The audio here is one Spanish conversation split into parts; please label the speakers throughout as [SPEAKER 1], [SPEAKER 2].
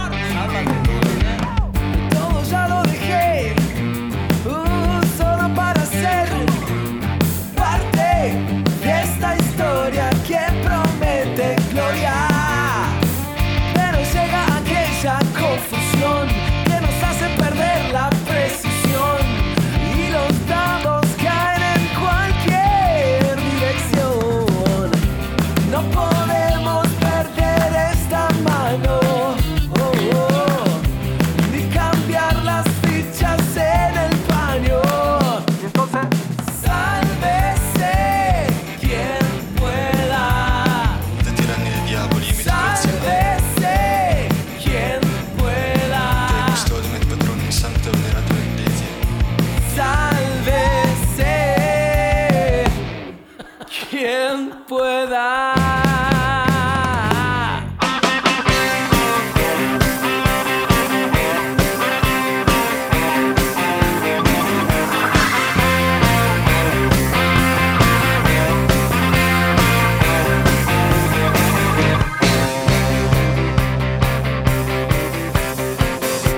[SPEAKER 1] Uh, Oh,
[SPEAKER 2] pueda.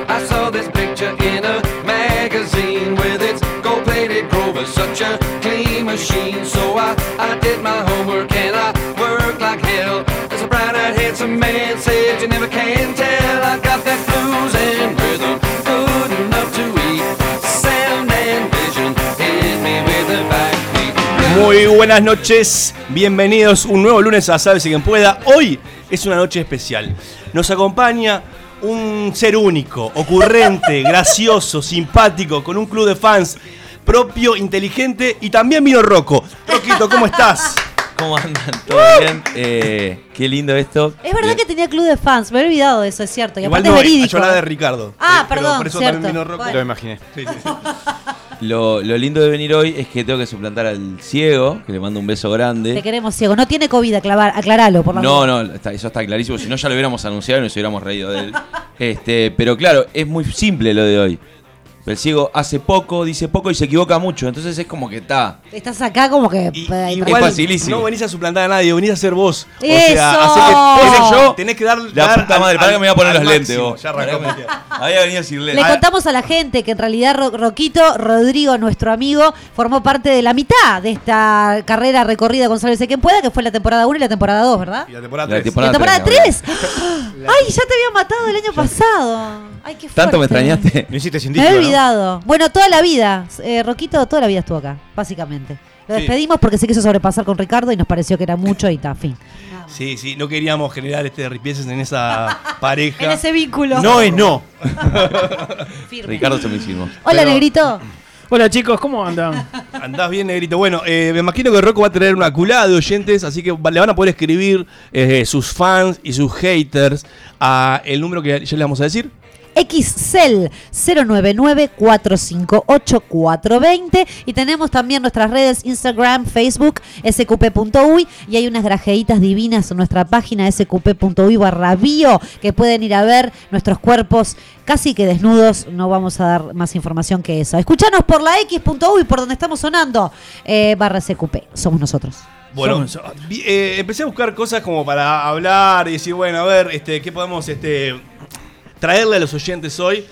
[SPEAKER 3] I saw this picture in a magazine with its gold plated Grover, such a clean machine. So I, I did my homework and I worked like hell. As a bright eyed handsome man said, You never can tell. I got that blues and rhythm, good enough to eat. Sound and vision hit me with a backbeat.
[SPEAKER 4] Muy buenas noches, bienvenidos un nuevo lunes a Sabes Quien Pueda. Hoy es una noche especial. Nos acompaña un ser único, ocurrente, gracioso, simpático, con un club de fans propio, inteligente y también vino Rocco. Roquito, ¿cómo estás?
[SPEAKER 5] ¿Cómo andan? ¿Todo bien? Eh, qué lindo esto.
[SPEAKER 6] Es verdad
[SPEAKER 5] Bien.
[SPEAKER 6] que tenía club de fans, me he olvidado de eso, es cierto. Y
[SPEAKER 4] Igual
[SPEAKER 6] aparte
[SPEAKER 4] no,
[SPEAKER 6] es verídico.
[SPEAKER 4] yo hablaba de Ricardo.
[SPEAKER 6] Ah,
[SPEAKER 4] pero
[SPEAKER 6] perdón,
[SPEAKER 4] Por eso
[SPEAKER 6] cierto.
[SPEAKER 4] también vino Rocco.
[SPEAKER 6] Bueno. Lo
[SPEAKER 4] imaginé.
[SPEAKER 5] Lo, lo lindo de venir hoy es que tengo que suplantar al ciego, que le mando un beso
[SPEAKER 6] Te
[SPEAKER 5] grande.
[SPEAKER 6] queremos ciego. No tiene COVID, aclavar, aclaralo, por la
[SPEAKER 5] No,
[SPEAKER 6] duda.
[SPEAKER 5] no, está- eso está clarísimo. Si no, ya lo hubiéramos anunciado y nos hubiéramos reído de él. Este, pero claro, es muy simple lo de hoy. El ciego hace poco, dice poco y se equivoca mucho. Entonces es como que está.
[SPEAKER 6] Estás acá como que.
[SPEAKER 4] Y-
[SPEAKER 6] eh,
[SPEAKER 4] y
[SPEAKER 6] para- Eh,
[SPEAKER 4] igual
[SPEAKER 5] Es facilísimo.
[SPEAKER 4] No venís a suplantar a nadie, venís a ser vos. O
[SPEAKER 6] ¡Eso!
[SPEAKER 4] sea, hace que,
[SPEAKER 6] Eso
[SPEAKER 4] tenés-
[SPEAKER 5] yo-
[SPEAKER 4] tenés que dar
[SPEAKER 5] La
[SPEAKER 4] dar
[SPEAKER 5] puta
[SPEAKER 4] al-
[SPEAKER 5] madre, para
[SPEAKER 4] al-
[SPEAKER 5] que me voy a poner
[SPEAKER 4] al
[SPEAKER 5] los lentes
[SPEAKER 4] máximo.
[SPEAKER 5] vos.
[SPEAKER 4] Ya
[SPEAKER 5] Pará
[SPEAKER 4] arrancó,
[SPEAKER 5] que
[SPEAKER 4] mentira.
[SPEAKER 5] me- Había venido sin
[SPEAKER 6] Le
[SPEAKER 5] lentes. Ah,
[SPEAKER 6] contamos a la gente que en realidad Ro- Roquito, Rodrigo, nuestro amigo, formó parte de la mitad de esta carrera recorrida con Sálvese quien pueda, que fue la temporada 1 y la temporada 2, ¿verdad?
[SPEAKER 4] Y la temporada
[SPEAKER 5] La
[SPEAKER 4] tres.
[SPEAKER 5] temporada
[SPEAKER 6] la temporada
[SPEAKER 5] tres,
[SPEAKER 6] 3. ¡Ay, ya te había matado el año pasado! ¡Ay, qué fuerte! ¿eh?
[SPEAKER 5] Tanto me extrañaste.
[SPEAKER 7] No hiciste
[SPEAKER 6] Me he
[SPEAKER 7] sentido.
[SPEAKER 6] olvidado. Bueno, toda la vida. eh, Roquito toda la vida estuvo acá, básicamente. Lo
[SPEAKER 4] Sí.
[SPEAKER 6] despedimos porque se quiso sobrepasar con Ricardo y nos pareció que era mucho y ta, fin.
[SPEAKER 4] Sí, sí, no queríamos generar este ripieces en esa pareja.
[SPEAKER 6] En ese vínculo.
[SPEAKER 7] ¿no? No es no.
[SPEAKER 6] Firme.
[SPEAKER 5] Ricardo se me hicimos.
[SPEAKER 6] Hola,
[SPEAKER 4] Pero-
[SPEAKER 6] Negrito.
[SPEAKER 8] Hola chicos, ¿cómo andan?
[SPEAKER 4] Andás bien, negrito. Bueno, eh, me imagino que Rocco va a tener una culada de oyentes, así que va- le van a poder escribir eh, sus fans y sus haters a el número que ya le vamos a decir.
[SPEAKER 6] Xcel 099-458-420 y tenemos también nuestras redes Instagram, Facebook, sqp.uy y hay unas grajeitas divinas en nuestra página sqp.uy barra bio que pueden ir a ver nuestros cuerpos casi que desnudos, no vamos a dar más información que eso. Escuchanos por la x.uy por donde estamos sonando eh, barra sqp, somos nosotros.
[SPEAKER 4] Bueno,
[SPEAKER 8] Somos nosotros.
[SPEAKER 4] vi- eh, empecé a buscar cosas como para hablar y decir, bueno, a ver, este, ¿qué podemos este, traerle a los oyentes hoy?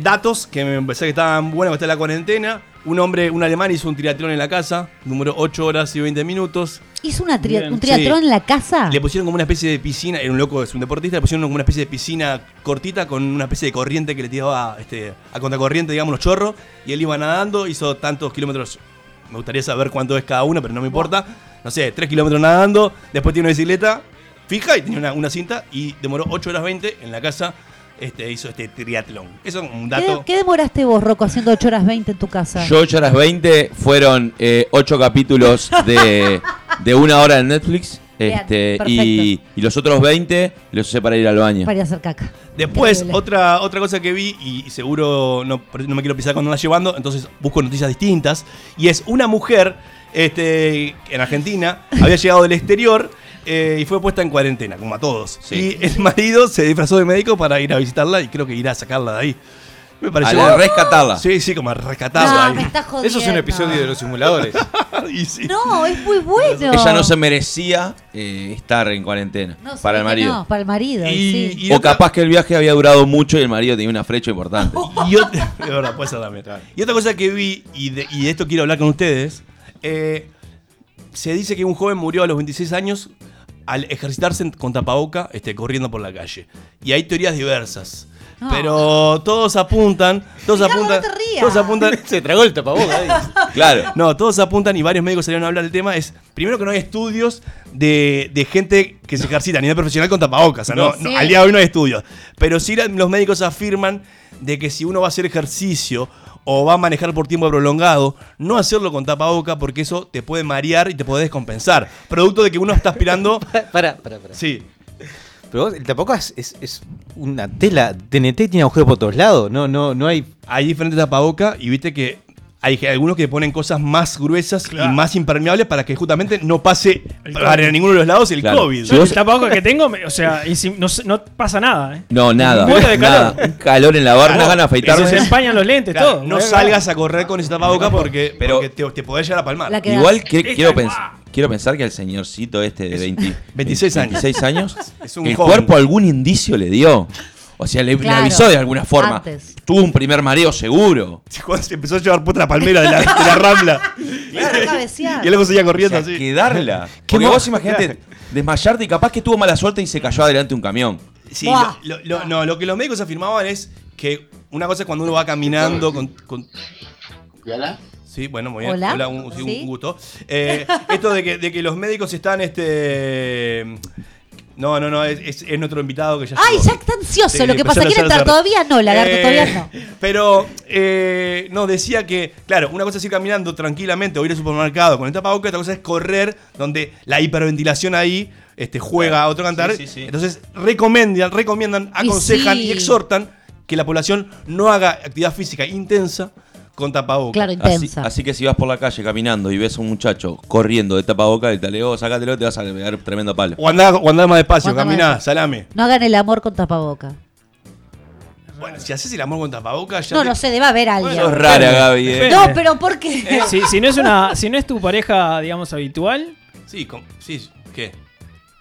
[SPEAKER 4] Datos que me pensé que estaban buenos, que está la cuarentena. Un hombre, un alemán, hizo un triatlón en la casa, número 8 horas y 20 minutos.
[SPEAKER 6] ¿Hizo una tri-
[SPEAKER 8] Bien.
[SPEAKER 6] un triatlón
[SPEAKER 4] Sí.
[SPEAKER 6] en la casa?
[SPEAKER 4] Le pusieron como una especie de piscina, era un loco, es un deportista, le pusieron como una especie de piscina cortita con una especie de corriente que le tiraba este, a contracorriente, digamos, los chorros, y él iba nadando, hizo tantos kilómetros, me gustaría saber cuánto es cada uno, pero no me importa, no sé, tres kilómetros nadando, después tiene una bicicleta fija y tenía una, una cinta y demoró 8 horas 20 en la casa, este, hizo este triatlón. Eso es un
[SPEAKER 6] ¿Qué,
[SPEAKER 4] dato.
[SPEAKER 6] qué demoraste vos, Rocco, haciendo 8 horas 20 en tu casa?
[SPEAKER 5] Yo 8 horas 20 fueron 8 capítulos de, de una hora en Netflix.
[SPEAKER 6] Bien,
[SPEAKER 5] Este,
[SPEAKER 6] perfecto.
[SPEAKER 5] y, y los otros 20 los usé para ir al baño.
[SPEAKER 6] Para ir a hacer caca.
[SPEAKER 4] Después,
[SPEAKER 6] Increíble.
[SPEAKER 4] otra, otra cosa que vi, y y seguro no, no me quiero pisar cuando andas llevando, entonces busco noticias distintas, y es una mujer este, en Argentina, había llegado del exterior eh, y fue puesta en cuarentena, como a todos.
[SPEAKER 5] Sí.
[SPEAKER 4] Y el marido se disfrazó de médico para ir a visitarla y creo que irá a sacarla de ahí. Me
[SPEAKER 5] A
[SPEAKER 4] pareció...
[SPEAKER 5] la- rescatarla.
[SPEAKER 4] Sí, sí, como a
[SPEAKER 6] No,
[SPEAKER 4] rescatarla.
[SPEAKER 6] me estás jodiendo.
[SPEAKER 7] Eso es un episodio de los simuladores.
[SPEAKER 4] y sí.
[SPEAKER 6] No, es muy bueno.
[SPEAKER 5] Ella no se merecía eh, estar en cuarentena
[SPEAKER 6] No, sí,
[SPEAKER 5] para el
[SPEAKER 6] que
[SPEAKER 5] marido.
[SPEAKER 6] No, para el marido,
[SPEAKER 4] Y-
[SPEAKER 6] sí.
[SPEAKER 4] y
[SPEAKER 5] o
[SPEAKER 4] otra-
[SPEAKER 5] capaz que el viaje había durado mucho y el marido tenía una frecha importante.
[SPEAKER 4] Y otra, de verdad, puede ser también. Y otra cosa que vi, y de, y de esto quiero hablar con ustedes, eh, se dice que un joven murió a los 26 años al ejercitarse en- con tapaboca este, corriendo por la calle. Y hay teorías diversas.
[SPEAKER 6] No.
[SPEAKER 4] Pero todos apuntan, todos
[SPEAKER 6] Ricardo,
[SPEAKER 4] apuntan,
[SPEAKER 6] no Ah. te rías.
[SPEAKER 4] todos apuntan,
[SPEAKER 7] Se tragó el tapabocas. ahí.
[SPEAKER 5] Claro.
[SPEAKER 4] no, todos apuntan y varios médicos salieron a hablar del tema. Es primero que no hay estudios de, de gente que se ejercita a nivel profesional con tapabocas. O sea, no,
[SPEAKER 6] No,
[SPEAKER 4] no,
[SPEAKER 6] sí.
[SPEAKER 4] al día de hoy no hay estudios. Pero sí la- los médicos afirman de que si uno va a hacer ejercicio o va a manejar por tiempo prolongado, no hacerlo con tapabocas porque eso te puede marear y te puede descompensar. Producto de que uno está aspirando.
[SPEAKER 7] Pará, pará, pará.
[SPEAKER 4] Sí.
[SPEAKER 7] Pero vos, el tapabocas es, es una tela. TNT tiene agujeros por todos lados. No, no, no hay.
[SPEAKER 4] Hay diferentes tapabocas y viste que Hay que- algunos que ponen cosas más gruesas
[SPEAKER 8] Claro.
[SPEAKER 4] y más impermeables para que justamente no pase
[SPEAKER 8] El
[SPEAKER 4] para
[SPEAKER 8] COVID.
[SPEAKER 4] ninguno de los lados el
[SPEAKER 5] Claro.
[SPEAKER 4] COVID.
[SPEAKER 5] Si
[SPEAKER 8] Yo
[SPEAKER 5] vos-
[SPEAKER 8] el tapabocas que tengo, me- o sea, y si- no, sé- no pasa nada, ¿eh?
[SPEAKER 5] No, nada.
[SPEAKER 8] Muero de
[SPEAKER 5] nada.
[SPEAKER 8] calor.
[SPEAKER 5] Un calor en la barra,
[SPEAKER 4] Claro.
[SPEAKER 5] unas ganas de
[SPEAKER 8] Eso se
[SPEAKER 5] afeitarme.
[SPEAKER 8] empañan los lentes,
[SPEAKER 4] Claro,
[SPEAKER 8] todo.
[SPEAKER 4] no
[SPEAKER 8] Voy a-
[SPEAKER 4] salvagas a correr con ese tapabocas porque,
[SPEAKER 5] Pero-
[SPEAKER 4] porque te, te podés llegar a palmar.
[SPEAKER 6] La que-
[SPEAKER 5] Ah, Igual que- quiero,
[SPEAKER 8] guau.
[SPEAKER 5] pens- quiero pensar que al señorcito este de 20
[SPEAKER 4] 26 años.
[SPEAKER 5] 26 años,
[SPEAKER 4] Es un
[SPEAKER 5] el
[SPEAKER 4] joven.
[SPEAKER 5] cuerpo algún indicio le dio. O sea, le, le
[SPEAKER 6] Claro,
[SPEAKER 5] avisó de alguna forma.
[SPEAKER 6] antes.
[SPEAKER 5] Tuvo un primer mareo seguro.
[SPEAKER 4] Cuando se empezó a llevar puta la palmera de la, de la rambla.
[SPEAKER 6] Claro, cabecear.
[SPEAKER 4] y luego seguía
[SPEAKER 5] O
[SPEAKER 4] corriendo
[SPEAKER 5] sea,
[SPEAKER 4] así.
[SPEAKER 5] quedarla.
[SPEAKER 4] Qué
[SPEAKER 5] Porque
[SPEAKER 4] mo-
[SPEAKER 5] vos imaginate desmayarte y capaz que tuvo mala suerte y se cayó adelante un camión.
[SPEAKER 4] Sí,
[SPEAKER 6] Buah.
[SPEAKER 4] lo, lo- lo- no, lo que los médicos afirmaban es que una cosa es cuando uno va caminando con. con-
[SPEAKER 9] ¿Hola?
[SPEAKER 4] sí, bueno, muy bien.
[SPEAKER 6] Hola.
[SPEAKER 4] un, sí, un
[SPEAKER 6] Sí.
[SPEAKER 4] gusto. Eh, esto de que, de que los médicos están. este No, no, no, es, es- es nuestro invitado que ya.
[SPEAKER 6] Ay,
[SPEAKER 4] llegó.
[SPEAKER 6] ya está ansioso.
[SPEAKER 4] Sí,
[SPEAKER 6] lo que pasa,
[SPEAKER 4] empezó
[SPEAKER 6] quiere
[SPEAKER 4] a
[SPEAKER 6] entrar
[SPEAKER 4] hacer-
[SPEAKER 6] todavía no, lagarto,
[SPEAKER 4] Eh,
[SPEAKER 6] todavía no.
[SPEAKER 4] Pero eh, no, decía que, claro, una cosa es ir caminando tranquilamente o ir al supermercado con el tapabocas, otra cosa es correr, donde la hiperventilación ahí este, juega a otro cantar.
[SPEAKER 5] sí, sí.
[SPEAKER 4] Entonces recomiendan, recomiendan,
[SPEAKER 6] Y
[SPEAKER 4] aconsejan y,
[SPEAKER 6] sí.
[SPEAKER 4] exhortan que la población no haga actividad física intensa con tapabocas.
[SPEAKER 6] Claro,
[SPEAKER 5] Así,
[SPEAKER 6] intensa.
[SPEAKER 5] así que si vas por la calle caminando y ves a un muchacho corriendo de tapaboca y te le digo, sácatelo, te vas a pegar tremendo palo.
[SPEAKER 4] O andá, o andá más despacio,
[SPEAKER 6] Cuanto más
[SPEAKER 4] caminá,
[SPEAKER 6] despacio.
[SPEAKER 4] salame.
[SPEAKER 6] No hagan el amor con tapaboca.
[SPEAKER 4] Bueno, si haces el amor con tapabocas, ya
[SPEAKER 6] No,
[SPEAKER 4] te-
[SPEAKER 6] no sé, debe haber alguien.
[SPEAKER 5] Sos rara, Gaby. eh.
[SPEAKER 6] no, pero ¿por qué?
[SPEAKER 8] Eh, Si, si no es una, si no es tu pareja, digamos, habitual,
[SPEAKER 4] Sí, con- sí, ¿qué?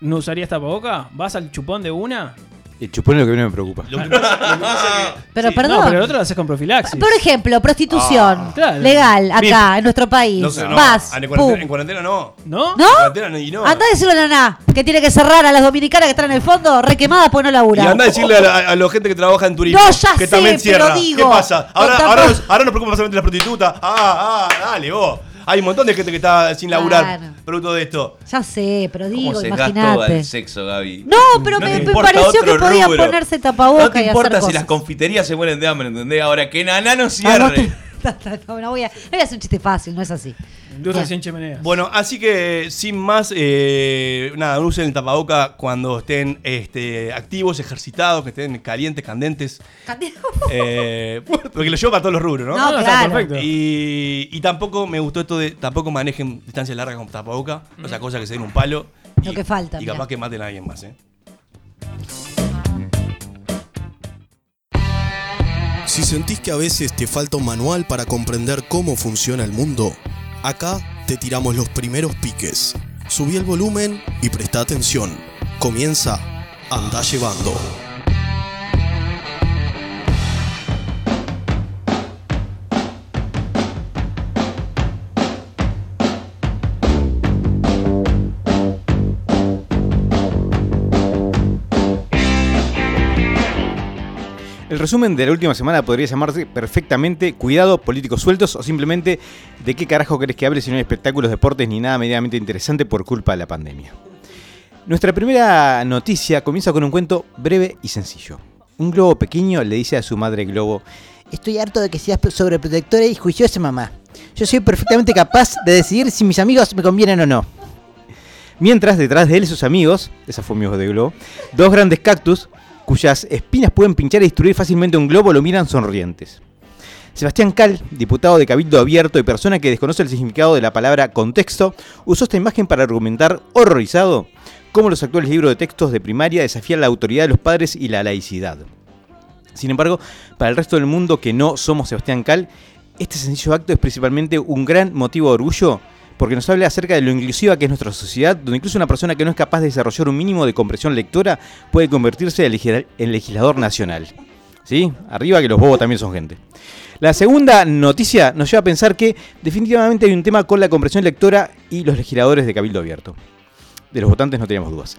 [SPEAKER 8] no usarías tapaboca, vas al chupón de una.
[SPEAKER 7] El chupón es lo que a mí me preocupa.
[SPEAKER 4] Lo que pasa- lo que pasa es que-
[SPEAKER 6] Pero
[SPEAKER 8] Sí,
[SPEAKER 6] perdón.
[SPEAKER 8] No, pero el otro lo haces con profilaxis.
[SPEAKER 6] Por ejemplo, prostitución
[SPEAKER 8] claro.
[SPEAKER 6] legal acá
[SPEAKER 4] Ah, Bien.
[SPEAKER 6] en nuestro país.
[SPEAKER 4] no sé, no,
[SPEAKER 6] Vas.
[SPEAKER 4] en
[SPEAKER 6] pum.
[SPEAKER 4] cuarentena, en cuarentena no.
[SPEAKER 8] ¿No?
[SPEAKER 6] ¿No?
[SPEAKER 4] Cuarentena no, y no.
[SPEAKER 6] Anda a decirle a Naná que tiene que cerrar a las dominicanas que están en el fondo requemadas pues no
[SPEAKER 4] Y
[SPEAKER 6] laburan.
[SPEAKER 4] anda a decirle a la, a la gente que trabaja en turismo
[SPEAKER 6] No, ya
[SPEAKER 4] que
[SPEAKER 6] sé,
[SPEAKER 4] también
[SPEAKER 6] pero
[SPEAKER 4] cierra.
[SPEAKER 6] digo,
[SPEAKER 4] ¿Qué pasa? Ahora,
[SPEAKER 6] con
[SPEAKER 4] ahora,
[SPEAKER 6] tapa-
[SPEAKER 4] nos, ahora nos preocupa solamente las prostitutas. Ah, ah, dale, vos. Hay un montón de gente que está sin laburar
[SPEAKER 6] Claro.
[SPEAKER 4] producto de esto.
[SPEAKER 6] Ya sé, pero
[SPEAKER 5] ¿Cómo
[SPEAKER 6] digo,
[SPEAKER 5] se todo al
[SPEAKER 6] imagínate.
[SPEAKER 5] sexo, Gaby?
[SPEAKER 6] No, pero
[SPEAKER 5] No
[SPEAKER 6] me,
[SPEAKER 5] te
[SPEAKER 6] me
[SPEAKER 5] importa
[SPEAKER 6] pareció que
[SPEAKER 5] otro
[SPEAKER 6] podían
[SPEAKER 5] rubro.
[SPEAKER 6] ponerse tapaboca
[SPEAKER 5] No te
[SPEAKER 6] y
[SPEAKER 5] importa
[SPEAKER 6] hacer
[SPEAKER 5] si
[SPEAKER 6] cosas.
[SPEAKER 5] las confiterías se mueren de hambre, ¿entendés? Ahora que Naná no
[SPEAKER 6] Ah, no,
[SPEAKER 5] cierre.
[SPEAKER 6] te- no, no voy a, no voy a hacer un chiste fácil, no es así.
[SPEAKER 8] Ilustración chimenea.
[SPEAKER 4] Bueno, así que sin más, eh, nada, usen el tapaboca cuando estén este, activos, ejercitados, que estén calientes, candentes. eh, porque lo llevo para todos los rubros, ¿no?
[SPEAKER 6] No,
[SPEAKER 8] está
[SPEAKER 6] claro.
[SPEAKER 8] perfecto.
[SPEAKER 4] Y, y tampoco me gustó esto de tampoco manejen distancias largas con tapaboca, o sea, cosas que se den un palo. y-
[SPEAKER 6] Lo que falta,
[SPEAKER 4] Y capaz
[SPEAKER 6] mirá.
[SPEAKER 4] que maten a alguien más, ¿eh?
[SPEAKER 10] Si sentís que a veces te falta un manual para comprender cómo funciona el mundo, acá te tiramos los primeros piques. Subí el volumen y presta atención. Comienza Andá Llevando.
[SPEAKER 7] El resumen de la última semana podría llamarse perfectamente Cuidado, políticos sueltos o simplemente ¿De qué carajo querés que hable si no hay espectáculos, deportes ni nada medianamente interesante por culpa de la pandemia? Nuestra primera noticia comienza con un cuento breve y sencillo. Un globo pequeño le dice a su madre globo,
[SPEAKER 11] Estoy harto de que seas sobreprotectora y juiciosa, mamá. Yo soy perfectamente capaz de decidir si mis amigos me convienen o no.
[SPEAKER 7] Mientras detrás de él y sus amigos, esa fue mi ojo de globo, dos grandes cactus cuyas espinas pueden pinchar y destruir fácilmente un globo lo miran sonrientes. Sebastián Cal, diputado de Cabildo Abierto y persona que desconoce el significado de la palabra contexto, usó esta imagen para argumentar, horrorizado, cómo los actuales libros de textos de primaria desafían la autoridad de los padres y la laicidad. Sin embargo, para el resto del mundo que no somos Sebastián Cal, este sencillo acto es principalmente un gran motivo de orgullo porque nos habla acerca de lo inclusiva que es nuestra sociedad, donde incluso una persona que no es capaz de desarrollar un mínimo de comprensión lectora puede convertirse en legisla- en legislador nacional. ¿Sí? Arriba que los bobos también son gente. La segunda noticia nos lleva a pensar que definitivamente hay un tema con la comprensión lectora y los legisladores de Cabildo Abierto. De los votantes no teníamos dudas.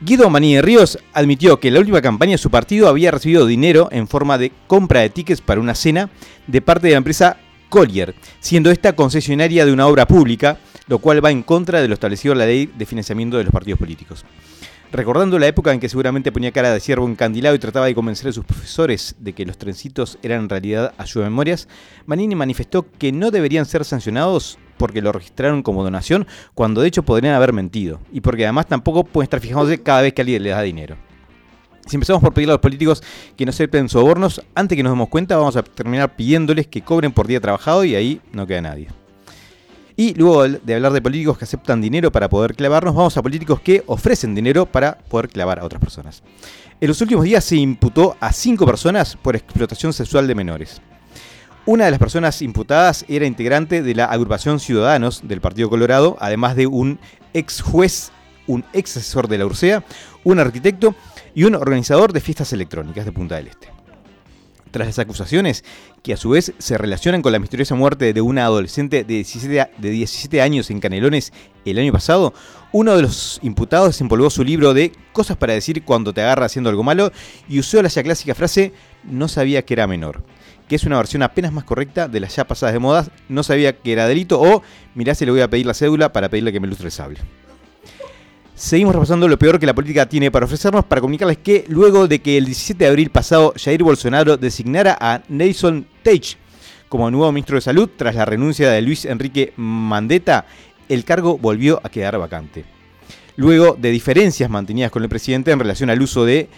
[SPEAKER 7] Guido Maní de Ríos admitió que en la última campaña de su partido había recibido dinero en forma de compra de tickets para una cena de parte de la empresa Collier, siendo esta concesionaria de una obra pública, lo cual va en contra de lo establecido en la ley de financiamiento de los partidos políticos. Recordando la época en que seguramente ponía cara de ciervo encandilado y trataba de convencer a sus profesores de que los trencitos eran en realidad ayudamemorias, Manini manifestó que no deberían ser sancionados porque lo registraron como donación, cuando de hecho podrían haber mentido, y porque además tampoco pueden estar fijándose cada vez que alguien les da dinero. Si empezamos por pedirle a los políticos que no acepten sobornos, antes que nos demos cuenta vamos a terminar pidiéndoles que cobren por día trabajado y ahí no queda nadie. Y luego de hablar de políticos que aceptan dinero para poder clavarnos, vamos a políticos que ofrecen dinero para poder clavar a otras personas. En los últimos días se imputó a cinco personas por explotación sexual de menores. Una de las personas imputadas era integrante de la agrupación Ciudadanos del Partido Colorado, además de un ex juez, un ex asesor de la URSEA, un arquitecto y un organizador de fiestas electrónicas de Punta del Este. Tras las acusaciones, que a su vez se relacionan con la misteriosa muerte de una adolescente de 17, a- de 17 años en Canelones el año pasado, uno de los imputados desempolvó su libro de Cosas para decir cuando te agarra haciendo algo malo y usó la ya clásica frase no sabía que era menor, que es una versión apenas más correcta de las ya pasadas de modas, no sabía que era delito o mirá se le voy a pedir la cédula para pedirle que me ilustre el sable. Seguimos repasando lo peor que la política tiene para ofrecernos para comunicarles que luego de que el 17 de abril pasado Jair Bolsonaro designara a Nelson Teich como nuevo ministro de Salud tras la renuncia de Luis Enrique Mandetta, el cargo volvió a quedar vacante. Luego de diferencias mantenidas con el presidente en relación al uso de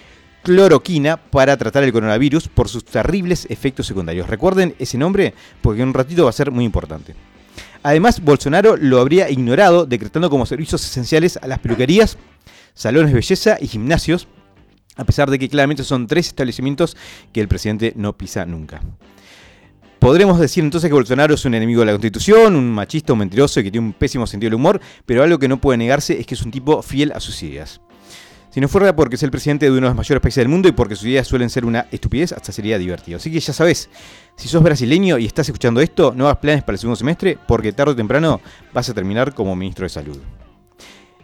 [SPEAKER 7] cloroquina para tratar el coronavirus por sus terribles efectos secundarios. Recuerden ese nombre porque en un ratito va a ser muy importante. Además, Bolsonaro lo habría ignorado, decretando como servicios esenciales a las peluquerías, salones de belleza y gimnasios, a pesar de que claramente son tres establecimientos que el presidente no pisa nunca. Podremos decir entonces que Bolsonaro es un enemigo de la Constitución, un machista, un mentiroso y que tiene un pésimo sentido del humor, pero algo que no puede negarse es que es un tipo fiel a sus ideas. Si no fuera porque es el presidente de uno de los mayores países del mundo y porque sus ideas suelen ser una estupidez, hasta sería divertido. Así que ya sabes, si sos brasileño y estás escuchando esto, no hagas planes para el segundo semestre porque tarde o temprano vas a terminar como ministro de salud.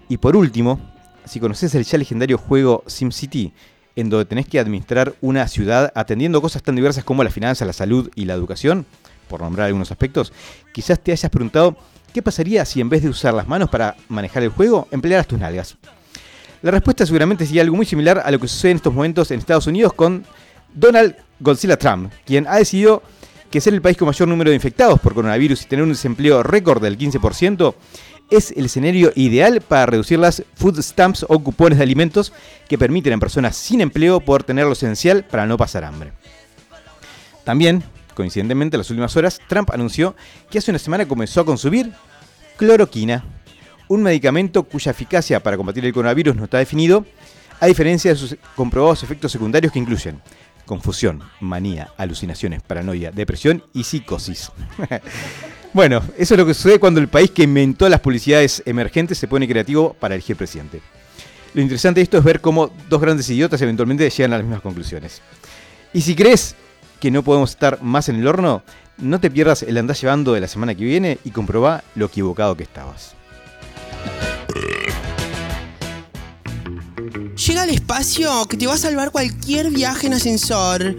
[SPEAKER 7] Y por último, si conoces el ya legendario juego SimCity, en donde tenés que administrar una ciudad atendiendo cosas tan diversas como la finanza, la salud y la educación, por nombrar algunos aspectos, quizás te hayas preguntado qué pasaría si en vez de usar las manos para manejar el juego, emplearas tus nalgas. La respuesta seguramente sería algo muy similar a lo que sucede en estos momentos en Estados Unidos con Donald Godzilla Trump, quien ha decidido que ser el país con mayor número de infectados por coronavirus y tener un desempleo récord del 15% es el escenario ideal para reducir las food stamps o cupones de alimentos que permiten a personas sin empleo poder tener lo esencial para no pasar hambre. También, coincidentemente, en las últimas horas, Trump anunció que hace una semana comenzó a consumir cloroquina, un medicamento cuya eficacia para combatir el coronavirus no está definido, a diferencia de sus comprobados efectos secundarios que incluyen confusión, manía, alucinaciones, paranoia, depresión y psicosis. bueno, eso es lo que sucede cuando el país que inventó las publicidades emergentes se pone creativo para elegir presidente. Lo interesante de esto es ver cómo dos grandes idiotas eventualmente llegan a las mismas conclusiones. Y si crees que no podemos estar más en el horno, no te pierdas el andás llevando de la semana que viene y comprobá lo equivocado que estabas.
[SPEAKER 9] Llega al espacio que te va a salvar cualquier viaje en ascensor.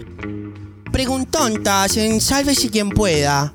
[SPEAKER 9] Preguntontas en Sálvese quien pueda.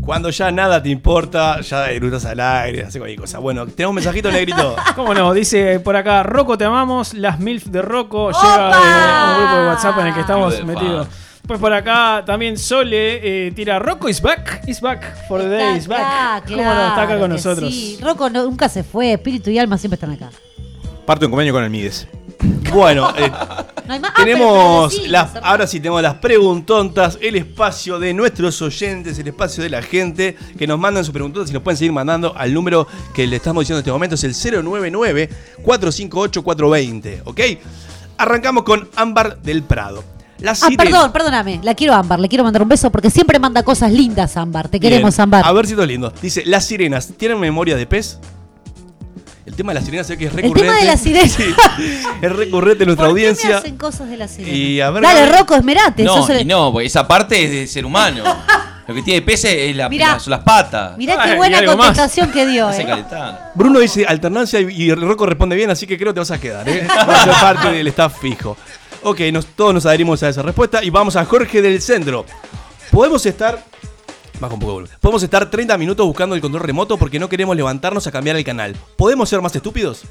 [SPEAKER 4] Cuando ya nada te importa, ya erutas al aire, hace cualquier cosa. Bueno, tenemos un mensajito negrito.
[SPEAKER 8] ¿Cómo no? Dice por acá, Rocco te amamos, las MILF de Rocco, llega eh, a un grupo de WhatsApp en el que
[SPEAKER 5] Club
[SPEAKER 8] estamos
[SPEAKER 5] del
[SPEAKER 8] metidos. Pues por acá también Sole eh, tira, Rocco is back, is back, for the day is back. ¿Cómo no? Está acá con
[SPEAKER 6] que
[SPEAKER 8] nosotros.
[SPEAKER 6] sí. Rocco no- nunca se fue, espíritu y alma siempre están acá.
[SPEAKER 7] Parto en convenio con el Mides.
[SPEAKER 4] Bueno, eh,
[SPEAKER 6] No hay más. Ah, pero
[SPEAKER 4] tenemos
[SPEAKER 6] para
[SPEAKER 4] las,
[SPEAKER 6] vecinos,
[SPEAKER 4] ahora sí tenemos las preguntontas, el espacio de nuestros oyentes, el espacio de la gente que nos mandan sus preguntas y nos pueden seguir mandando al número que le estamos diciendo en este momento, es el 099-458-420, ¿ok? Arrancamos con Ámbar del Prado. La
[SPEAKER 6] Ah,
[SPEAKER 4] sirena-
[SPEAKER 6] perdón, perdóname. La quiero a Ámbar, le quiero mandar un beso porque siempre manda cosas lindas, Ámbar. Te
[SPEAKER 4] Bien.
[SPEAKER 6] queremos, Ámbar.
[SPEAKER 4] A ver si esto es lindo. Dice, las sirenas, ¿tienen memoria de pez? El tema de las sirenas sé que es
[SPEAKER 6] tema
[SPEAKER 4] recurrente.
[SPEAKER 6] de las sirenas.
[SPEAKER 4] Sí, es recurrente en nuestra
[SPEAKER 6] ¿Por qué me
[SPEAKER 4] audiencia.
[SPEAKER 6] hacen cosas de la sirena?
[SPEAKER 4] Y a ver-
[SPEAKER 6] Dale, Rocco, esmerate.
[SPEAKER 5] No,
[SPEAKER 6] sos el-
[SPEAKER 5] y no, porque esa parte es de ser humano. Lo que tiene peces es la-
[SPEAKER 6] Mirá.
[SPEAKER 5] las- son las patas.
[SPEAKER 6] Mirá
[SPEAKER 8] Ay,
[SPEAKER 6] qué
[SPEAKER 8] y
[SPEAKER 6] buena
[SPEAKER 8] algo más.
[SPEAKER 6] contestación que dio,
[SPEAKER 5] Hace
[SPEAKER 6] eh.
[SPEAKER 5] calentar.
[SPEAKER 4] Bruno dice alternancia y- y Rocco responde bien, así que creo que te vas a quedar, ¿eh? Vas a ser parte del staff fijo. Ok, nos- todos nos adherimos a esa respuesta y vamos a Jorge del Centro. Podemos estar. Baja un poco, el volumen. Podemos estar 30 minutos buscando el control remoto porque no queremos levantarnos a cambiar el canal. ¿Podemos ser más estúpidos?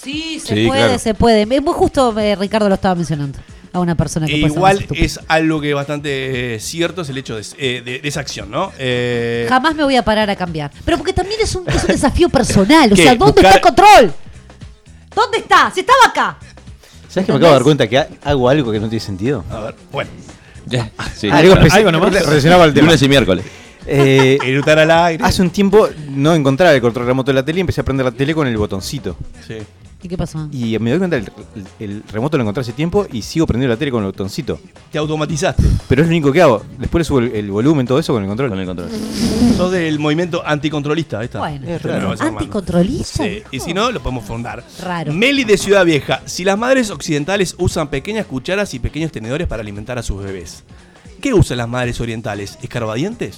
[SPEAKER 6] Sí, se
[SPEAKER 7] Sí,
[SPEAKER 6] puede,
[SPEAKER 7] claro.
[SPEAKER 6] se puede. Eh, Muy justo eh, Ricardo lo estaba mencionando. a una persona
[SPEAKER 4] E
[SPEAKER 6] que puede ser más
[SPEAKER 4] igual
[SPEAKER 6] estúpida.
[SPEAKER 4] es algo que es bastante eh, cierto, es el hecho de, eh, de- de esa acción, ¿no? Eh,
[SPEAKER 6] Jamás me voy a parar a cambiar. Pero porque también es un, es un desafío personal. O
[SPEAKER 4] ¿Qué?
[SPEAKER 6] sea, ¿dónde
[SPEAKER 4] Buscar-
[SPEAKER 6] está el control? ¿Dónde está? Si estaba acá.
[SPEAKER 7] ¿Sabes que me acabo de dar cuenta que ha- hago algo que no tiene sentido?
[SPEAKER 4] A ver, bueno.
[SPEAKER 5] Sí.
[SPEAKER 7] Algo
[SPEAKER 5] Claro.
[SPEAKER 7] específico relacionado al tema.
[SPEAKER 5] Lunes y miércoles.
[SPEAKER 7] Eh,
[SPEAKER 4] al aire.
[SPEAKER 7] Hace un tiempo no encontraba el control remoto de la tele y empecé a prender la tele con el botoncito.
[SPEAKER 4] Sí.
[SPEAKER 6] ¿Y qué pasó?
[SPEAKER 7] Y me doy cuenta, el, el remoto lo encontré hace tiempo y sigo prendiendo la tele con el botoncito.
[SPEAKER 4] Te automatizaste.
[SPEAKER 7] Pero es lo único que hago. Después le subo el, el volumen, todo eso con el control.
[SPEAKER 5] Con el control.
[SPEAKER 4] Sos del movimiento anticontrolista, ahí está.
[SPEAKER 6] Bueno.
[SPEAKER 4] Yo no me voy a hacer mal.
[SPEAKER 6] ¿Anticontrolista?
[SPEAKER 4] Sí, y si no, lo podemos fundar.
[SPEAKER 6] Raro.
[SPEAKER 4] Meli de Ciudad Vieja. Si las madres occidentales usan pequeñas cucharas y pequeños tenedores para alimentar a sus bebés, ¿qué usan las madres orientales? ¿Escarbadientes?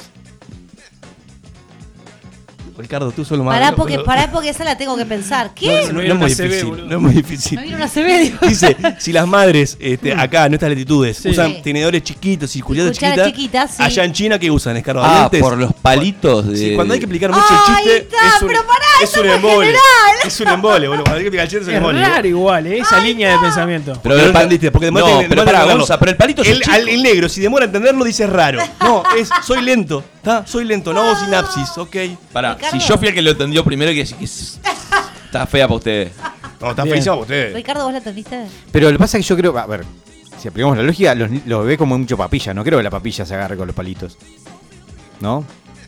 [SPEAKER 4] Ricardo, tú solo
[SPEAKER 6] Pará
[SPEAKER 4] madre,
[SPEAKER 6] porque,
[SPEAKER 4] pero-
[SPEAKER 6] pará porque esa la tengo que pensar. ¿Qué?
[SPEAKER 4] No, no, no es muy difícil. No es muy difícil.
[SPEAKER 6] Me vino una CB, digo.
[SPEAKER 4] Dice, si las madres este,
[SPEAKER 7] Mm.
[SPEAKER 4] acá en estas latitudes
[SPEAKER 6] Sí.
[SPEAKER 4] usan
[SPEAKER 6] Sí.
[SPEAKER 4] tenedores chiquitos y cucharas
[SPEAKER 6] Cucharas
[SPEAKER 4] chiquitas,
[SPEAKER 6] chiquitas, sí.
[SPEAKER 4] allá en China que usan
[SPEAKER 5] Ah,
[SPEAKER 4] escarbadientes.
[SPEAKER 5] por los palitos de.
[SPEAKER 4] Sí, cuando hay que explicar mucho
[SPEAKER 6] Ahí
[SPEAKER 4] el chiste
[SPEAKER 6] está,
[SPEAKER 4] es un,
[SPEAKER 6] pero Ah, pará,
[SPEAKER 4] es
[SPEAKER 6] eso
[SPEAKER 4] un
[SPEAKER 6] no es
[SPEAKER 4] embole.
[SPEAKER 6] general.
[SPEAKER 4] Es un embole, boludo. Cuando hay que explicar el chiste es un
[SPEAKER 8] Es
[SPEAKER 4] embole.
[SPEAKER 8] raro igual, ¿eh? esa línea de pensamiento.
[SPEAKER 5] Pero
[SPEAKER 4] Porque
[SPEAKER 5] el
[SPEAKER 4] no
[SPEAKER 5] pa-
[SPEAKER 4] entendiste, porque demora-
[SPEAKER 5] no,
[SPEAKER 4] demora
[SPEAKER 5] pero pará,
[SPEAKER 4] entenderlo.
[SPEAKER 5] Gonza, pero el palito es
[SPEAKER 4] el,
[SPEAKER 5] chico.
[SPEAKER 4] al- el negro, si demora a entenderlo, dice es raro. No, es soy lento. ¿tá? Soy lento, no hago sinapsis, ok.
[SPEAKER 5] Pará,
[SPEAKER 6] Ricardo.
[SPEAKER 5] si yo fui el que lo entendió primero, que que es- está fea para ustedes.
[SPEAKER 4] No, está
[SPEAKER 8] Bien.
[SPEAKER 4] feísimo usted.
[SPEAKER 6] Ricardo, ¿vos la entendiste?
[SPEAKER 7] Pero lo que pasa es que yo creo, a ver, si aplicamos la lógica, los, ni- los bebés comen mucho papilla, no creo que la papilla se agarre con los palitos. ¿No?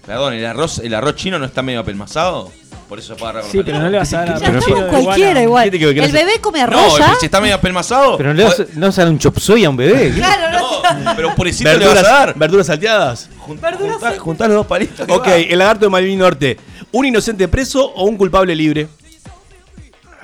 [SPEAKER 5] Perdón, ¿el arroz, el arroz chino no está medio apelmazado? Por eso se agarrar con
[SPEAKER 8] Sí,
[SPEAKER 5] los
[SPEAKER 8] pero
[SPEAKER 5] palitos.
[SPEAKER 8] no le vas a dar a
[SPEAKER 7] Ya
[SPEAKER 6] La
[SPEAKER 7] Pero
[SPEAKER 6] estamos
[SPEAKER 7] sí.
[SPEAKER 8] de
[SPEAKER 6] cualquiera
[SPEAKER 8] iguana.
[SPEAKER 6] igual.
[SPEAKER 4] Fíjate que- que no
[SPEAKER 6] El
[SPEAKER 4] se-
[SPEAKER 6] bebé come
[SPEAKER 5] No,
[SPEAKER 6] arroya.
[SPEAKER 5] pero si está medio apelmazado.
[SPEAKER 7] Pero no le vas, no vas a dar un chop soy a un bebé.
[SPEAKER 6] Claro, no,
[SPEAKER 5] No, pero un purecito le vas a
[SPEAKER 4] Verduras,
[SPEAKER 5] dar.
[SPEAKER 4] verduras salteadas.
[SPEAKER 5] Jun- juntar- juntar los dos palitos. que
[SPEAKER 4] Ok,
[SPEAKER 5] va.
[SPEAKER 4] el lagarto de Malvin Norte. ¿Un inocente preso o un culpable libre?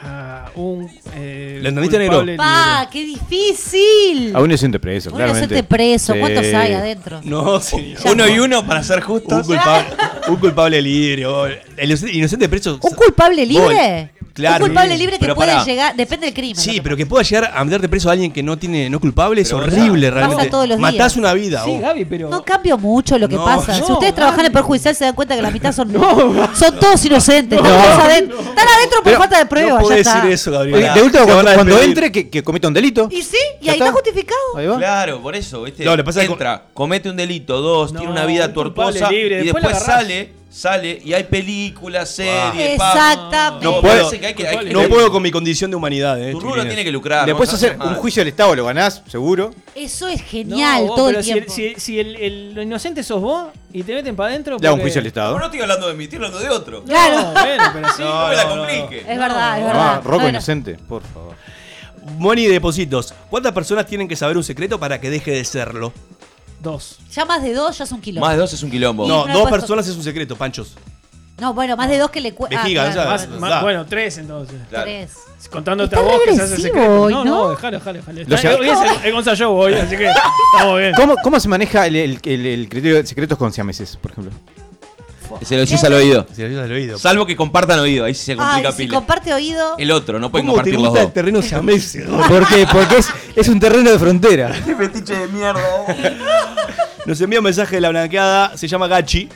[SPEAKER 8] Ah, un, eh,
[SPEAKER 4] ¿Lo entendiste, negro?
[SPEAKER 8] culpable
[SPEAKER 6] Pa, qué difícil.
[SPEAKER 7] A un inocente preso,
[SPEAKER 6] Un
[SPEAKER 7] claramente.
[SPEAKER 6] inocente preso. ¿Cuántos
[SPEAKER 7] Sí.
[SPEAKER 6] hay adentro?
[SPEAKER 4] No, señor.
[SPEAKER 5] Uno y uno para ser
[SPEAKER 4] Un
[SPEAKER 5] justos.
[SPEAKER 4] culpable, un culpable libre. oh, El inocente- inocente preso.
[SPEAKER 6] ¿Un culpable libre?
[SPEAKER 4] Voy. Claro.
[SPEAKER 6] Un culpable libre que
[SPEAKER 5] Pero
[SPEAKER 6] puede
[SPEAKER 5] pará.
[SPEAKER 6] llegar. Depende del crimen.
[SPEAKER 4] Sí,
[SPEAKER 6] lo que
[SPEAKER 4] pero que pueda llegar a meterte preso a alguien que no tiene no culpable es
[SPEAKER 5] Pero
[SPEAKER 4] horrible
[SPEAKER 6] pasa
[SPEAKER 4] realmente.
[SPEAKER 6] todos los días.
[SPEAKER 4] Matás una vida.
[SPEAKER 8] Sí,
[SPEAKER 4] vos.
[SPEAKER 8] Gaby, pero.
[SPEAKER 6] No cambio mucho lo que
[SPEAKER 4] No,
[SPEAKER 6] pasa. si
[SPEAKER 8] no,
[SPEAKER 6] ustedes trabajan en
[SPEAKER 8] Gaby.
[SPEAKER 6] perjudicial se dan cuenta que la mitad son son todos inocentes. todos adentro- Están adentro por
[SPEAKER 7] Pero
[SPEAKER 6] falta de prueba.
[SPEAKER 4] no
[SPEAKER 6] ya
[SPEAKER 4] podés
[SPEAKER 6] está.
[SPEAKER 4] decir eso,
[SPEAKER 7] Ah. Oye,
[SPEAKER 4] Gabriela.
[SPEAKER 7] de última,
[SPEAKER 4] Te van
[SPEAKER 7] cuando,
[SPEAKER 4] a
[SPEAKER 7] cuando
[SPEAKER 4] despedir.
[SPEAKER 7] entre, que, que cometa un delito.
[SPEAKER 6] Y sí, y
[SPEAKER 7] ¿Ya
[SPEAKER 6] ahí está
[SPEAKER 7] está?
[SPEAKER 6] justificado.
[SPEAKER 7] Ahí va.
[SPEAKER 5] Claro, por eso, ¿viste?
[SPEAKER 4] No, lo que pasa es que-
[SPEAKER 5] Entra, comete un delito, dos,
[SPEAKER 8] No,
[SPEAKER 5] tiene una vida
[SPEAKER 8] un culpable
[SPEAKER 5] tortuosa
[SPEAKER 8] libre,
[SPEAKER 5] y
[SPEAKER 8] después
[SPEAKER 5] después
[SPEAKER 8] lo agarrás.
[SPEAKER 5] sale, sale y hay películas, series, pa.
[SPEAKER 6] Exactamente.
[SPEAKER 5] Ah, No,
[SPEAKER 4] puedo-
[SPEAKER 5] parece que hay que, hay que-
[SPEAKER 4] No puedo con mi condición de humanidad. Eh,
[SPEAKER 5] Tu rubro
[SPEAKER 4] chiquilines.
[SPEAKER 5] tiene que lucrar.
[SPEAKER 7] Le
[SPEAKER 5] no,
[SPEAKER 7] puedes
[SPEAKER 5] no
[SPEAKER 7] hacer
[SPEAKER 5] mal.
[SPEAKER 7] un juicio del Estado, lo ganás, seguro.
[SPEAKER 6] Eso es
[SPEAKER 8] No,
[SPEAKER 6] genial
[SPEAKER 8] vos,
[SPEAKER 6] todo el
[SPEAKER 8] pero si
[SPEAKER 6] tiempo.
[SPEAKER 8] Si, si el, el- lo inocente sos vos y te meten para adentro.
[SPEAKER 7] Le hago un
[SPEAKER 8] porque-
[SPEAKER 7] juicio del
[SPEAKER 5] No,
[SPEAKER 7] Estado.
[SPEAKER 5] no estoy hablando de mí, estoy hablando de otro.
[SPEAKER 8] No,
[SPEAKER 6] Claro.
[SPEAKER 8] bueno, pero sí.
[SPEAKER 5] No, me la complique.
[SPEAKER 6] Es verdad, Ah, es
[SPEAKER 7] No,
[SPEAKER 6] verdad.
[SPEAKER 7] Rocco
[SPEAKER 6] Bueno,
[SPEAKER 7] Ah, inocente, por favor.
[SPEAKER 4] Moni de Positos. ¿Cuántas personas tienen que saber un secreto para que deje de serlo?
[SPEAKER 8] Dos.
[SPEAKER 6] Ya más de dos ya es un kilo.
[SPEAKER 5] Más de dos es un quilombo.
[SPEAKER 4] No,
[SPEAKER 6] no pues, Ah,
[SPEAKER 4] dos
[SPEAKER 6] he puesto-
[SPEAKER 4] personas es un secreto, Panchos.
[SPEAKER 6] No, bueno, más de dos que le ah, cuesta.
[SPEAKER 4] Vejiga, ya-
[SPEAKER 8] Más-
[SPEAKER 4] Bueno,
[SPEAKER 8] más-
[SPEAKER 4] da.
[SPEAKER 8] bueno, tres entonces.
[SPEAKER 5] Claro.
[SPEAKER 6] Tres.
[SPEAKER 8] Contándote a
[SPEAKER 6] Está
[SPEAKER 8] vos que se hace
[SPEAKER 6] regresivo
[SPEAKER 8] secreto.
[SPEAKER 6] hoy,
[SPEAKER 8] no, Eh,
[SPEAKER 6] ¿no?
[SPEAKER 8] no, dejalo, dejalo, dejalo.
[SPEAKER 7] Lo
[SPEAKER 8] Está-
[SPEAKER 7] sé.
[SPEAKER 8] hoy es el, el Gonza Show hoy, así que estamos bien.
[SPEAKER 7] ¿Cómo, cómo se maneja el, el- el- el criterio de secretos con siameses, por ejemplo?
[SPEAKER 5] Se lo decís al oído.
[SPEAKER 4] Si le ayudas al oído.
[SPEAKER 5] Salvo que compartan oído, ahí sí se
[SPEAKER 6] Ay,
[SPEAKER 5] complica
[SPEAKER 6] si
[SPEAKER 5] pila.
[SPEAKER 6] comparte oído.
[SPEAKER 5] El otro, no pueden
[SPEAKER 4] ¿Cómo te
[SPEAKER 5] compartir los
[SPEAKER 4] gusta
[SPEAKER 5] dos.
[SPEAKER 4] el terreno siamese?
[SPEAKER 7] Porque, porque es, es un terreno de frontera.
[SPEAKER 4] Nos envía un mensaje de la blanqueada, se llama Gachi.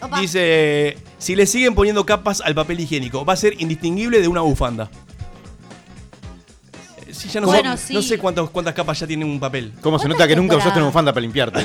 [SPEAKER 6] Opa.
[SPEAKER 4] Dice, si le siguen poniendo capas al papel higiénico, va a ser indistinguible de una bufanda. Eh, Sí, ya no,
[SPEAKER 6] Bueno,
[SPEAKER 4] sé, no
[SPEAKER 6] sí.
[SPEAKER 4] sé cuántas, cuántas capas ya tiene un papel.
[SPEAKER 7] ¿Cómo se nota que nunca
[SPEAKER 6] temporadas?
[SPEAKER 7] usaste una bufanda para limpiarte?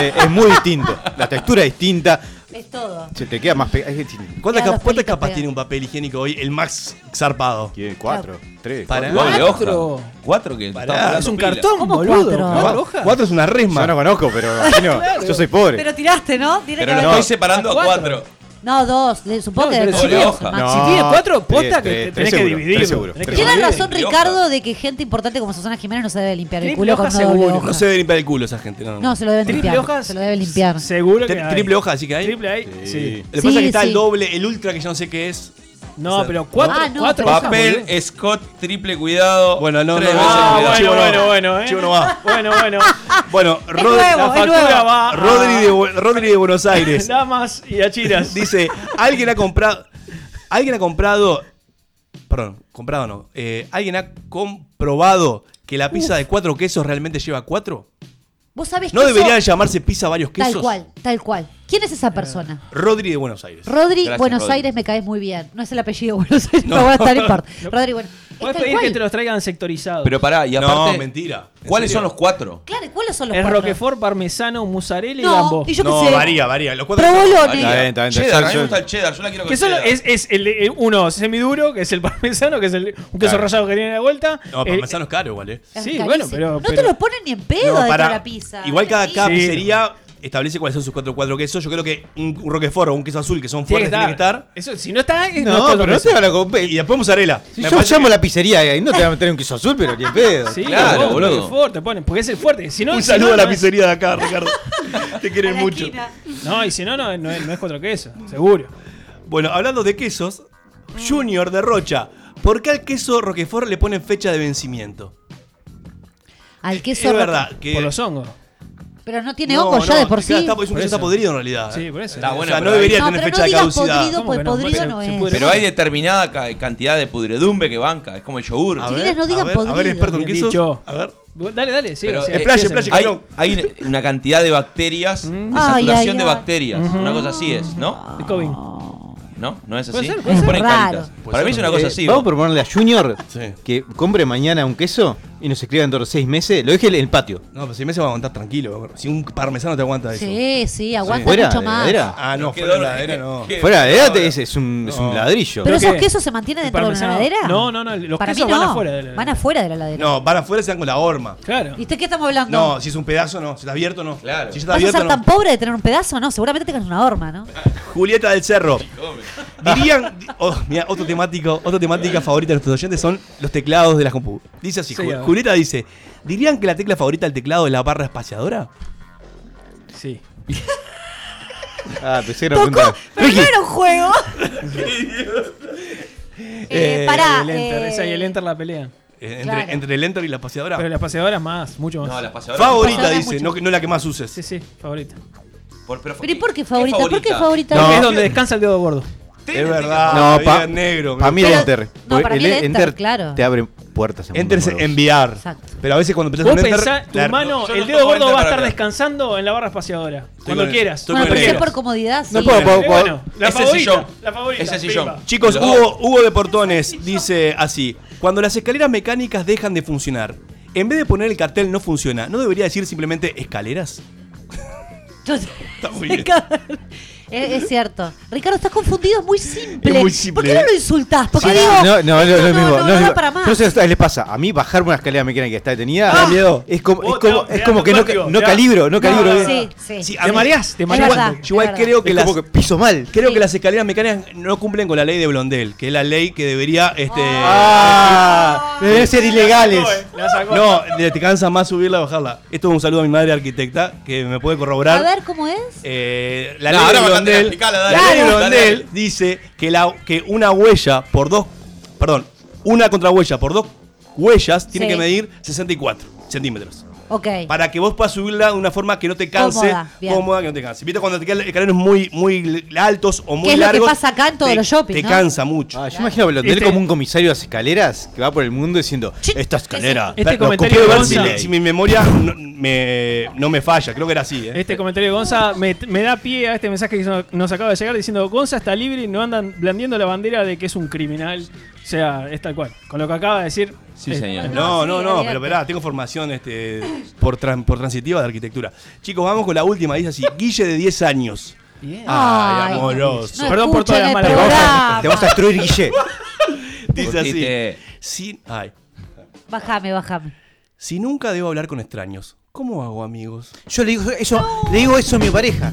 [SPEAKER 7] Eh, es muy distinto. La textura es distinta.
[SPEAKER 6] Es todo.
[SPEAKER 7] Se te queda más pegado. Es distinto.
[SPEAKER 4] ¿Cuántas, cap-
[SPEAKER 6] Quedan los
[SPEAKER 4] cuántas
[SPEAKER 6] pelitos
[SPEAKER 4] capas
[SPEAKER 6] pegados.
[SPEAKER 4] tiene un papel higiénico hoy? El más zarpado.
[SPEAKER 7] Tiene cuatro, tres,
[SPEAKER 4] Para.
[SPEAKER 7] cuatro.
[SPEAKER 5] Doble
[SPEAKER 8] Cuatro.
[SPEAKER 5] hoja. Cuatro que
[SPEAKER 4] Pará,
[SPEAKER 5] estamos
[SPEAKER 8] Es un
[SPEAKER 5] pila.
[SPEAKER 8] cartón,
[SPEAKER 6] ¿Cómo
[SPEAKER 8] boludo.
[SPEAKER 6] cuatro?
[SPEAKER 8] ¿Cuatro
[SPEAKER 4] Cu-
[SPEAKER 8] hojas?
[SPEAKER 4] Cuatro es una
[SPEAKER 7] Yo no
[SPEAKER 4] resma.
[SPEAKER 7] conozco, pero imagino, yo soy pobre.
[SPEAKER 6] Pero tiraste, ¿no? Tiene
[SPEAKER 5] Pero
[SPEAKER 6] que
[SPEAKER 5] no
[SPEAKER 6] haber-
[SPEAKER 5] estoy separando a cuatro.
[SPEAKER 6] No, dos. Le- Supongo
[SPEAKER 8] No,
[SPEAKER 6] que
[SPEAKER 8] pero
[SPEAKER 6] debe
[SPEAKER 5] si
[SPEAKER 6] ser
[SPEAKER 5] tiene-
[SPEAKER 6] dos,
[SPEAKER 5] no.
[SPEAKER 6] más.
[SPEAKER 8] Si tiene cuatro,
[SPEAKER 7] tres,
[SPEAKER 8] posta que
[SPEAKER 7] tres,
[SPEAKER 8] te tenés
[SPEAKER 7] tres
[SPEAKER 8] que
[SPEAKER 7] seguro,
[SPEAKER 8] dividirlo.
[SPEAKER 7] tres seguro,
[SPEAKER 8] Tenés
[SPEAKER 7] tres
[SPEAKER 8] que
[SPEAKER 6] Tienes
[SPEAKER 5] Bien,
[SPEAKER 8] dividirlo.
[SPEAKER 6] razón,
[SPEAKER 5] Rioja.
[SPEAKER 6] Ricardo, de que gente importante como Susana Jiménez no se debe limpiar el
[SPEAKER 8] Triple
[SPEAKER 6] culo con
[SPEAKER 8] hoja
[SPEAKER 6] una doble
[SPEAKER 8] seguro.
[SPEAKER 6] hoja.
[SPEAKER 4] No se debe limpiar el culo esa gente, no.
[SPEAKER 6] No, se lo deben
[SPEAKER 8] Triple
[SPEAKER 6] limpiar.
[SPEAKER 8] hoja.
[SPEAKER 6] Se lo deben limpiar.
[SPEAKER 8] Seguro que
[SPEAKER 4] Tri-
[SPEAKER 8] hay.
[SPEAKER 4] triple hoja, así que hay.
[SPEAKER 8] Triple hay, sí.
[SPEAKER 4] Lo que pasa es
[SPEAKER 6] Sí,
[SPEAKER 4] que está
[SPEAKER 6] sí.
[SPEAKER 4] el doble, el ultra que yo no sé qué es.
[SPEAKER 8] No, pero cuatro.
[SPEAKER 6] Ah, no,
[SPEAKER 8] cuatro
[SPEAKER 6] pero
[SPEAKER 8] hojas,
[SPEAKER 5] Papel,
[SPEAKER 8] boludo.
[SPEAKER 5] Scott, triple cuidado.
[SPEAKER 4] Bueno, no,
[SPEAKER 5] Tres
[SPEAKER 4] no,
[SPEAKER 5] veces
[SPEAKER 4] no,
[SPEAKER 8] Ah,
[SPEAKER 5] cuidado.
[SPEAKER 8] bueno,
[SPEAKER 4] Chivo no va.
[SPEAKER 8] bueno, bueno, eh.
[SPEAKER 4] Chivo no va.
[SPEAKER 8] Bueno, bueno.
[SPEAKER 4] Bueno, Rod-
[SPEAKER 8] La
[SPEAKER 6] nuevo, es
[SPEAKER 8] factura
[SPEAKER 6] nuevo.
[SPEAKER 8] va. a-
[SPEAKER 4] Rodri, de, Bu- Rodri de Buenos Aires.
[SPEAKER 8] Damas y achiras.
[SPEAKER 4] Dice, alguien ha comprado. Alguien ha comprado. Perdón, comprado no. eh, alguien ha comprobado que la pizza de cuatro quesos realmente lleva cuatro.
[SPEAKER 6] ¿Vos sabés
[SPEAKER 4] ¿No
[SPEAKER 6] que
[SPEAKER 4] debería
[SPEAKER 6] eso-
[SPEAKER 4] llamarse pizza varios quesos?
[SPEAKER 6] Pues Tal cual, tal cual. ¿Quién es esa persona?
[SPEAKER 4] Rodri de Buenos Aires.
[SPEAKER 6] Rodri,
[SPEAKER 5] Gracias,
[SPEAKER 6] Buenos
[SPEAKER 5] Rodri.
[SPEAKER 6] Aires me caes muy bien. No es el apellido de Buenos Aires,
[SPEAKER 4] No.
[SPEAKER 6] pero bueno, está, no importa. Rodri, bueno.
[SPEAKER 8] Puedes
[SPEAKER 6] tal
[SPEAKER 8] pedir que
[SPEAKER 6] cual.
[SPEAKER 8] te los traigan sectorizados.
[SPEAKER 5] Pero pará, y
[SPEAKER 4] No,
[SPEAKER 5] aparte.
[SPEAKER 4] mentira. ¿En
[SPEAKER 5] ¿Cuáles
[SPEAKER 4] serio?
[SPEAKER 5] son los cuatro?
[SPEAKER 6] Claro, ¿cuáles son los
[SPEAKER 8] Es
[SPEAKER 6] cuatro?
[SPEAKER 8] Roquefort, Parmesano, Mozzarella y
[SPEAKER 6] No,
[SPEAKER 8] Gambo.
[SPEAKER 6] y yo qué
[SPEAKER 4] no,
[SPEAKER 6] sé.
[SPEAKER 4] varía, varía. Los cuatro
[SPEAKER 6] Provolone.
[SPEAKER 5] Está bien, está bien. Cheddar, a mí me
[SPEAKER 7] Yo-
[SPEAKER 5] gusta el cheddar, yo la quiero con
[SPEAKER 8] Que solo
[SPEAKER 5] cheddar.
[SPEAKER 8] es, es el, de- eh, uno semiduro, que es el parmesano, que es el, un queso
[SPEAKER 4] Claro.
[SPEAKER 8] rallado que tiene a la vuelta.
[SPEAKER 4] No,
[SPEAKER 8] El-
[SPEAKER 4] parmesano es caro igual, eh.
[SPEAKER 6] Es
[SPEAKER 8] Sí,
[SPEAKER 6] carísimo.
[SPEAKER 8] bueno, pero-
[SPEAKER 6] No te
[SPEAKER 8] pero-
[SPEAKER 6] lo ponen ni en
[SPEAKER 4] No,
[SPEAKER 6] pedo dentro
[SPEAKER 4] para-
[SPEAKER 6] de la pizza.
[SPEAKER 4] Igual cada, cada
[SPEAKER 8] Sí.
[SPEAKER 4] pizzería establece cuáles son sus cuatro cuatro quesos. Yo creo que un, un roquefort o un queso azul que son
[SPEAKER 8] tiene
[SPEAKER 4] fuertes tiene que estar.
[SPEAKER 8] Eso, si no está, es
[SPEAKER 7] No, pero no te van a
[SPEAKER 4] Y
[SPEAKER 7] comprar.
[SPEAKER 4] después mozzarella.
[SPEAKER 7] Si
[SPEAKER 4] Me
[SPEAKER 7] yo
[SPEAKER 4] parece
[SPEAKER 7] llamo
[SPEAKER 4] que-
[SPEAKER 7] a la pizzería y eh, no te van a meter un queso azul, pero ni en pedo.
[SPEAKER 8] Sí,
[SPEAKER 5] Claro,
[SPEAKER 8] claro,
[SPEAKER 5] boludo.
[SPEAKER 8] boludo. Fuerte, ponen, porque es el fuerte. Si no,
[SPEAKER 4] Un
[SPEAKER 8] si no,
[SPEAKER 4] saludo a
[SPEAKER 8] no
[SPEAKER 4] la
[SPEAKER 8] es-
[SPEAKER 4] pizzería de acá, Ricardo. Te
[SPEAKER 6] A
[SPEAKER 4] quieren
[SPEAKER 6] la
[SPEAKER 4] mucho.
[SPEAKER 6] esquina.
[SPEAKER 8] No, y si no, no, no es, no es cuatro quesos, seguro.
[SPEAKER 4] Bueno, hablando de quesos, Junior de Rocha. ¿Por qué al queso roquefort le ponen fecha de vencimiento?
[SPEAKER 6] Al queso
[SPEAKER 4] es
[SPEAKER 6] Roque-
[SPEAKER 4] verdad que
[SPEAKER 8] Por los hongos.
[SPEAKER 6] Pero no tiene
[SPEAKER 4] No,
[SPEAKER 6] hongo ya
[SPEAKER 4] no,
[SPEAKER 6] de por
[SPEAKER 4] claro,
[SPEAKER 6] sí.
[SPEAKER 4] Está, es
[SPEAKER 8] Por
[SPEAKER 4] un queso está
[SPEAKER 8] eso.
[SPEAKER 4] podrido en realidad. ¿eh?
[SPEAKER 8] Sí, por eso.
[SPEAKER 5] Está
[SPEAKER 4] O
[SPEAKER 5] Ah, bueno,
[SPEAKER 4] sea, no
[SPEAKER 5] pero
[SPEAKER 4] debería
[SPEAKER 5] ahí-
[SPEAKER 6] No,
[SPEAKER 4] tener
[SPEAKER 6] pero
[SPEAKER 4] fecha
[SPEAKER 6] no
[SPEAKER 4] de
[SPEAKER 6] digas
[SPEAKER 4] caducidad.
[SPEAKER 6] podrido,
[SPEAKER 8] ¿Cómo
[SPEAKER 6] pues
[SPEAKER 8] que no?
[SPEAKER 6] podrido
[SPEAKER 8] Se-
[SPEAKER 6] no
[SPEAKER 8] se
[SPEAKER 6] es.
[SPEAKER 8] pudre.
[SPEAKER 5] Pero hay determinada ca- cantidad de pudredumbre que banca, es como el yogur.
[SPEAKER 4] A
[SPEAKER 6] Chiquilines,
[SPEAKER 4] ver,
[SPEAKER 6] no
[SPEAKER 4] a
[SPEAKER 6] digan
[SPEAKER 4] ver, A ver,
[SPEAKER 6] podrido.
[SPEAKER 4] experto en
[SPEAKER 8] Bien
[SPEAKER 4] quesos.
[SPEAKER 8] dicho.
[SPEAKER 4] A ver.
[SPEAKER 8] Dale, dale, sí.
[SPEAKER 5] Pero,
[SPEAKER 8] o sea,
[SPEAKER 5] eh,
[SPEAKER 4] splash,
[SPEAKER 8] sí,
[SPEAKER 4] splash,
[SPEAKER 8] sí.
[SPEAKER 5] Hay, hay una cantidad de bacterias, de
[SPEAKER 6] Ay,
[SPEAKER 5] saturación
[SPEAKER 6] ay,
[SPEAKER 5] de
[SPEAKER 6] ay.
[SPEAKER 5] bacterias. Una cosa así es, ¿no?
[SPEAKER 8] De Cobin.
[SPEAKER 5] ¿No? ¿No es así?
[SPEAKER 8] Puede ser,
[SPEAKER 6] puede ser.
[SPEAKER 5] Ponen
[SPEAKER 6] Raro.
[SPEAKER 5] caritas. Para mí es una cosa
[SPEAKER 7] Eh,
[SPEAKER 5] así.
[SPEAKER 7] Vamos a
[SPEAKER 5] vos.
[SPEAKER 7] proponerle a Junior
[SPEAKER 4] Sí.
[SPEAKER 7] que compre mañana un queso y nos escriba dentro de seis meses. Lo deje en el patio.
[SPEAKER 4] No, pero si meses va a aguantar tranquilo. Si un parmesano te aguanta eso.
[SPEAKER 6] Sí, sí, aguanta
[SPEAKER 7] ¿Fuera
[SPEAKER 6] mucho
[SPEAKER 7] de
[SPEAKER 6] más.
[SPEAKER 7] heladera?
[SPEAKER 4] Ah, no,
[SPEAKER 5] Qué
[SPEAKER 4] fuera de la
[SPEAKER 5] dolor-
[SPEAKER 4] heladera no.
[SPEAKER 5] qué-
[SPEAKER 7] Fuera de
[SPEAKER 5] no,
[SPEAKER 7] edad
[SPEAKER 5] no.
[SPEAKER 7] es, es un, es un
[SPEAKER 4] No.
[SPEAKER 7] ladrillo.
[SPEAKER 8] Creo
[SPEAKER 6] Pero esos
[SPEAKER 8] que-
[SPEAKER 6] quesos se mantienen
[SPEAKER 8] el
[SPEAKER 6] dentro de una
[SPEAKER 8] parmesano-
[SPEAKER 6] heladera.
[SPEAKER 8] No, no, no, los
[SPEAKER 6] Para mí
[SPEAKER 8] quesos van
[SPEAKER 6] no.
[SPEAKER 8] afuera de la heladera.
[SPEAKER 6] Van afuera de la heladera.
[SPEAKER 4] No, van afuera se dan con la horma.
[SPEAKER 8] Claro.
[SPEAKER 6] ¿Y usted qué estamos
[SPEAKER 8] Ah,
[SPEAKER 6] hablando?
[SPEAKER 4] No, si es un pedazo no. Si está abierto no.
[SPEAKER 5] Claro.
[SPEAKER 4] Si ya está
[SPEAKER 6] ¿Vas a
[SPEAKER 4] abierto
[SPEAKER 6] ser tan
[SPEAKER 4] no.
[SPEAKER 6] pobre de tener un pedazo? No, seguramente tengas una horma, ¿no?
[SPEAKER 4] Julieta del Cerro. Dirían. di- oh, mira, otro temático, otra temática favorita de nuestros oyentes son los teclados de las compu. Dice así,
[SPEAKER 8] Sí,
[SPEAKER 4] Ju-
[SPEAKER 8] a ver.
[SPEAKER 4] Julieta dice: ¿Dirían que la tecla favorita del teclado es la barra espaciadora?
[SPEAKER 8] Sí.
[SPEAKER 7] Ah, pensé que era
[SPEAKER 6] Tocó,
[SPEAKER 7] pregunta.
[SPEAKER 6] pero
[SPEAKER 7] Ricky,
[SPEAKER 6] no era un juego. eh, pará.
[SPEAKER 8] el Enter,
[SPEAKER 6] eh,
[SPEAKER 8] esa y el Enter la pelea.
[SPEAKER 4] Eh, entre,
[SPEAKER 6] Claro.
[SPEAKER 4] entre el enter y la espaciadora.
[SPEAKER 8] Pero las paseadoras más, mucho más.
[SPEAKER 5] No, las paseadoras.
[SPEAKER 4] favorita
[SPEAKER 6] Espaciadora es
[SPEAKER 4] dice,
[SPEAKER 6] mucho.
[SPEAKER 4] no, que- no la que más uses.
[SPEAKER 8] Sí, sí, favorita.
[SPEAKER 5] Por- pero,
[SPEAKER 6] ¿Pero y por qué favorita? ¿Por qué favorita?
[SPEAKER 7] No.
[SPEAKER 8] Porque es donde descansa el dedo gordo.
[SPEAKER 4] Es verdad.
[SPEAKER 7] No,
[SPEAKER 4] bien
[SPEAKER 7] pa-
[SPEAKER 4] Ah, negro.
[SPEAKER 7] Para mí el
[SPEAKER 6] Pero-
[SPEAKER 7] enter.
[SPEAKER 6] no,
[SPEAKER 7] Porque
[SPEAKER 6] para mí el enter, claro.
[SPEAKER 7] Te abre puertas. en
[SPEAKER 4] Enter es
[SPEAKER 7] mundos nuevos.
[SPEAKER 4] enviar.
[SPEAKER 6] Exacto.
[SPEAKER 4] Pero a veces cuando empezás
[SPEAKER 8] Vos
[SPEAKER 4] un enter.
[SPEAKER 8] pensás, tu
[SPEAKER 4] la-
[SPEAKER 8] mano,
[SPEAKER 5] yo no
[SPEAKER 8] el dedo
[SPEAKER 5] toco
[SPEAKER 8] gordo va a
[SPEAKER 5] para
[SPEAKER 8] estar
[SPEAKER 5] ver.
[SPEAKER 8] descansando en la barra espaciadora. cuando
[SPEAKER 4] con el-
[SPEAKER 8] quieras.
[SPEAKER 4] estoy
[SPEAKER 6] Bueno,
[SPEAKER 4] con
[SPEAKER 6] pero si es
[SPEAKER 4] negras.
[SPEAKER 6] por comodidad, sí.
[SPEAKER 7] No puedo,
[SPEAKER 8] Pero
[SPEAKER 7] puedo, puedo.
[SPEAKER 8] bueno, la
[SPEAKER 5] Ese
[SPEAKER 8] favorita,
[SPEAKER 5] sillón.
[SPEAKER 8] la favorita.
[SPEAKER 5] Ese
[SPEAKER 8] pimba.
[SPEAKER 5] sillón.
[SPEAKER 4] Chicos,
[SPEAKER 5] Los
[SPEAKER 4] Hugo, Hugo de Portones dice así: Cuando las escaleras mecánicas dejan de funcionar, en vez de poner el cartel no funciona, ¿no debería decir simplemente escaleras?
[SPEAKER 6] Entonces-
[SPEAKER 4] Está muy bien.
[SPEAKER 6] es, es cierto. Ricardo, estás confundido, es muy simple.
[SPEAKER 4] Es muy simple.
[SPEAKER 6] ¿Por qué no lo insultás? Porque
[SPEAKER 7] Sí,
[SPEAKER 6] digo.
[SPEAKER 7] Ah, no, no, no, es lo mismo,
[SPEAKER 6] No,
[SPEAKER 7] no es lo
[SPEAKER 6] da
[SPEAKER 7] mismo.
[SPEAKER 6] para más.
[SPEAKER 7] No sé si les pasa. A mí bajar una escalera mecánica que está detenida
[SPEAKER 4] Me da Ah, miedo.
[SPEAKER 7] Es como,
[SPEAKER 8] Vos
[SPEAKER 7] es como,
[SPEAKER 8] te da-
[SPEAKER 7] es
[SPEAKER 8] te
[SPEAKER 7] como
[SPEAKER 8] da
[SPEAKER 7] que no,
[SPEAKER 8] vértigo,
[SPEAKER 7] no
[SPEAKER 8] te da-
[SPEAKER 7] calibro, no calibro bien.
[SPEAKER 6] sí, sí.
[SPEAKER 4] Sí,
[SPEAKER 8] Te
[SPEAKER 4] mí-
[SPEAKER 8] mareás, te
[SPEAKER 4] yo
[SPEAKER 8] mareás.
[SPEAKER 4] igual-
[SPEAKER 6] Es verdad,
[SPEAKER 4] Yo igual
[SPEAKER 6] es verdad.
[SPEAKER 4] creo que
[SPEAKER 7] Es
[SPEAKER 4] las.
[SPEAKER 7] como que piso mal.
[SPEAKER 4] Creo
[SPEAKER 6] Sí.
[SPEAKER 4] que las escaleras mecánicas no cumplen con la ley de Blondel, que es la ley que debería este
[SPEAKER 7] Ah, deben ser ilegales.
[SPEAKER 8] La sacó.
[SPEAKER 4] No, le- te cansa más subirla o bajarla. Esto es un saludo a mi madre arquitecta que me puede corroborar.
[SPEAKER 6] A ver cómo es.
[SPEAKER 4] Eh, la
[SPEAKER 5] No,
[SPEAKER 4] ley
[SPEAKER 5] ahora
[SPEAKER 4] de
[SPEAKER 5] bastante
[SPEAKER 4] Blondel,
[SPEAKER 5] explicala,
[SPEAKER 4] la
[SPEAKER 5] dale.
[SPEAKER 4] ley de
[SPEAKER 5] Claro.
[SPEAKER 4] Blondel
[SPEAKER 5] Dale, dale.
[SPEAKER 4] dice que, la, que una huella por dos, perdón, una contrahuella por dos huellas tiene
[SPEAKER 6] Sí.
[SPEAKER 4] que medir 64 centímetros.
[SPEAKER 6] Ok.
[SPEAKER 4] Para que vos puedas subirla de una forma que no te canse,
[SPEAKER 6] Cómoda,
[SPEAKER 4] cómoda,
[SPEAKER 6] bien.
[SPEAKER 4] que no te canse. ¿Viste cuando te quedan escalones muy, muy altos o muy
[SPEAKER 6] es lo que
[SPEAKER 4] largos?
[SPEAKER 6] pasa acá en todos
[SPEAKER 4] te-
[SPEAKER 6] los shopping,
[SPEAKER 4] Te
[SPEAKER 6] ¿no?
[SPEAKER 4] cansa mucho.
[SPEAKER 7] Ah, yo imagino a Blondel
[SPEAKER 8] Este-
[SPEAKER 7] como un comisario de las escaleras que va por el mundo diciendo,
[SPEAKER 6] Sí,
[SPEAKER 7] esta escalera.
[SPEAKER 8] sí. Este
[SPEAKER 7] lo
[SPEAKER 8] comentario
[SPEAKER 7] copió
[SPEAKER 8] de
[SPEAKER 4] Quiero ver
[SPEAKER 7] Berkeley".
[SPEAKER 4] si, le- si mi memoria no me, no me falla. Creo que era así, ¿eh?
[SPEAKER 8] Este comentario de Gonza me, me da pie a este mensaje que so- nos acaba de llegar diciendo Gonza está libre y no andan blandiendo la bandera de que es un criminal. O sea, es tal cual. Con lo que acaba de decir.
[SPEAKER 5] Sí,
[SPEAKER 8] es-
[SPEAKER 5] señor.
[SPEAKER 4] No,
[SPEAKER 6] No,
[SPEAKER 4] no,
[SPEAKER 6] sí,
[SPEAKER 4] no,
[SPEAKER 6] olvídate.
[SPEAKER 4] pero verá, tengo formación este, por, tran- por transitiva de arquitectura. Chicos, vamos con la última, dice así, Guille de 10 años. Ay, amoroso.
[SPEAKER 6] no este
[SPEAKER 8] Perdón por todas las
[SPEAKER 6] escuchan
[SPEAKER 8] malas
[SPEAKER 6] el
[SPEAKER 8] cosas.
[SPEAKER 6] programa.
[SPEAKER 7] Te vas a destruir, Guille.
[SPEAKER 4] Dice
[SPEAKER 5] Curtite.
[SPEAKER 4] así. Si, ay,
[SPEAKER 6] Bájame, bájame.
[SPEAKER 4] si nunca debo hablar con extraños, ¿cómo hago amigos?
[SPEAKER 7] Yo le digo eso, le digo eso a mi pareja.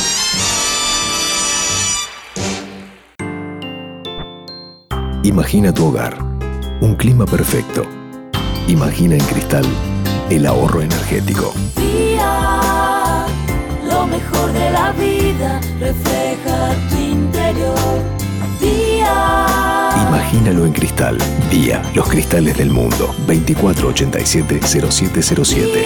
[SPEAKER 12] Imagina tu hogar, un clima perfecto. Imagina en cristal el ahorro energético.
[SPEAKER 13] Día, lo mejor de la vida refleja tu interior.
[SPEAKER 12] Imagínalo en cristal. Día, los cristales del mundo. 2487-0707.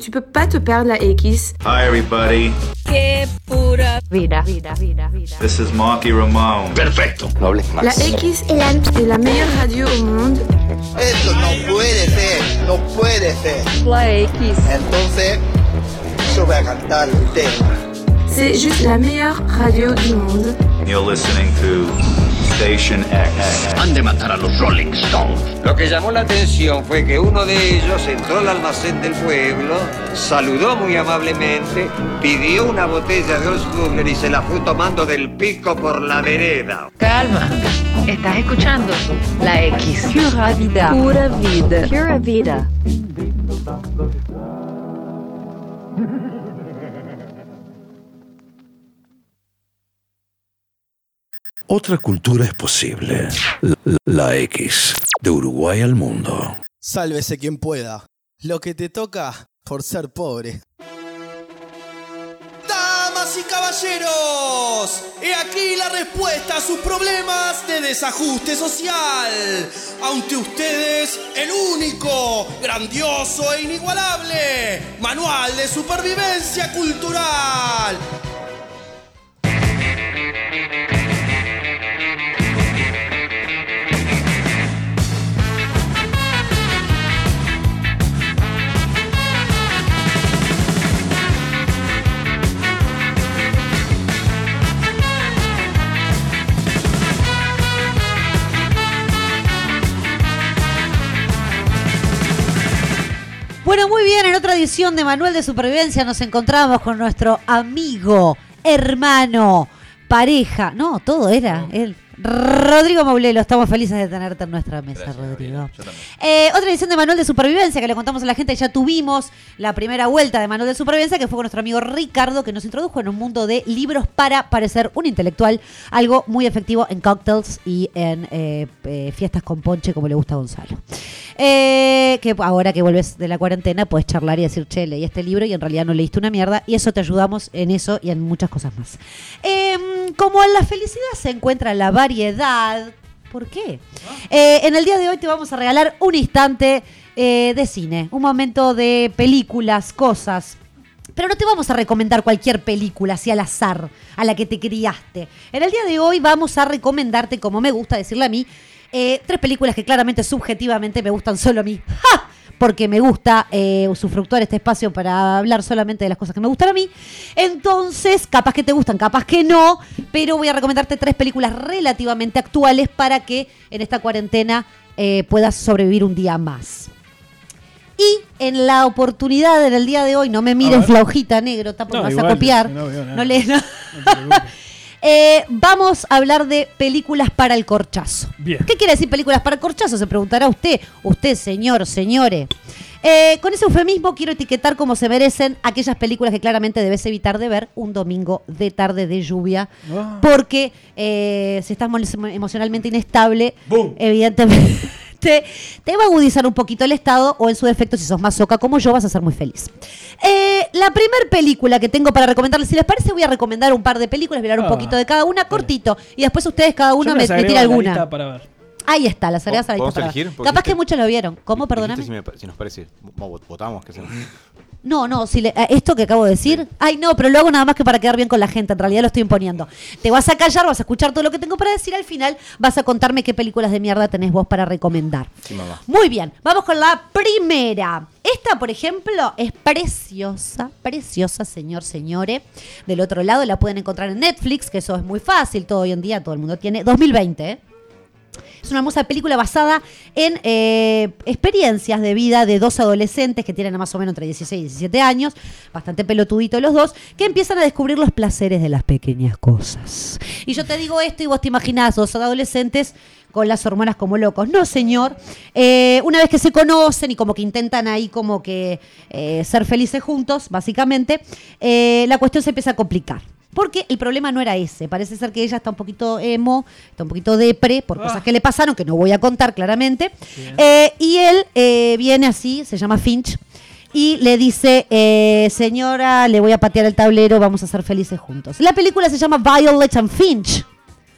[SPEAKER 1] Tu peux pas te perdre la X.
[SPEAKER 14] Hi, everybody.
[SPEAKER 1] Qué pura vida.
[SPEAKER 14] This is Marky Ramone. Perfecto. No hables
[SPEAKER 1] La X est la, est la meilleure radio au monde.
[SPEAKER 15] Eso no puede ser, no puede ser.
[SPEAKER 1] La X.
[SPEAKER 15] Entonces, yo voy a cantar el tema.
[SPEAKER 1] C'est juste la meilleure radio du monde.
[SPEAKER 14] You're listening to Station X. Han de matar a los Rolling Stones.
[SPEAKER 16] Lo que llamó la atención fue que uno de ellos entró al almacén del pueblo, saludó muy amablemente, pidió una botella de Osbubler y se la fue tomando del pico por la vereda.
[SPEAKER 17] Calma, estás escuchando la X. Pura vida.
[SPEAKER 1] Pura vida.
[SPEAKER 17] Pura vida.
[SPEAKER 12] Otra cultura es posible. La, la X. De Uruguay al mundo.
[SPEAKER 10] Sálvese quien pueda. Lo que te toca por ser pobre.
[SPEAKER 9] Damas y caballeros, he aquí la respuesta a sus problemas de desajuste social. Ante ustedes, el único, grandioso e inigualable manual de supervivencia cultural.
[SPEAKER 6] Bueno, muy bien, en otra edición de Manual de Supervivencia nos encontramos con nuestro amigo, hermano, pareja, no, todo era él. Rodrigo Maulelo, estamos felices de tenerte en nuestra mesa, Rodrigo. Eh, otra edición de Manual de Supervivencia que le contamos a la gente, ya tuvimos la primera vuelta de Manual de Supervivencia que fue con nuestro amigo Ricardo que nos introdujo en un mundo de libros para parecer un intelectual, algo muy efectivo en cócteles y en eh, eh, fiestas con ponche como le gusta a Gonzalo. Eh, que ahora que vuelves de la cuarentena puedes charlar y decir, che, leí este libro y en realidad no leíste una mierda y eso te ayudamos en eso y en muchas cosas más. Em, como en la felicidad se encuentra la variedad, ¿por qué? Eh, en el día de hoy te vamos a regalar un instante eh, de cine, un momento de películas, cosas. Pero no te vamos a recomendar cualquier película así al azar, a la que te criaste. En el día de hoy vamos a recomendarte, como me gusta decirle a mí, eh, tres películas que claramente subjetivamente me gustan solo a mí. ¡Ja! Porque me gusta eh, usufructuar este espacio para hablar solamente de las cosas que me gustan a mí. Entonces, capaz que te gustan, capaz que no, pero voy a recomendarte tres películas relativamente actuales para que en esta cuarentena eh, puedas sobrevivir un día más. Y en la oportunidad del día de hoy, no me mires la hojita negro, está porque
[SPEAKER 8] No,
[SPEAKER 6] vas
[SPEAKER 8] igual,
[SPEAKER 6] a copiar.
[SPEAKER 8] no
[SPEAKER 6] No,
[SPEAKER 8] veo nada.
[SPEAKER 6] lees nada. Eh, vamos a hablar de películas para el corchazo.
[SPEAKER 8] Bien.
[SPEAKER 6] ¿Qué quiere decir películas para el corchazo? Se preguntará usted, usted señor, señores. Eh, con ese eufemismo quiero etiquetar como se merecen aquellas películas que claramente debes evitar de ver un domingo de tarde de lluvia.
[SPEAKER 18] Ah.
[SPEAKER 6] Porque eh, si estás mol- emocionalmente inestable, evidentemente te, te va a agudizar un poquito el estado o en su defecto, si sos más soca como yo, vas a ser muy feliz. Eh, la primer película que tengo para recomendarles, si les parece, voy a recomendar un par de películas, mirar un
[SPEAKER 8] Ah.
[SPEAKER 6] poquito de cada una, cortito, y después ustedes cada
[SPEAKER 8] Yo
[SPEAKER 6] uno
[SPEAKER 8] me
[SPEAKER 6] me,
[SPEAKER 8] las
[SPEAKER 6] me
[SPEAKER 8] agrego
[SPEAKER 6] tira
[SPEAKER 8] a la
[SPEAKER 6] alguna.
[SPEAKER 8] lista para ver.
[SPEAKER 6] Ahí está, las agregas a la
[SPEAKER 7] ¿Podemos
[SPEAKER 6] lista. para
[SPEAKER 7] elegir?
[SPEAKER 6] ver.
[SPEAKER 7] Porque
[SPEAKER 6] Capaz
[SPEAKER 7] dijiste-
[SPEAKER 6] que muchos lo vieron. ¿Cómo?
[SPEAKER 7] Dijiste
[SPEAKER 6] Perdóname.
[SPEAKER 7] Si, me pa- si nos parece, vo- votamos. Que se nos-
[SPEAKER 6] No, no, si le- eh, esto que acabo de decir. Ay, no, pero lo hago nada más que para quedar bien con la gente. En realidad lo estoy imponiendo. Te vas a callar, vas a escuchar todo lo que tengo para decir. Al final vas a contarme qué películas de mierda tenés vos para recomendar.
[SPEAKER 7] Sí, mamá.
[SPEAKER 6] Muy bien, vamos con la primera. Esta, por ejemplo, es preciosa, preciosa, señor, señores. Del otro lado la pueden encontrar en Netflix, que eso es muy fácil, todo hoy en día todo el mundo tiene. 2020, ¿eh? Es una hermosa película basada en eh, experiencias de vida de dos adolescentes que tienen más o menos entre 16 y 17 años, bastante pelotudito los dos, que empiezan a descubrir los placeres de las pequeñas cosas. Y yo te digo esto y vos te imaginás dos adolescentes con las hormonas como locos. No, señor. Eh, una vez que se conocen y como que intentan ahí como que eh, ser felices juntos, básicamente, eh, la cuestión se empieza a complicar. Porque el problema no era ese. Parece ser que ella está un poquito emo, está un poquito depre por cosas que le pasaron, que no voy a contar claramente. Eh, y él eh, viene así, se llama Finch, y le dice, eh, señora, le voy a patear el tablero, vamos a ser felices juntos. La película se llama Violet and Finch.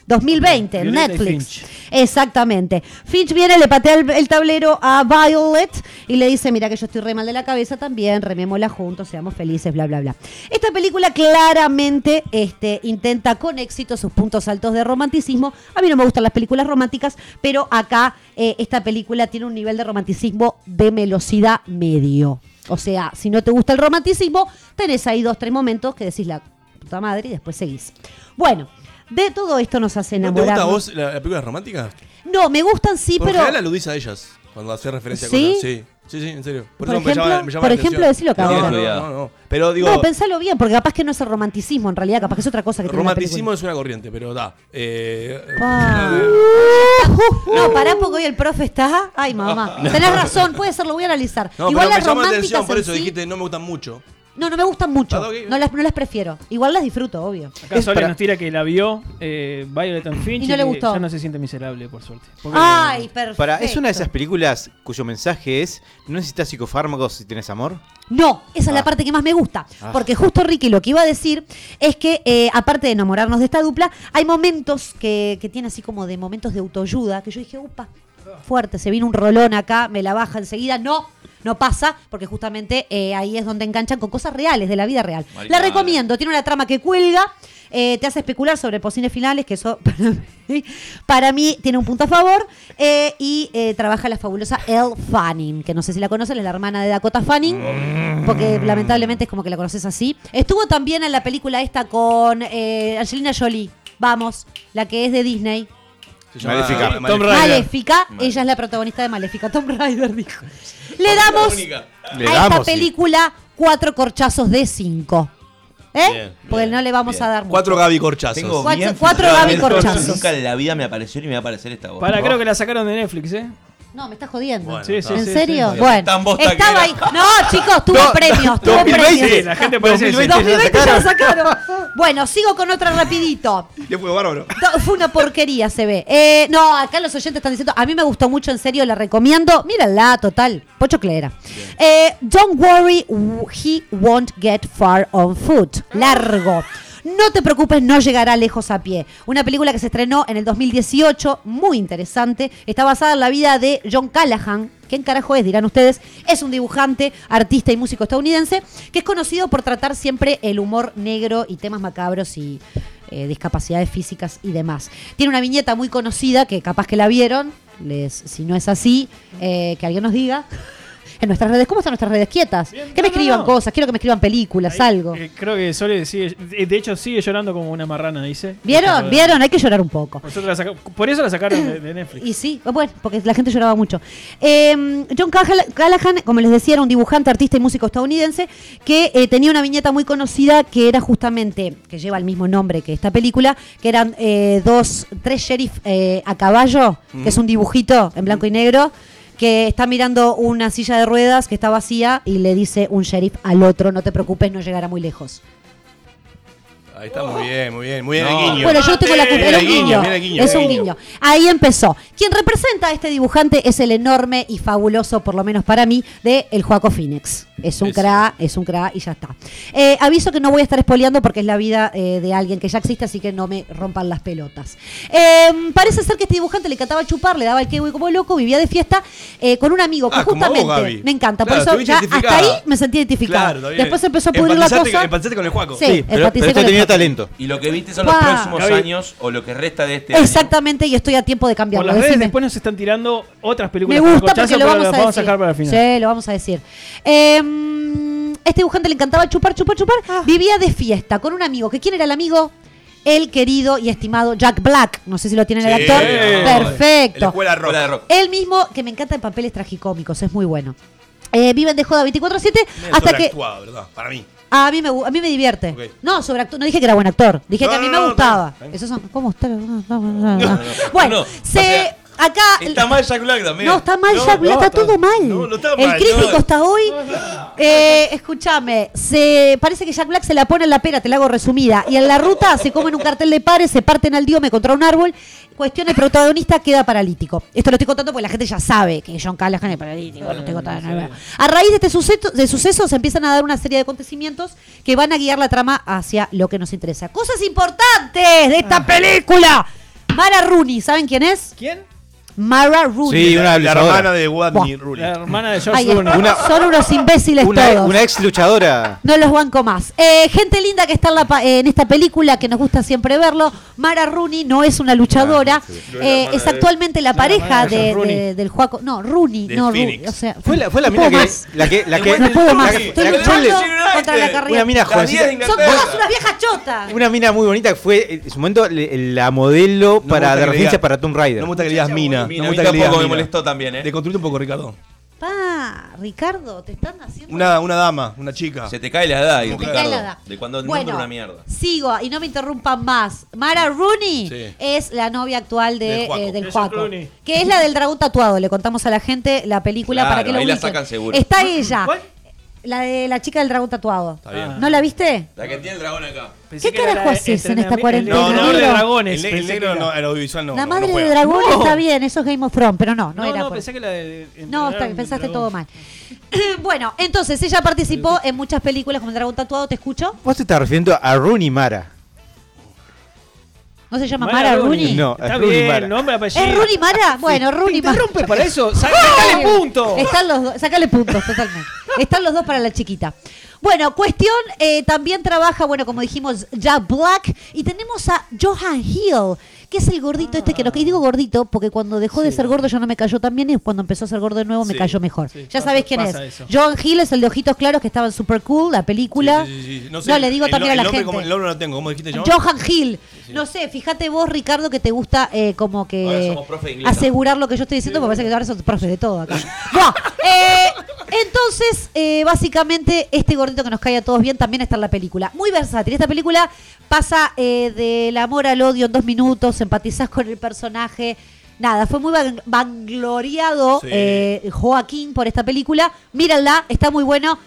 [SPEAKER 6] 2020, en
[SPEAKER 18] Violeta y
[SPEAKER 6] Netflix. Exactamente. Finch viene, le patea el, el tablero a Violet y le dice, mira que yo estoy re mal de la cabeza también, remémosla juntos, seamos felices, bla, bla, bla. Esta película claramente este, intenta con éxito sus puntos altos de romanticismo. A mí no me gustan las películas románticas, pero acá eh, esta película tiene un nivel de romanticismo de velocidad medio. O sea, si no te gusta el romanticismo, tenés ahí dos, tres momentos que decís la puta madre y después seguís. Bueno, de todo esto nos hace
[SPEAKER 4] ¿Te gusta
[SPEAKER 6] enamorar.
[SPEAKER 4] a vos la, la película romántica?
[SPEAKER 6] No, me gustan sí,
[SPEAKER 4] Por lo
[SPEAKER 6] pero.
[SPEAKER 4] general aludís a ellas cuando haces referencia
[SPEAKER 6] ¿Sí?
[SPEAKER 4] a cosas. Sí, sí, sí, en serio. Por,
[SPEAKER 6] Por
[SPEAKER 4] eso me llama-
[SPEAKER 6] ejemplo-
[SPEAKER 4] me llama
[SPEAKER 6] por
[SPEAKER 4] la
[SPEAKER 6] ejemplo,
[SPEAKER 4] atención.
[SPEAKER 6] decilo, cabrón.
[SPEAKER 4] No, no, no, no. Pero digo,
[SPEAKER 6] no, pensalo bien, porque capaz que no es el romanticismo en realidad, capaz que Este es otra cosa que tiene la
[SPEAKER 4] romanticismo es una corriente, pero da. Eh,
[SPEAKER 6] Pa.
[SPEAKER 4] eh,
[SPEAKER 6] película. No, pará porque hoy el profe está. Ay, mamá. Tenés razón, puede ser, lo voy a analizar.
[SPEAKER 4] no,
[SPEAKER 6] Igual
[SPEAKER 4] pero
[SPEAKER 6] las
[SPEAKER 4] me llama la
[SPEAKER 6] románticas.
[SPEAKER 4] atención, por
[SPEAKER 6] en
[SPEAKER 4] eso
[SPEAKER 6] sí-
[SPEAKER 4] dijiste Ah, no me gustan mucho.
[SPEAKER 6] No, no me gustan mucho. No las, no las prefiero. Igual las disfruto, obvio.
[SPEAKER 8] Acá Sole nos tira que la vio eh, Violet and Finch
[SPEAKER 6] Y no le
[SPEAKER 8] que
[SPEAKER 6] gustó.
[SPEAKER 8] ya no se siente miserable, por suerte. Porque-
[SPEAKER 6] Ay, perfecto.
[SPEAKER 7] Para, es una de esas películas cuyo mensaje es: no necesitas psicofármacos si tienes amor.
[SPEAKER 6] No, esa es la parte que más me gusta.
[SPEAKER 7] Ah.
[SPEAKER 6] Porque justo Ricky lo que iba a decir es que, eh, aparte de enamorarnos de esta dupla, hay momentos que, que tiene así como de momentos de autoayuda que yo dije, upa, fuerte, se viene un rolón acá, me la baja enseguida. No, no pasa, porque justamente eh, ahí es donde enganchan con cosas reales, de la vida real.
[SPEAKER 18] Marihuana.
[SPEAKER 6] La recomiendo, tiene una trama que cuelga. eh, te hace especular sobre posibles finales, que eso para mí, para mí tiene un punto a favor. eh, y eh, trabaja la fabulosa Elle Fanning, que no sé si la conocen, es la hermana de Dakota Fanning. Porque lamentablemente es como que la conoces así. Estuvo también en la película esta con eh, Angelina Jolie. Vamos, la que es de Disney.
[SPEAKER 4] Se llama-
[SPEAKER 7] Maléfica.
[SPEAKER 4] Maléfica.
[SPEAKER 7] Tom Raider.
[SPEAKER 6] Maléfica, ella es la protagonista de Maléfica. Tom Ryder dijo. Le damos
[SPEAKER 7] Le
[SPEAKER 6] a
[SPEAKER 7] damos,
[SPEAKER 6] esta
[SPEAKER 7] sí.
[SPEAKER 6] película cuatro corchazos de cinco. ¿Eh?
[SPEAKER 5] Bien,
[SPEAKER 6] Porque no le vamos a dar mucho.
[SPEAKER 4] Cuatro Gaby Corchazos.
[SPEAKER 5] Tengo
[SPEAKER 6] Cuatro-
[SPEAKER 5] bien
[SPEAKER 6] cuatro
[SPEAKER 5] filtrado
[SPEAKER 6] Gaby
[SPEAKER 5] esto, eso
[SPEAKER 6] Corchazos.
[SPEAKER 5] Nunca en la vida me apareció ni me va a aparecer esta voz.
[SPEAKER 8] Para, creo que la sacaron de Netflix, ¿eh?
[SPEAKER 6] No, me estás jodiendo.
[SPEAKER 5] Bueno,
[SPEAKER 8] Sí, sí,
[SPEAKER 6] ¿En
[SPEAKER 8] sí,
[SPEAKER 6] serio?
[SPEAKER 8] sí.
[SPEAKER 6] Bueno,
[SPEAKER 8] Tan bosta que
[SPEAKER 6] estaba
[SPEAKER 8] era.
[SPEAKER 6] ahí. No, chicos, tuvo
[SPEAKER 8] No,
[SPEAKER 6] premios, tuvo
[SPEAKER 8] 2020,
[SPEAKER 6] premios.
[SPEAKER 8] sí, la gente parece que sí.
[SPEAKER 6] 2020 ya la
[SPEAKER 8] 2020
[SPEAKER 6] sacaron. Bueno, sigo con otra rapidito.
[SPEAKER 4] Le fue bárbaro.
[SPEAKER 6] No, Fue una porquería, se ve. Eh, no, acá los oyentes están diciendo, a mí me gustó mucho, en serio, la recomiendo. Mírala, total, pochoclera. Eh, Don't worry, w- he won't get far on foot. Largo. No te preocupes, no llegará lejos a pie. Una película que se estrenó en el 2018, muy interesante. Está basada en la vida de John Callahan. ¿Quién carajo es? Dirán ustedes. Es un dibujante, artista y músico estadounidense que es conocido por tratar siempre el humor negro y temas macabros y eh, discapacidades físicas y demás. Tiene una viñeta muy conocida que capaz que la vieron, les, si no es así, eh, que alguien nos diga. En nuestras redes, ¿cómo están nuestras redes quietas? que me escriban cosas, quiero que me escriban películas, algo.
[SPEAKER 8] Eh, creo que Sole sigue. eh, De hecho, sigue llorando como una marrana, dice.
[SPEAKER 6] ¿Vieron? ¿Vieron? Hay que llorar un poco.
[SPEAKER 8] Nosotros la saca- Por eso la sacaron de, de Netflix.
[SPEAKER 6] Y sí, bueno, porque la gente lloraba mucho. Eh, John Cahal- Callahan, como les decía, era un dibujante, artista y músico estadounidense que eh, tenía una viñeta muy conocida que era justamente, que lleva el mismo nombre que esta película, que eran eh, dos, tres sheriff eh, a caballo,
[SPEAKER 18] Mm.
[SPEAKER 6] que es un dibujito en blanco y negro, que está mirando una silla de ruedas que está vacía y le dice un sheriff al otro, no te preocupes, no llegará muy lejos.
[SPEAKER 4] Ahí está muy bien, muy bien, muy bien
[SPEAKER 5] No.
[SPEAKER 4] el guiño.
[SPEAKER 6] Bueno, yo no tengo la culpa,
[SPEAKER 4] Bien
[SPEAKER 6] era
[SPEAKER 4] el
[SPEAKER 6] un guiño.
[SPEAKER 4] bien el
[SPEAKER 6] es
[SPEAKER 4] bien
[SPEAKER 6] un
[SPEAKER 4] el
[SPEAKER 6] guiño. Ahí empezó. Quien representa a este dibujante es el enorme y fabuloso, por lo menos para mí, de el Joaco Phoenix. Es un cra, es un cra y ya está. Eh, aviso que no voy a estar espoleando porque es la vida eh, de alguien que ya existe, así que no me rompan las pelotas. Eh, parece ser que este dibujante le encantaba chupar, le daba el kiwi como loco, vivía de fiesta eh, con un amigo que
[SPEAKER 4] Ah, como vos,
[SPEAKER 6] justamente
[SPEAKER 4] Gabi.
[SPEAKER 6] me encanta.
[SPEAKER 4] Claro,
[SPEAKER 6] por eso
[SPEAKER 4] estuviste
[SPEAKER 6] ya hasta
[SPEAKER 4] identificada.
[SPEAKER 6] ahí me sentí identificada.
[SPEAKER 4] Claro, está bien.
[SPEAKER 6] Después empezó a pudrir la
[SPEAKER 4] Empatizaste-
[SPEAKER 6] cosa.
[SPEAKER 4] empatizaste eh, con el Juaco. este
[SPEAKER 6] Sí, Sí, pero- empaticé pero con esto el tenía Juaco. talento.
[SPEAKER 5] Y lo que viste son los
[SPEAKER 6] Pa.
[SPEAKER 5] próximos
[SPEAKER 8] Gaby.
[SPEAKER 5] años o lo que resta de este año.
[SPEAKER 6] Exactamente, y estoy a tiempo de
[SPEAKER 8] Por
[SPEAKER 6] cambiarlo.
[SPEAKER 8] las redes
[SPEAKER 6] decime.
[SPEAKER 8] después nos están tirando otras
[SPEAKER 6] Me
[SPEAKER 8] películas.
[SPEAKER 6] gusta
[SPEAKER 8] corchazo,
[SPEAKER 6] porque lo
[SPEAKER 8] pero
[SPEAKER 6] vamos,
[SPEAKER 8] las
[SPEAKER 6] a,
[SPEAKER 8] vamos
[SPEAKER 6] decir.
[SPEAKER 8] a sacar para el final.
[SPEAKER 6] Sí, lo vamos a decir. Eh, este dibujante le encantaba chupar, chupar, chupar. Vivía de fiesta con un amigo. ¿Que ¿Quién era el amigo? El querido y estimado Jack Black. No sé si lo tienen el actor.
[SPEAKER 4] La
[SPEAKER 6] Perfecto.
[SPEAKER 4] escuela rock.
[SPEAKER 6] Él mismo, que me encanta en papeles tragicómicos, es muy bueno. Eh, viven de joda 24-7
[SPEAKER 4] Medio
[SPEAKER 6] hasta que.
[SPEAKER 4] sobreactuado, ¿verdad? Para mí.
[SPEAKER 6] A mí me, gu- a mí me divierte.
[SPEAKER 4] Ok.
[SPEAKER 6] No, sobre no dije que era buen actor. Dije
[SPEAKER 4] No,
[SPEAKER 6] que a mí
[SPEAKER 4] no,
[SPEAKER 6] me
[SPEAKER 4] no, no,
[SPEAKER 6] gustaba.
[SPEAKER 4] está bien.
[SPEAKER 6] Esos son. ¿Cómo está? No, no, no, no. Bueno,
[SPEAKER 4] no.
[SPEAKER 6] se acá.
[SPEAKER 5] Está mal Jack Black también.
[SPEAKER 6] No, está mal Jack Black, está, todo mal.
[SPEAKER 5] está
[SPEAKER 6] el
[SPEAKER 5] mal,
[SPEAKER 6] crítico
[SPEAKER 5] no.
[SPEAKER 6] hasta hoy. eh, escúchame, se parece que Jack Black se la pone en la pera, te la hago resumida. Y en la ruta se comen un cartel de pares, se parten al diome contra un árbol. Cuestión, el protagonista queda paralítico. Esto lo estoy contando porque la gente ya sabe que John Callahan es paralítico. no estoy contando nada. A raíz de este suceso, de suceso se empiezan a dar una serie de acontecimientos que van a guiar la trama hacia lo que nos interesa. Cosas importantes de
[SPEAKER 5] Ah.
[SPEAKER 6] esta película. Mara Rooney, ¿saben quién es?
[SPEAKER 8] ¿Quién?
[SPEAKER 6] Mara Rooney.
[SPEAKER 4] la, la
[SPEAKER 7] luchadora.
[SPEAKER 4] hermana de Wadney Rooney.
[SPEAKER 8] La hermana de
[SPEAKER 6] Ahí está. Son unos imbéciles
[SPEAKER 7] Una,
[SPEAKER 6] todos.
[SPEAKER 7] una ex luchadora.
[SPEAKER 6] No los banco más. Eh, gente linda que está en, la pa- eh, en esta película, que nos gusta siempre verlo. Mara Rooney no es una luchadora.
[SPEAKER 7] No era
[SPEAKER 6] eh,
[SPEAKER 7] hermana
[SPEAKER 6] es
[SPEAKER 7] de-
[SPEAKER 6] actualmente la
[SPEAKER 7] No era
[SPEAKER 6] pareja
[SPEAKER 7] hermana de Josh
[SPEAKER 6] de, de-
[SPEAKER 7] Rooney.
[SPEAKER 6] del Juaco. No, Rooney.
[SPEAKER 7] De
[SPEAKER 6] no,
[SPEAKER 7] Phoenix.
[SPEAKER 6] Rooney. O sea,
[SPEAKER 7] Fue la, fue la
[SPEAKER 6] no
[SPEAKER 7] mina
[SPEAKER 6] puedo
[SPEAKER 7] que.
[SPEAKER 6] más.
[SPEAKER 7] La que. La que
[SPEAKER 6] No puedo más.
[SPEAKER 7] la que-
[SPEAKER 6] Estoy
[SPEAKER 7] la que fue
[SPEAKER 6] luchando
[SPEAKER 7] el-
[SPEAKER 6] contra la carrera.
[SPEAKER 7] Una mina jovencita.
[SPEAKER 6] Son todas unas viejas chotas.
[SPEAKER 7] Una mina muy bonita que fue en su momento le- la modelo
[SPEAKER 4] gusta
[SPEAKER 7] para de
[SPEAKER 4] que le
[SPEAKER 7] referencia
[SPEAKER 4] diga-
[SPEAKER 7] para Tomb Rider.
[SPEAKER 4] No me gusta que le digas
[SPEAKER 5] mina,
[SPEAKER 4] mina. no
[SPEAKER 5] a
[SPEAKER 4] me
[SPEAKER 5] mí
[SPEAKER 4] gusta que le digas
[SPEAKER 5] tampoco me
[SPEAKER 4] mina.
[SPEAKER 5] molestó también, ¿eh?
[SPEAKER 4] Deconstruite un poco, Ricardo.
[SPEAKER 6] Pa, Ricardo, te están haciendo.
[SPEAKER 4] Una, una dama, una chica.
[SPEAKER 5] Se te cae la edad, y,
[SPEAKER 6] te
[SPEAKER 5] Ricardo.
[SPEAKER 6] cae la edad.
[SPEAKER 5] De cuando el
[SPEAKER 6] Bueno.
[SPEAKER 5] mundo era una mierda.
[SPEAKER 6] Sigo y no me interrumpan más. Mara Rooney
[SPEAKER 5] Sí.
[SPEAKER 6] es la novia actual de,
[SPEAKER 5] Del
[SPEAKER 6] eh,
[SPEAKER 5] Juaco.
[SPEAKER 6] del
[SPEAKER 5] Esa
[SPEAKER 6] Juaco.
[SPEAKER 5] Clooney.
[SPEAKER 6] que es la del dragón tatuado. Le contamos a la gente la película
[SPEAKER 5] Claro,
[SPEAKER 6] para que lo
[SPEAKER 5] ahí la
[SPEAKER 6] ubiquen.
[SPEAKER 5] sacan seguro.
[SPEAKER 6] Está ella. La de la chica del dragón tatuado.
[SPEAKER 5] Está bien.
[SPEAKER 6] ¿No la viste?
[SPEAKER 5] La que tiene el dragón acá.
[SPEAKER 6] ¿Qué carajo haces en esta cuarentena?
[SPEAKER 4] No, no,
[SPEAKER 6] negro?
[SPEAKER 4] El, ne- el negro no, el audiovisual no.
[SPEAKER 6] la
[SPEAKER 4] no
[SPEAKER 6] madre
[SPEAKER 4] juega.
[SPEAKER 6] de dragón
[SPEAKER 4] No.
[SPEAKER 6] está bien, eso es Game of Thrones, pero no, no,
[SPEAKER 8] No,
[SPEAKER 6] era.
[SPEAKER 8] no,
[SPEAKER 6] por-
[SPEAKER 8] pensé que la de-
[SPEAKER 6] No,
[SPEAKER 8] entrenar
[SPEAKER 6] está,
[SPEAKER 8] un
[SPEAKER 6] pensaste
[SPEAKER 8] dragón.
[SPEAKER 6] todo mal. bueno, entonces ella participó en muchas películas como El dragón tatuado, ¿te escucho?
[SPEAKER 7] Vos te estás refiriendo a Rooney Mara.
[SPEAKER 6] ¿No se llama Mara Rooney?
[SPEAKER 7] No, a
[SPEAKER 8] Está
[SPEAKER 7] Rooney
[SPEAKER 8] bien,
[SPEAKER 7] Mara.
[SPEAKER 8] nombre, apellido.
[SPEAKER 6] ¿Es Rooney Mara? Bueno, Rooney Mara.
[SPEAKER 8] interrumpe para eso. Sa- sacale punto.
[SPEAKER 6] Están los dos, sacale puntos, totalmente. Están los dos para la chiquita. Bueno, cuestión, eh, también trabaja, bueno, como dijimos, Jack Black. Y tenemos a Johan Hill, que es el gordito este que lo que digo gordito, porque cuando dejó de ser gordo ya no me cayó tan bien y cuando empezó a ser gordo de nuevo me
[SPEAKER 18] Sí,
[SPEAKER 6] cayó mejor.
[SPEAKER 18] sí,
[SPEAKER 6] ya
[SPEAKER 18] pasa-
[SPEAKER 6] sabés quién es.
[SPEAKER 18] pasa eso.
[SPEAKER 6] Johan Hill es el de ojitos claros que estaba en Super Cool, la película.
[SPEAKER 4] Sí, sí, sí.
[SPEAKER 6] No,
[SPEAKER 4] sé,
[SPEAKER 6] le digo
[SPEAKER 4] el
[SPEAKER 6] también
[SPEAKER 4] no- el
[SPEAKER 6] a la
[SPEAKER 4] nombre
[SPEAKER 6] gente.
[SPEAKER 4] como- el nombre no lo tengo, ¿cómo dijiste? John?
[SPEAKER 6] Johan Hill. No sé, fíjate vos, Ricardo, que te gusta eh, como
[SPEAKER 4] Ahora
[SPEAKER 6] que
[SPEAKER 4] somos profe de inglés, ¿no?
[SPEAKER 6] asegurar lo que yo estoy diciendo, porque parece que ahora sos profe de todo acá. Buah, eh, entonces, eh, básicamente, este gordito que nos cae a todos bien también está en la película. Muy versátil. Esta película pasa eh, del amor al odio en dos minutos, empatizás con el personaje. Nada, fue muy van- vangloriado
[SPEAKER 7] Sí.
[SPEAKER 6] eh, Joaquín por esta película. Mírenla, está muy bueno.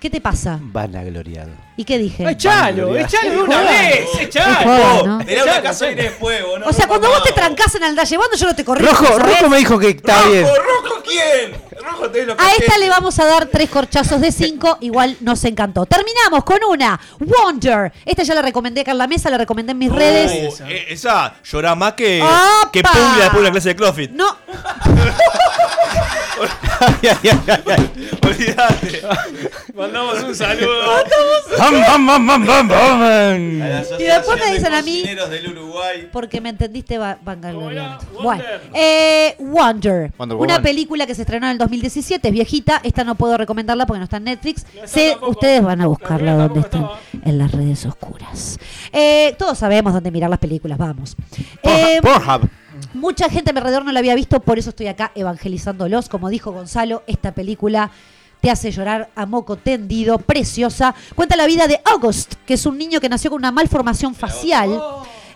[SPEAKER 6] ¿Qué te pasa?
[SPEAKER 7] Vanagloriado.
[SPEAKER 6] ¿Y qué dije?
[SPEAKER 8] Echalo, echalo de una vez,
[SPEAKER 6] Joda,
[SPEAKER 8] echalo.
[SPEAKER 6] ¿no?
[SPEAKER 5] Tenés una casa llena de fuego, ¿no?
[SPEAKER 6] O sea, cuando vos te trancás en Aldá llevando, yo no te corrí.
[SPEAKER 7] Rojo,
[SPEAKER 6] ¿sabés?
[SPEAKER 7] Rojo me dijo que está
[SPEAKER 5] ¡Rojo,
[SPEAKER 7] bien.
[SPEAKER 5] rojo quién! ¡Rojo te lo
[SPEAKER 6] A esta le vamos a dar tres corchazos de cinco, igual nos encantó. Terminamos con una, Wonder. Esta ya la recomendé acá en la mesa, la recomendé en mis
[SPEAKER 4] Oh,
[SPEAKER 6] redes.
[SPEAKER 4] eh, esa llora más que,
[SPEAKER 6] ¡Opa!
[SPEAKER 4] que Puglia después de una clase de CrossFit.
[SPEAKER 6] No.
[SPEAKER 4] Olvídate.
[SPEAKER 8] Mandamos un saludo.
[SPEAKER 6] Y después me dicen a mí, porque me entendiste, va- van ganando. Bueno, eh, Wonder.
[SPEAKER 7] Wonder
[SPEAKER 6] Una
[SPEAKER 7] Woman.
[SPEAKER 6] película que se estrenó en el 2017, es viejita. Esta no puedo recomendarla porque no está en Netflix. Sé- Eh, ustedes van a buscarla donde están, en las redes oscuras. Eh, todos sabemos dónde mirar las películas, vamos. Eh,
[SPEAKER 7] Pornhub.
[SPEAKER 6] Mucha gente a mi alrededor no la había visto, por eso estoy acá evangelizándolos. Como dijo Gonzalo, esta película te hace llorar a moco tendido, preciosa. Cuenta la vida de August, que es un niño que nació con una malformación facial.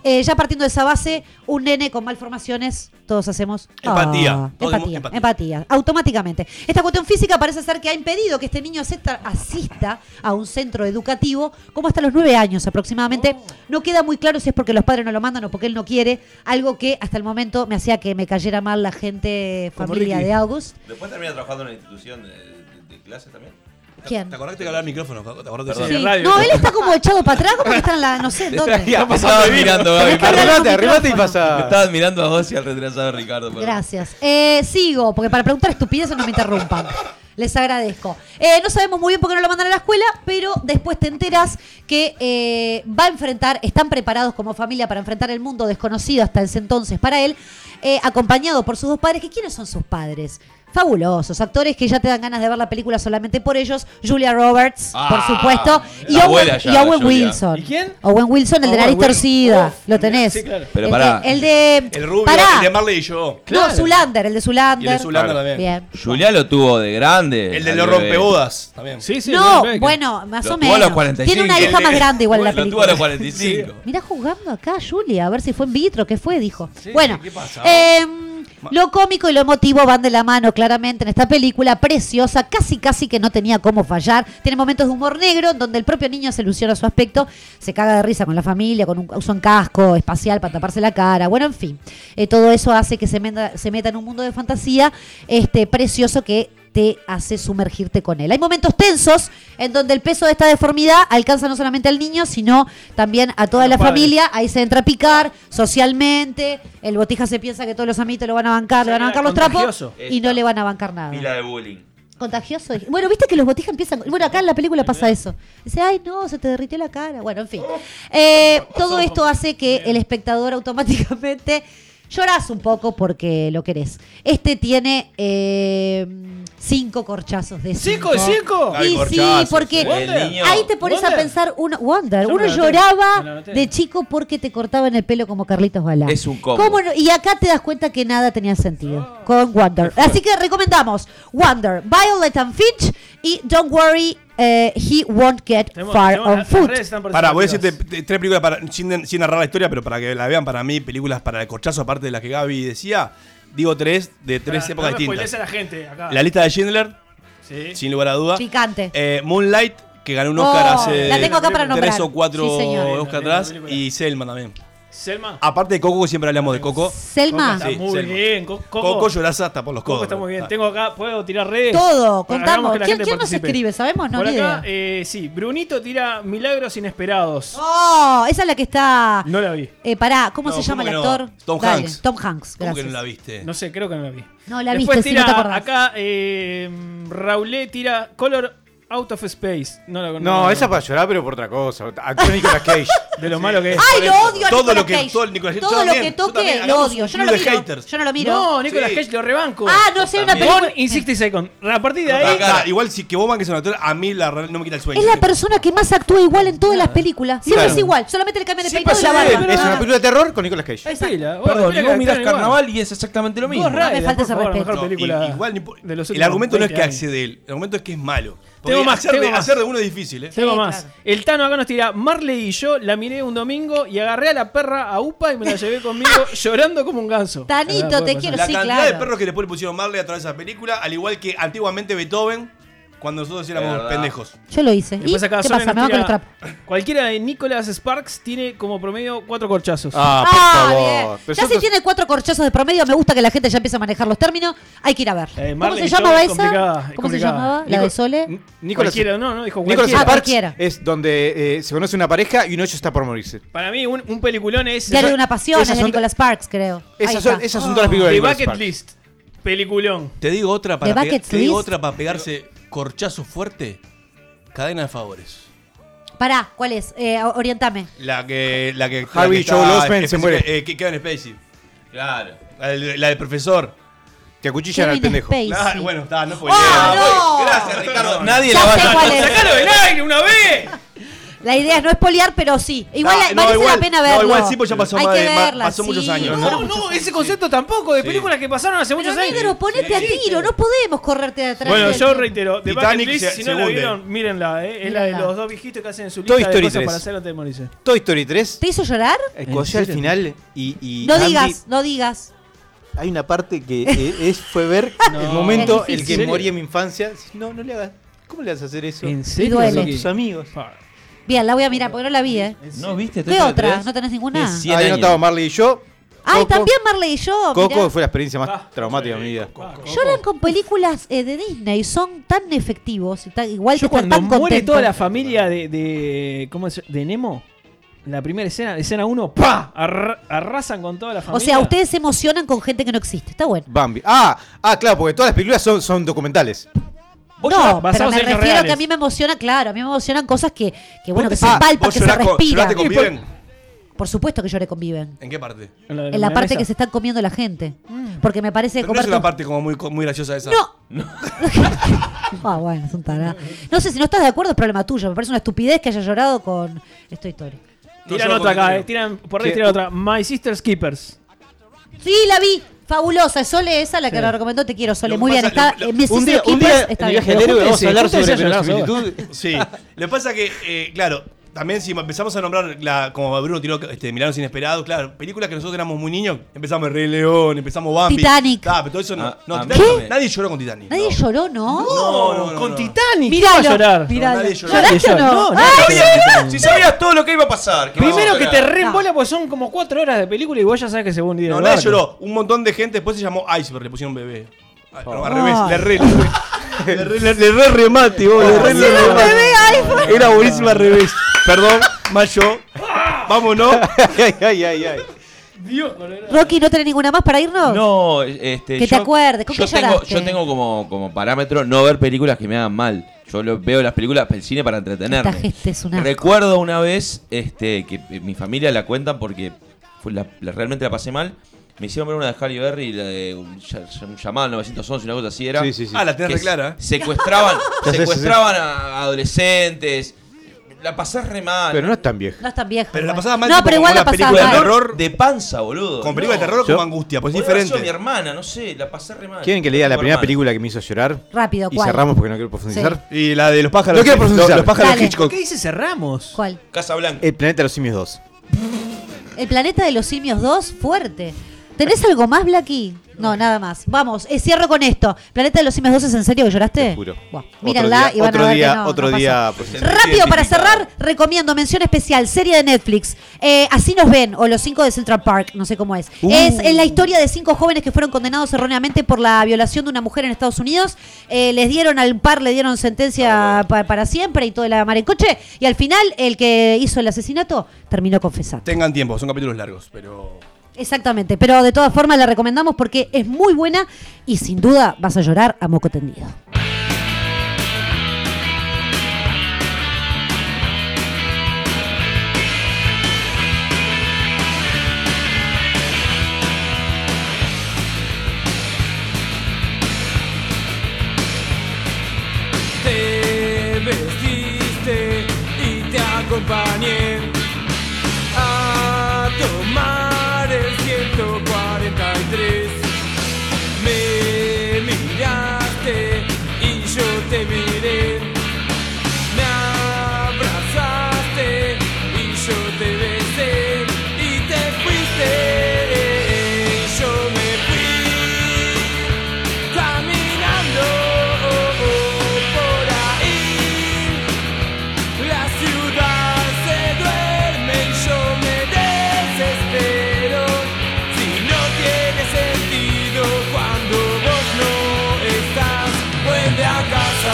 [SPEAKER 6] Eh, ya partiendo de esa base, un nene con malformaciones, todos hacemos
[SPEAKER 4] Empatía.
[SPEAKER 6] ah,
[SPEAKER 4] Todos
[SPEAKER 6] empatía,
[SPEAKER 4] hacemos
[SPEAKER 6] empatía, automáticamente. Esta cuestión física parece ser que ha impedido que este niño asista, asista a un centro educativo como hasta los nueve años aproximadamente. No queda muy claro si es porque los padres no lo mandan o porque él no quiere, algo que hasta el momento me hacía que me cayera mal la gente familia de August.
[SPEAKER 5] Después termina trabajando en una institución de, de- de clases también.
[SPEAKER 6] ¿Quién?
[SPEAKER 4] ¿Te acordás que hablar al micrófono? ¿Te acordás de
[SPEAKER 5] Perdón.
[SPEAKER 4] eso?
[SPEAKER 5] Sí. Radio.
[SPEAKER 6] No, él está como echado para atrás, como que está en la, no sé, en dónde.
[SPEAKER 5] Ya, estaba mirando, Gaby.
[SPEAKER 6] que hablar
[SPEAKER 5] Arrimate,
[SPEAKER 6] con
[SPEAKER 5] arrimate y
[SPEAKER 6] micrófono.
[SPEAKER 5] pasa. Estaba mirando a vos y al retrasado Ricardo. perdón.
[SPEAKER 6] Gracias. Eh, sigo, porque para preguntar estupideces no me interrumpan. Les agradezco. Eh, no sabemos muy bien por qué no lo mandan a la escuela, pero después te enteras que eh, va a enfrentar, están preparados como familia para enfrentar el mundo desconocido hasta ese entonces para él, eh, acompañado por sus dos padres. ¿Que ¿Quiénes son sus padres? Fabulosos, actores que ya te dan ganas de ver la película solamente por ellos. Julia Roberts,
[SPEAKER 18] Ah,
[SPEAKER 6] por supuesto, y
[SPEAKER 5] la
[SPEAKER 6] Owen,
[SPEAKER 5] abuela ya,
[SPEAKER 6] y Owen
[SPEAKER 5] Julia.
[SPEAKER 6] Wilson.
[SPEAKER 5] ¿Y
[SPEAKER 8] quién?
[SPEAKER 6] Owen Wilson, el de
[SPEAKER 4] Owen
[SPEAKER 6] nariz
[SPEAKER 4] Wilson.
[SPEAKER 6] torcida. lo tenés.
[SPEAKER 5] Pero
[SPEAKER 6] El
[SPEAKER 5] pará.
[SPEAKER 6] de- El de.
[SPEAKER 4] El rubio,
[SPEAKER 6] pará.
[SPEAKER 4] el de Marley y yo.
[SPEAKER 6] No, Zulander, el de Zulander.
[SPEAKER 4] Y el de Zoolander también.
[SPEAKER 6] Bien.
[SPEAKER 5] Juliá lo tuvo de grande.
[SPEAKER 4] El de
[SPEAKER 5] al
[SPEAKER 4] los
[SPEAKER 5] bebé.
[SPEAKER 4] rompebodas también.
[SPEAKER 8] Sí,
[SPEAKER 6] no, bueno, más
[SPEAKER 5] Lo
[SPEAKER 6] o
[SPEAKER 5] tuvo a
[SPEAKER 6] menos.
[SPEAKER 5] los 45.
[SPEAKER 6] Tiene una hija más grande igual en la
[SPEAKER 5] Lo tuvo a los
[SPEAKER 6] película.
[SPEAKER 5] 45.
[SPEAKER 6] Mirá jugando acá, Julia, a ver si fue en vitro, ¿qué fue? Dijo. bueno,
[SPEAKER 5] ¿qué pasa?
[SPEAKER 6] em, Lo cómico y lo emotivo van de la mano claramente en esta película preciosa, casi casi que no tenía cómo fallar. Tiene momentos de humor negro en donde el propio niño se ilusiona su aspecto, se caga de risa con la familia, con un usa un casco espacial para taparse la cara, bueno, en fin. Eh, todo eso hace que se, menda- se meta en un mundo de fantasía este precioso que te hace sumergirte con él. Hay momentos tensos en donde el peso de esta deformidad alcanza no solamente al niño, sino también a toda la
[SPEAKER 18] padres.
[SPEAKER 6] familia. Ahí se entra a picar socialmente. El botija se piensa que todos los amitos lo van a bancar, le van a bancar los trapos
[SPEAKER 5] contagioso.
[SPEAKER 6] y no le van a bancar nada.
[SPEAKER 5] Pila de bullying.
[SPEAKER 6] Contagioso. dije. Bueno, viste que los botijas empiezan. Bueno, acá en la película pasa
[SPEAKER 8] ¿eh?
[SPEAKER 6] eso. Dice, ay, no, se te derritió la cara. Bueno, en fin.
[SPEAKER 8] Oh.
[SPEAKER 6] Eh, todo esto hace que el espectador automáticamente lloras un poco porque lo querés. Este tiene eh, cinco corchazos de
[SPEAKER 8] ¿Cinco
[SPEAKER 6] cinco.
[SPEAKER 8] de cinco? Ay,
[SPEAKER 6] Y sí,
[SPEAKER 8] corchazos,
[SPEAKER 6] porque
[SPEAKER 8] ¿Wonder? El niño.
[SPEAKER 6] ahí te pones a
[SPEAKER 8] ¿Wonder?
[SPEAKER 6] pensar, uno, Wonder,
[SPEAKER 8] Yo me
[SPEAKER 6] uno
[SPEAKER 8] lo anoté,
[SPEAKER 6] lloraba
[SPEAKER 8] me lo anoté.
[SPEAKER 6] de chico porque te cortaban el pelo como Carlitos Balá.
[SPEAKER 5] Es un combo.
[SPEAKER 6] ¿Cómo no? Y acá te das cuenta que nada tenía sentido con Wonder. Así que recomendamos Wonder, Violet and Finch y Don't Worry, eh, He Won't Get Far on Foot.
[SPEAKER 4] Pará, voy a decirte t- tres películas para, sin, sin narrar la historia, pero para que la vean para mí, películas para el corchazo, aparte de las que Gaby decía. Digo tres de tres
[SPEAKER 8] Pará,
[SPEAKER 4] épocas
[SPEAKER 8] no me spoilees
[SPEAKER 4] distintas.
[SPEAKER 8] a la gente acá.
[SPEAKER 4] lista de Schindler,
[SPEAKER 8] Sí.
[SPEAKER 4] sin lugar a duda.
[SPEAKER 6] Picante.
[SPEAKER 4] Eh, Moonlight, que ganó un
[SPEAKER 6] Oh,
[SPEAKER 4] Oscar hace
[SPEAKER 6] la tengo acá para
[SPEAKER 4] tres
[SPEAKER 6] nombrar.
[SPEAKER 4] o cuatro
[SPEAKER 6] Sí, señor.
[SPEAKER 4] Oscar atrás. Y Selma también.
[SPEAKER 8] Selma.
[SPEAKER 4] Aparte de Coco, que siempre hablamos de Coco.
[SPEAKER 6] Selma.
[SPEAKER 8] Está
[SPEAKER 4] Sí,
[SPEAKER 8] muy
[SPEAKER 4] Selma.
[SPEAKER 8] bien. Co- Coco,
[SPEAKER 4] Coco llorás hasta por los
[SPEAKER 8] Coco
[SPEAKER 4] codos.
[SPEAKER 8] está muy bien. Tengo acá, puedo tirar redes.
[SPEAKER 6] Todo,
[SPEAKER 8] Bueno, hagamos
[SPEAKER 6] contamos.
[SPEAKER 8] que la
[SPEAKER 6] ¿Quién,
[SPEAKER 8] gente
[SPEAKER 6] quién nos
[SPEAKER 8] participe.
[SPEAKER 6] escribe? Sabemos, no,
[SPEAKER 8] Por
[SPEAKER 6] ni
[SPEAKER 8] acá,
[SPEAKER 6] idea.
[SPEAKER 8] eh, sí, Brunito tira Milagros Inesperados.
[SPEAKER 6] Oh, esa es la que está.
[SPEAKER 8] No la vi.
[SPEAKER 6] Eh, pará, ¿cómo
[SPEAKER 8] No,
[SPEAKER 6] se llama el
[SPEAKER 8] ¿cómo que no?
[SPEAKER 6] actor?
[SPEAKER 8] Tom
[SPEAKER 6] Dale,
[SPEAKER 8] Hanks.
[SPEAKER 6] Tom Hanks,
[SPEAKER 8] ¿Cómo que
[SPEAKER 6] gracias.
[SPEAKER 8] no la
[SPEAKER 4] viste?
[SPEAKER 8] No sé, creo que no la vi.
[SPEAKER 6] No la
[SPEAKER 8] Después
[SPEAKER 6] viste, si no te
[SPEAKER 8] tira
[SPEAKER 6] acordás.
[SPEAKER 8] acá eh, Raulé tira Color Out of Space. No, la-
[SPEAKER 7] No, esa para llorar, pero por otra cosa. Actuó Nicolas Cage.
[SPEAKER 8] De lo malo que es.
[SPEAKER 6] ¡Ay, lo odio a
[SPEAKER 7] Todo
[SPEAKER 6] Nicolas
[SPEAKER 7] lo que-
[SPEAKER 6] Cage!
[SPEAKER 7] todo el Nicolas Cage, yo
[SPEAKER 6] Todo lo
[SPEAKER 7] también,
[SPEAKER 6] que
[SPEAKER 7] yo
[SPEAKER 6] toque
[SPEAKER 7] también,
[SPEAKER 6] lo
[SPEAKER 7] hagamos
[SPEAKER 6] odio.
[SPEAKER 7] un
[SPEAKER 6] Yo no lo
[SPEAKER 7] club
[SPEAKER 6] miro.
[SPEAKER 7] de haters.
[SPEAKER 6] Yo no lo miro.
[SPEAKER 8] No, Nicolas
[SPEAKER 6] Sí.
[SPEAKER 8] Cage lo rebanco.
[SPEAKER 6] Ah, no sé, una
[SPEAKER 8] Con
[SPEAKER 6] película.
[SPEAKER 8] Insecti Second. A partir de
[SPEAKER 4] Ah,
[SPEAKER 8] ahí.
[SPEAKER 4] ah, igual si que vos manques un actor, a mí la verdad no me quita el sueño.
[SPEAKER 6] Es la persona que más actúa igual en todas las películas. Siempre
[SPEAKER 4] Claro.
[SPEAKER 6] es igual, solamente le cambian el
[SPEAKER 7] Siempre
[SPEAKER 6] peinado y la
[SPEAKER 7] es él.
[SPEAKER 6] barba.
[SPEAKER 7] Es una película de terror con Nicolas Cage.
[SPEAKER 6] Exacto.
[SPEAKER 5] Perdón,
[SPEAKER 8] mira
[SPEAKER 5] y
[SPEAKER 8] que
[SPEAKER 5] vos mirás
[SPEAKER 8] actúan igual.
[SPEAKER 5] carnaval y es exactamente lo mismo.
[SPEAKER 8] Vos, Ryder, No me faltes por favor, al respeto.
[SPEAKER 4] No,
[SPEAKER 8] mejor película
[SPEAKER 4] i- igual ni po-
[SPEAKER 8] de los
[SPEAKER 4] el
[SPEAKER 8] últimos
[SPEAKER 4] argumento no es
[SPEAKER 8] 20
[SPEAKER 4] que
[SPEAKER 8] años.
[SPEAKER 4] accede él, el argumento es que es malo. Porque
[SPEAKER 8] Tengo más,
[SPEAKER 4] hacer,
[SPEAKER 8] tengo
[SPEAKER 4] de,
[SPEAKER 8] más.
[SPEAKER 4] hacer de uno es difícil, ¿eh?
[SPEAKER 8] Tengo más. El Tano acá nos tira. Marley y yo la miré un domingo y agarré a la perra a UPA y me la llevé conmigo llorando como un ganso. Ah, puede pasar.
[SPEAKER 4] La cantidad de perros que después le pusieron Marley a través de esa película, al igual que antiguamente Beethoven, cuando nosotros
[SPEAKER 5] Es
[SPEAKER 4] éramos
[SPEAKER 5] verdad.
[SPEAKER 4] pendejos.
[SPEAKER 6] Yo lo hice. ¿Y
[SPEAKER 8] Después
[SPEAKER 6] qué
[SPEAKER 8] acá
[SPEAKER 6] pasa?
[SPEAKER 8] Solen
[SPEAKER 6] Me
[SPEAKER 8] nos
[SPEAKER 6] van con los
[SPEAKER 8] tira,
[SPEAKER 6] trapos.
[SPEAKER 8] Cualquiera de Nicolas Sparks tiene como promedio cuatro corchazos.
[SPEAKER 7] Ah, por favor. Pero
[SPEAKER 6] Ya si
[SPEAKER 7] nosotros-
[SPEAKER 6] tiene cuatro corchazos de promedio, me gusta que la gente ya empiece a manejar los términos. Hay que ir a ver.
[SPEAKER 8] Eh,
[SPEAKER 6] ¿Cómo
[SPEAKER 8] Marley
[SPEAKER 6] se
[SPEAKER 8] y yo
[SPEAKER 6] llamaba
[SPEAKER 8] es complicada,
[SPEAKER 6] esa?
[SPEAKER 8] es
[SPEAKER 6] ¿Cómo se
[SPEAKER 8] complicada. Mm,
[SPEAKER 6] llamaba? ¿La de
[SPEAKER 7] Nico-
[SPEAKER 6] Sole?
[SPEAKER 7] Nicolas
[SPEAKER 8] Cualquiera, no, no, dijo
[SPEAKER 7] Nicolas
[SPEAKER 8] cualquiera.
[SPEAKER 7] Sparks
[SPEAKER 6] Ah, Cualquiera.
[SPEAKER 7] es donde eh, se conoce una pareja y un hecho está por morirse.
[SPEAKER 8] Para mí, un, un peliculón es.
[SPEAKER 6] Diario de una pasión, es de Nicolas Sparks, creo. Ahí
[SPEAKER 7] Esas son,
[SPEAKER 6] está.
[SPEAKER 7] esas son todas las películas de
[SPEAKER 8] The
[SPEAKER 7] Nicolas
[SPEAKER 8] Bucket
[SPEAKER 7] Sparks.
[SPEAKER 8] List. Peliculón.
[SPEAKER 4] Te digo otra para,
[SPEAKER 8] The
[SPEAKER 4] pega-
[SPEAKER 8] Bucket
[SPEAKER 4] te digo
[SPEAKER 8] List.
[SPEAKER 4] otra para pegarse corchazo fuerte, cadena de favores.
[SPEAKER 6] Pará, ¿cuál es? Eh, orientame.
[SPEAKER 4] La que. La que
[SPEAKER 7] Harvey
[SPEAKER 4] la que
[SPEAKER 7] Joel
[SPEAKER 4] está-
[SPEAKER 7] Osment se muere.
[SPEAKER 4] eh, que- Kevin Spacey.
[SPEAKER 5] Claro.
[SPEAKER 4] La del, la del profesor.
[SPEAKER 7] Que acuchillan al pendejo.
[SPEAKER 4] Claro, bueno, está, no fue.
[SPEAKER 6] ¡Ah, no!
[SPEAKER 4] Gracias, Ricardo.
[SPEAKER 5] Nadie
[SPEAKER 6] Ya
[SPEAKER 5] la va a
[SPEAKER 6] sé cuál es.
[SPEAKER 8] ¡Sácalo del aire una vez!
[SPEAKER 6] La idea es no espolear, pero sí. Igual
[SPEAKER 4] No,
[SPEAKER 6] vale
[SPEAKER 4] no, igual-
[SPEAKER 6] la pena
[SPEAKER 4] no,
[SPEAKER 6] verlo.
[SPEAKER 4] igual sí, pues ya pasó
[SPEAKER 6] Hay
[SPEAKER 4] más
[SPEAKER 6] que
[SPEAKER 4] de- ma-
[SPEAKER 6] verla,
[SPEAKER 4] pasó muchos
[SPEAKER 6] sí.
[SPEAKER 4] años,
[SPEAKER 8] No, no, ese concepto tampoco, de
[SPEAKER 4] Sí.
[SPEAKER 8] películas que pasaron hace
[SPEAKER 6] Pero
[SPEAKER 8] muchos años.
[SPEAKER 6] negro, ponete a tiro, no podemos correrte de atrás.
[SPEAKER 8] Bueno,
[SPEAKER 6] del
[SPEAKER 8] yo
[SPEAKER 6] tiempo.
[SPEAKER 8] reitero, The Bucket
[SPEAKER 7] Titanic
[SPEAKER 8] List,
[SPEAKER 7] se-
[SPEAKER 8] si
[SPEAKER 7] se
[SPEAKER 8] no la
[SPEAKER 7] hunde.
[SPEAKER 8] vieron, mírenla, eh. Es la de
[SPEAKER 6] Mírenla.
[SPEAKER 8] los dos viejitos que hacen su lista
[SPEAKER 7] Toy
[SPEAKER 8] de
[SPEAKER 7] Story
[SPEAKER 8] cosas
[SPEAKER 7] 3.
[SPEAKER 8] para hacer antes de morirse.
[SPEAKER 7] Toy Story 3.
[SPEAKER 6] ¿Te hizo llorar?
[SPEAKER 7] Escollé al final y. y
[SPEAKER 6] No
[SPEAKER 7] Andy-
[SPEAKER 6] digas, no digas.
[SPEAKER 7] Hay una parte que eh, es, fue ver el momento
[SPEAKER 6] Es
[SPEAKER 7] el que
[SPEAKER 6] difícil.
[SPEAKER 7] moría en mi infancia. Decís, No, no le hagas. ¿Cómo le vas a hacer eso?
[SPEAKER 8] ¿En Ah.
[SPEAKER 6] serio? duele.
[SPEAKER 7] Son tus amigos.
[SPEAKER 6] Bien, la voy a mirar porque no la vi, ¿eh?
[SPEAKER 5] ¿No viste?
[SPEAKER 6] ¿Qué otra? ¿No tenés ninguna?
[SPEAKER 7] Había anotado Ah, Marley y yo.
[SPEAKER 6] Ay,
[SPEAKER 7] Coco.
[SPEAKER 6] también Marley y yo.
[SPEAKER 7] Coco
[SPEAKER 6] mirá.
[SPEAKER 7] fue la experiencia más
[SPEAKER 8] Ah,
[SPEAKER 7] traumática de mi vida.
[SPEAKER 6] Lloran con películas eh, de Disney, son tan efectivos, y tan- igual que
[SPEAKER 8] Yo
[SPEAKER 6] están
[SPEAKER 8] cuando
[SPEAKER 6] tan
[SPEAKER 8] muere
[SPEAKER 6] contentos.
[SPEAKER 8] toda la familia de, de ¿cómo es? de Nemo, la primera escena, escena 1, pa, Arra- arrasan con toda la familia.
[SPEAKER 6] O sea, ustedes se emocionan con gente que no existe, está bueno.
[SPEAKER 7] Bambi. Ah, ah, claro, porque todas las películas son, son documentales.
[SPEAKER 6] No, pero
[SPEAKER 8] Ah, basados
[SPEAKER 6] me
[SPEAKER 8] en hechos
[SPEAKER 6] refiero
[SPEAKER 8] reales.
[SPEAKER 6] que a mí me emociona, claro, a mí me emocionan cosas que, que bueno, que se
[SPEAKER 4] Ah,
[SPEAKER 6] palpan,
[SPEAKER 4] vos
[SPEAKER 6] que se
[SPEAKER 4] llorás con-
[SPEAKER 6] respiran.
[SPEAKER 4] lloraste con
[SPEAKER 6] Y por-
[SPEAKER 4] Viven.
[SPEAKER 6] Por supuesto que lloré con Viven.
[SPEAKER 4] ¿En qué parte?
[SPEAKER 6] En la parte que se están comiendo la gente.
[SPEAKER 8] Mm.
[SPEAKER 6] Porque me parece que
[SPEAKER 4] Pero no es
[SPEAKER 6] comer
[SPEAKER 4] una parte como muy, muy graciosa esa.
[SPEAKER 6] No. Ah, bueno, es un tarado. No sé, si no estás de acuerdo es problema tuyo. Me parece una estupidez que haya llorado con esta historia.
[SPEAKER 8] Tiran
[SPEAKER 4] No, yo
[SPEAKER 8] otra acá,
[SPEAKER 4] comentario.
[SPEAKER 8] eh, tiran, por ahí
[SPEAKER 4] ¿Qué?
[SPEAKER 8] tiran otra. My Sister's Keepers.
[SPEAKER 6] Sí, la vi. Fabulosa. Sole, esa la que
[SPEAKER 8] Sí.
[SPEAKER 6] la recomendó. Te quiero, Sole.
[SPEAKER 4] Lo que
[SPEAKER 6] Muy bien.
[SPEAKER 4] pasa-
[SPEAKER 6] Está,
[SPEAKER 4] lo-
[SPEAKER 6] eh, Mrs.
[SPEAKER 7] un día- un
[SPEAKER 6] Keepers
[SPEAKER 7] día
[SPEAKER 6] está
[SPEAKER 7] en el
[SPEAKER 6] bien.
[SPEAKER 7] viaje del héroe vamos a hablar
[SPEAKER 4] Júntense,
[SPEAKER 7] sobre
[SPEAKER 4] júntense a llorar
[SPEAKER 7] verosimilitud.
[SPEAKER 4] Sí. Lo que pasa que, eh, claro, también si empezamos a nombrar, la, como Bruno tiró este, Milagros Inesperados, claro, películas que nosotros éramos muy niños, empezamos El Rey León, empezamos Bambi.
[SPEAKER 6] Titanic.
[SPEAKER 4] Ah, pero todo eso no.
[SPEAKER 5] Ah,
[SPEAKER 4] no,
[SPEAKER 5] ah,
[SPEAKER 4] Titanic no,
[SPEAKER 5] ¿Qué?
[SPEAKER 4] nadie lloró con Titanic.
[SPEAKER 6] Nadie lloró, ¿no?
[SPEAKER 4] No, no, no,
[SPEAKER 6] con
[SPEAKER 4] no.
[SPEAKER 6] Titanic.
[SPEAKER 8] ¿qué va a llorar?
[SPEAKER 6] Miralo.
[SPEAKER 4] nadie lloró.
[SPEAKER 6] ¿Lloraste o no?
[SPEAKER 8] No,
[SPEAKER 6] ¡Ay,
[SPEAKER 8] nadie lloró.
[SPEAKER 5] Si sabías todo lo que iba a pasar.
[SPEAKER 8] Primero que te
[SPEAKER 5] re
[SPEAKER 8] reembola porque son como cuatro horas de película y vos ya sabes que se va a hundir el
[SPEAKER 4] No, nadie
[SPEAKER 8] barco.
[SPEAKER 4] lloró. Un montón de gente después se llamó Iceberg, le pusieron bebé. Ah, no, al
[SPEAKER 8] Ay.
[SPEAKER 4] revés, le re, le re. Le re, le- le re remate, vos, le re, le
[SPEAKER 6] Pusieron
[SPEAKER 4] remate.
[SPEAKER 6] bebé Iceberg.
[SPEAKER 4] Era buenísimo al revés. Perdón, Mayo. Vámonos.
[SPEAKER 7] ay, ay, ay, ay.
[SPEAKER 6] Rocky, ¿no tenés ninguna más para irnos?
[SPEAKER 5] No, este.
[SPEAKER 6] Que te acuerdes, ¿con
[SPEAKER 5] yo
[SPEAKER 6] qué
[SPEAKER 5] tengo,
[SPEAKER 6] lloraste?
[SPEAKER 5] yo tengo como, como parámetro no ver películas que me hagan mal. Yo lo- veo las películas del cine para
[SPEAKER 6] Esta
[SPEAKER 5] entretenerme.
[SPEAKER 6] gente es una.
[SPEAKER 5] Recuerdo una vez este, que eh, mi familia la cuenta porque fue la- la- realmente la pasé mal. Me hicieron ver una de Harry Berry, y la de un, ll- un llamado al 911, una cosa así era.
[SPEAKER 4] Sí, sí, sí. Ah, la tenés
[SPEAKER 5] Que
[SPEAKER 4] re clara,
[SPEAKER 5] se- Secuestraban,
[SPEAKER 7] Ya sé,
[SPEAKER 5] secuestraban a adolescentes. La pasás re mal.
[SPEAKER 7] Pero no es tan vieja.
[SPEAKER 6] No es tan viejo.
[SPEAKER 4] Pero la
[SPEAKER 6] igual.
[SPEAKER 4] pasaba mal.
[SPEAKER 6] No,
[SPEAKER 4] tipo
[SPEAKER 6] pero
[SPEAKER 4] como
[SPEAKER 6] igual la
[SPEAKER 4] una
[SPEAKER 6] pasaba
[SPEAKER 4] película de
[SPEAKER 6] mal.
[SPEAKER 4] terror.
[SPEAKER 5] De panza, boludo.
[SPEAKER 4] Con película de
[SPEAKER 5] No.
[SPEAKER 4] terror o
[SPEAKER 7] Yo-
[SPEAKER 4] con angustia, pues es
[SPEAKER 5] Boludo, nació mi
[SPEAKER 4] diferente.
[SPEAKER 5] hermana, no sé, la pasé re mal.
[SPEAKER 7] ¿Quieren que lea la
[SPEAKER 5] Muy
[SPEAKER 7] primera
[SPEAKER 5] mal.
[SPEAKER 7] película que me hizo llorar?
[SPEAKER 6] Rápido,
[SPEAKER 7] Y
[SPEAKER 6] ¿cuál?
[SPEAKER 7] cerramos porque no quiero profundizar.
[SPEAKER 4] Y la de los pájaros.
[SPEAKER 7] No quiero profundizar.
[SPEAKER 4] Los pájaros
[SPEAKER 6] Dale.
[SPEAKER 4] Hitchcock.
[SPEAKER 8] ¿Qué dice cerramos?
[SPEAKER 6] ¿Cuál?
[SPEAKER 5] Casa Blanca.
[SPEAKER 7] El planeta de los simios 2.
[SPEAKER 6] El planeta de los simios 2, fuerte. ¿Tenés algo más, Blacky? No, nada más. Vamos, eh, cierro con esto. ¿Planeta de los simios 2 es en serio que lloraste?
[SPEAKER 7] Juro.
[SPEAKER 6] Buah,
[SPEAKER 7] otro
[SPEAKER 6] mírenla
[SPEAKER 7] día,
[SPEAKER 6] y van
[SPEAKER 7] otro
[SPEAKER 6] a ver que
[SPEAKER 7] día,
[SPEAKER 6] no,
[SPEAKER 7] otro
[SPEAKER 6] no
[SPEAKER 7] día.
[SPEAKER 6] pasa.
[SPEAKER 7] pues,
[SPEAKER 6] Rápido, para cerrar, recomiendo mención especial, serie de Netflix. Eh, Así nos ven, o Los cinco de Central Park, no sé cómo es.
[SPEAKER 17] Uh.
[SPEAKER 6] Es en la historia de cinco jóvenes que fueron condenados erróneamente por la violación de una mujer en Estados Unidos. Eh, les dieron al par, le dieron sentencia pa- para siempre y toda la mar en coche. Y al final, el que hizo el asesinato terminó confesando.
[SPEAKER 4] Tengan tiempo, son capítulos largos, pero.
[SPEAKER 6] Exactamente, pero de todas formas la recomendamos porque es muy buena y sin duda vas a llorar a moco tendido.
[SPEAKER 2] Te vestiste y te acompañé a tomar el 143. Me miraste Oh, Oh,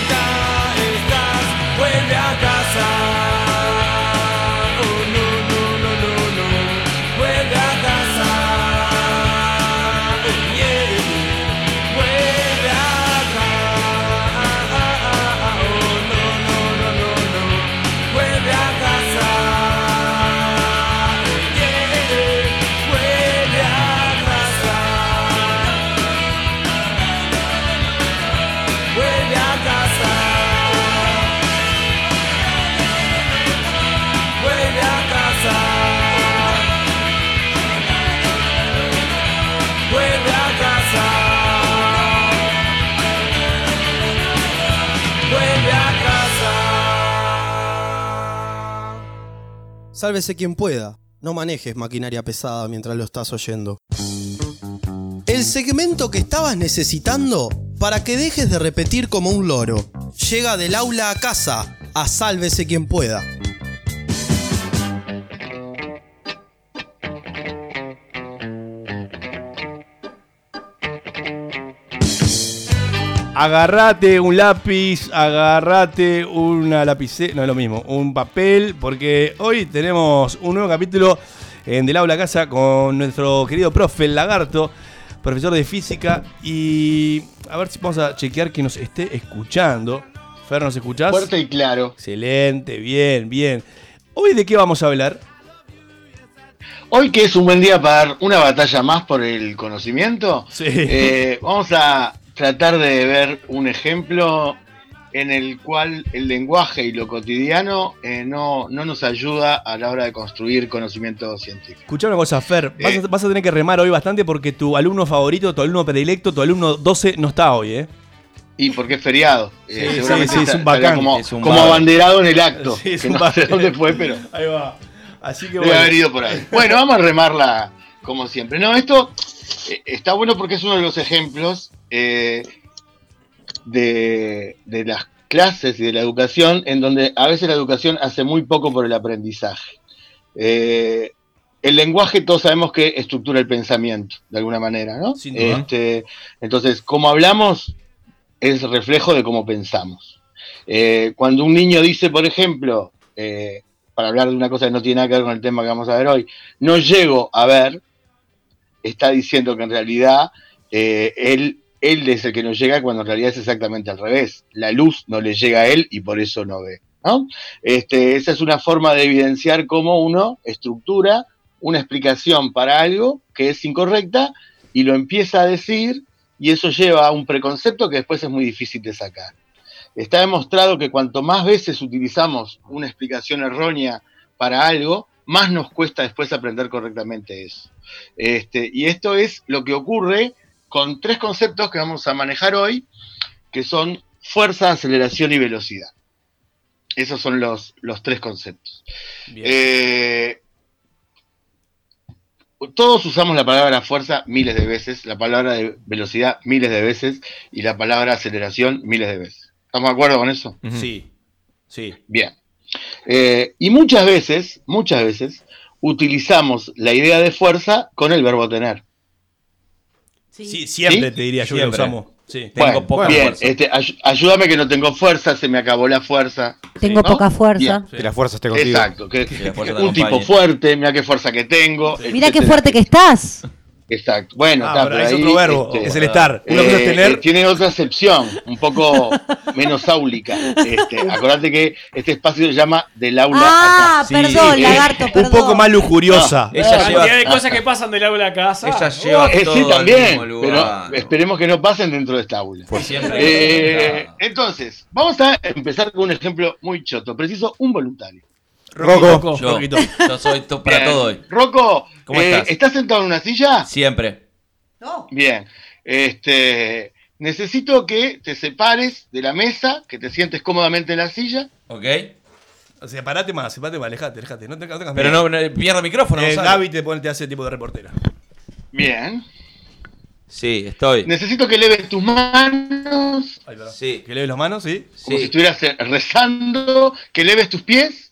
[SPEAKER 2] Oh,
[SPEAKER 10] Sálvese quien pueda. No manejes maquinaria pesada mientras lo estás oyendo. El segmento que estabas necesitando para que dejes de repetir como un loro. Llega del aula a casa, a sálvese quien pueda.
[SPEAKER 4] Agarrate un lápiz, agarrate una lapicera, no es lo mismo, un papel, porque hoy tenemos un nuevo capítulo en Del Aula a Casa con nuestro querido profe, el lagarto, profesor de física, y a ver si vamos a chequear que nos esté escuchando. Fer, ¿nos escuchás?
[SPEAKER 18] Fuerte y claro.
[SPEAKER 4] Excelente, bien, bien. ¿Hoy de qué vamos a hablar?
[SPEAKER 18] Hoy que es un buen día para dar una batalla más por el conocimiento, eh, vamos a tratar de ver un ejemplo en el cual el lenguaje y lo cotidiano eh, no, no nos ayuda a la hora de construir conocimiento científico.
[SPEAKER 4] Escuchá una cosa, Fer. Vas, a, vas a tener que remar hoy bastante porque tu alumno favorito, tu alumno predilecto, tu alumno 12 no está hoy, ¿eh?
[SPEAKER 18] Y porque es feriado.
[SPEAKER 4] Sí,
[SPEAKER 18] eh,
[SPEAKER 4] sí,
[SPEAKER 18] seguramente
[SPEAKER 4] sí, es
[SPEAKER 18] está-
[SPEAKER 4] un bacán,
[SPEAKER 18] estará Como,
[SPEAKER 4] es un
[SPEAKER 18] como
[SPEAKER 4] bacán.
[SPEAKER 18] abanderado en el acto.
[SPEAKER 4] Sí, es
[SPEAKER 18] que
[SPEAKER 4] un
[SPEAKER 18] no sé
[SPEAKER 4] bacán.
[SPEAKER 18] dónde fue, pero.
[SPEAKER 4] Ahí va. Así que
[SPEAKER 18] Debe haber ido por ahí. Bueno, vamos a remarla como siempre. No, esto eh, está bueno porque es uno de los ejemplos eh, de, de las clases y de la educación en donde a veces la educación hace muy poco por el aprendizaje. Eh, el lenguaje todos sabemos que estructura el pensamiento, de alguna manera, ¿no?
[SPEAKER 4] Sin duda.
[SPEAKER 18] Este, entonces, como hablamos es reflejo de cómo pensamos. Eh, cuando un niño dice, por ejemplo, eh, para hablar de una cosa que no tiene nada que ver con el tema que vamos a ver hoy, no llego a ver, está diciendo que en realidad eh, él, él es el que no llega cuando en realidad es exactamente al revés. La luz no le llega a él y por eso no ve. ¿no? Este, esa es una forma de evidenciar cómo uno estructura una explicación para algo que es incorrecta y lo empieza a decir y eso lleva a un preconcepto que después es muy difícil de sacar. Está demostrado que cuanto más veces utilizamos una explicación errónea para algo, más nos cuesta después aprender correctamente eso. Este, y esto es lo que ocurre con tres conceptos que vamos a manejar hoy, que son fuerza, aceleración y velocidad. Esos son los, los tres conceptos. Eh, todos usamos la palabra fuerza miles de veces, la palabra de velocidad miles de veces y la palabra aceleración miles de veces. ¿Estamos de acuerdo con eso?
[SPEAKER 4] Sí, sí.
[SPEAKER 18] Bien. Eh, y muchas veces, muchas veces, utilizamos la idea de fuerza con el verbo tener.
[SPEAKER 4] Sí, siempre
[SPEAKER 18] ¿Sí?
[SPEAKER 4] te diría yo que lo
[SPEAKER 18] Siempre.
[SPEAKER 4] usamos. Sí,
[SPEAKER 18] Bueno, bien, este, ay- ayúdame que no tengo fuerza, se me acabó la fuerza.
[SPEAKER 6] Tengo
[SPEAKER 18] ¿no?
[SPEAKER 6] poca fuerza.
[SPEAKER 18] Bien.
[SPEAKER 7] Que la fuerza esté contigo.
[SPEAKER 18] Exacto, que,
[SPEAKER 7] Que la fuerza te
[SPEAKER 18] un tipo
[SPEAKER 7] acompañe.
[SPEAKER 18] fuerte, mira qué fuerza que tengo.
[SPEAKER 6] Mira qué
[SPEAKER 18] etcétera.
[SPEAKER 6] fuerte que estás.
[SPEAKER 18] Exacto. Bueno,
[SPEAKER 4] Ah,
[SPEAKER 18] está,
[SPEAKER 4] pero
[SPEAKER 18] pero
[SPEAKER 4] es
[SPEAKER 18] ahí,
[SPEAKER 4] otro verbo, es el estar. Una
[SPEAKER 18] eh,
[SPEAKER 4] cosa es tener-
[SPEAKER 18] eh, Tiene otra acepción, un poco menos áulica. Este, acordate que este espacio se llama del aula.
[SPEAKER 6] Ah,
[SPEAKER 18] acá.
[SPEAKER 6] perdón,
[SPEAKER 18] eh,
[SPEAKER 6] lagarto,
[SPEAKER 4] Un poco más lujuriosa.
[SPEAKER 18] No, ella
[SPEAKER 8] La
[SPEAKER 18] lleva-
[SPEAKER 8] cantidad de cosas que pasan del aula a la casa.
[SPEAKER 18] Ella
[SPEAKER 8] lleva
[SPEAKER 18] Eh,
[SPEAKER 8] todo
[SPEAKER 18] sí,
[SPEAKER 8] al
[SPEAKER 18] también,
[SPEAKER 8] mismo lugar.
[SPEAKER 18] pero esperemos que no pasen dentro de esta aula.
[SPEAKER 8] siempre.
[SPEAKER 18] Eh, entonces, vamos a empezar con un ejemplo muy choto. Preciso un voluntario.
[SPEAKER 5] Rocco. Yo, yo soy to- para
[SPEAKER 18] Bien.
[SPEAKER 5] todo hoy.
[SPEAKER 18] Rocco,
[SPEAKER 5] ¿Cómo
[SPEAKER 18] eh,
[SPEAKER 5] estás?
[SPEAKER 18] sentado en una silla?
[SPEAKER 5] Siempre.
[SPEAKER 18] Bien. Este, necesito que te separes de la mesa, que te sientes cómodamente en la silla.
[SPEAKER 5] ¿Ok?
[SPEAKER 4] Separate más, separate más, alejate, alejate. No te, no tengas
[SPEAKER 5] Pero
[SPEAKER 4] miedo.
[SPEAKER 5] no, no, pierdo el micrófono,
[SPEAKER 4] Eh,
[SPEAKER 5] Gonzalo.
[SPEAKER 4] Gaby te, pone, te hace tipo de reportera.
[SPEAKER 18] Bien.
[SPEAKER 5] Sí, estoy.
[SPEAKER 18] Necesito que leves tus manos,
[SPEAKER 5] Sí.
[SPEAKER 4] ¿Que leves las manos? Sí.
[SPEAKER 18] como si estuvieras eh, rezando, que leves tus pies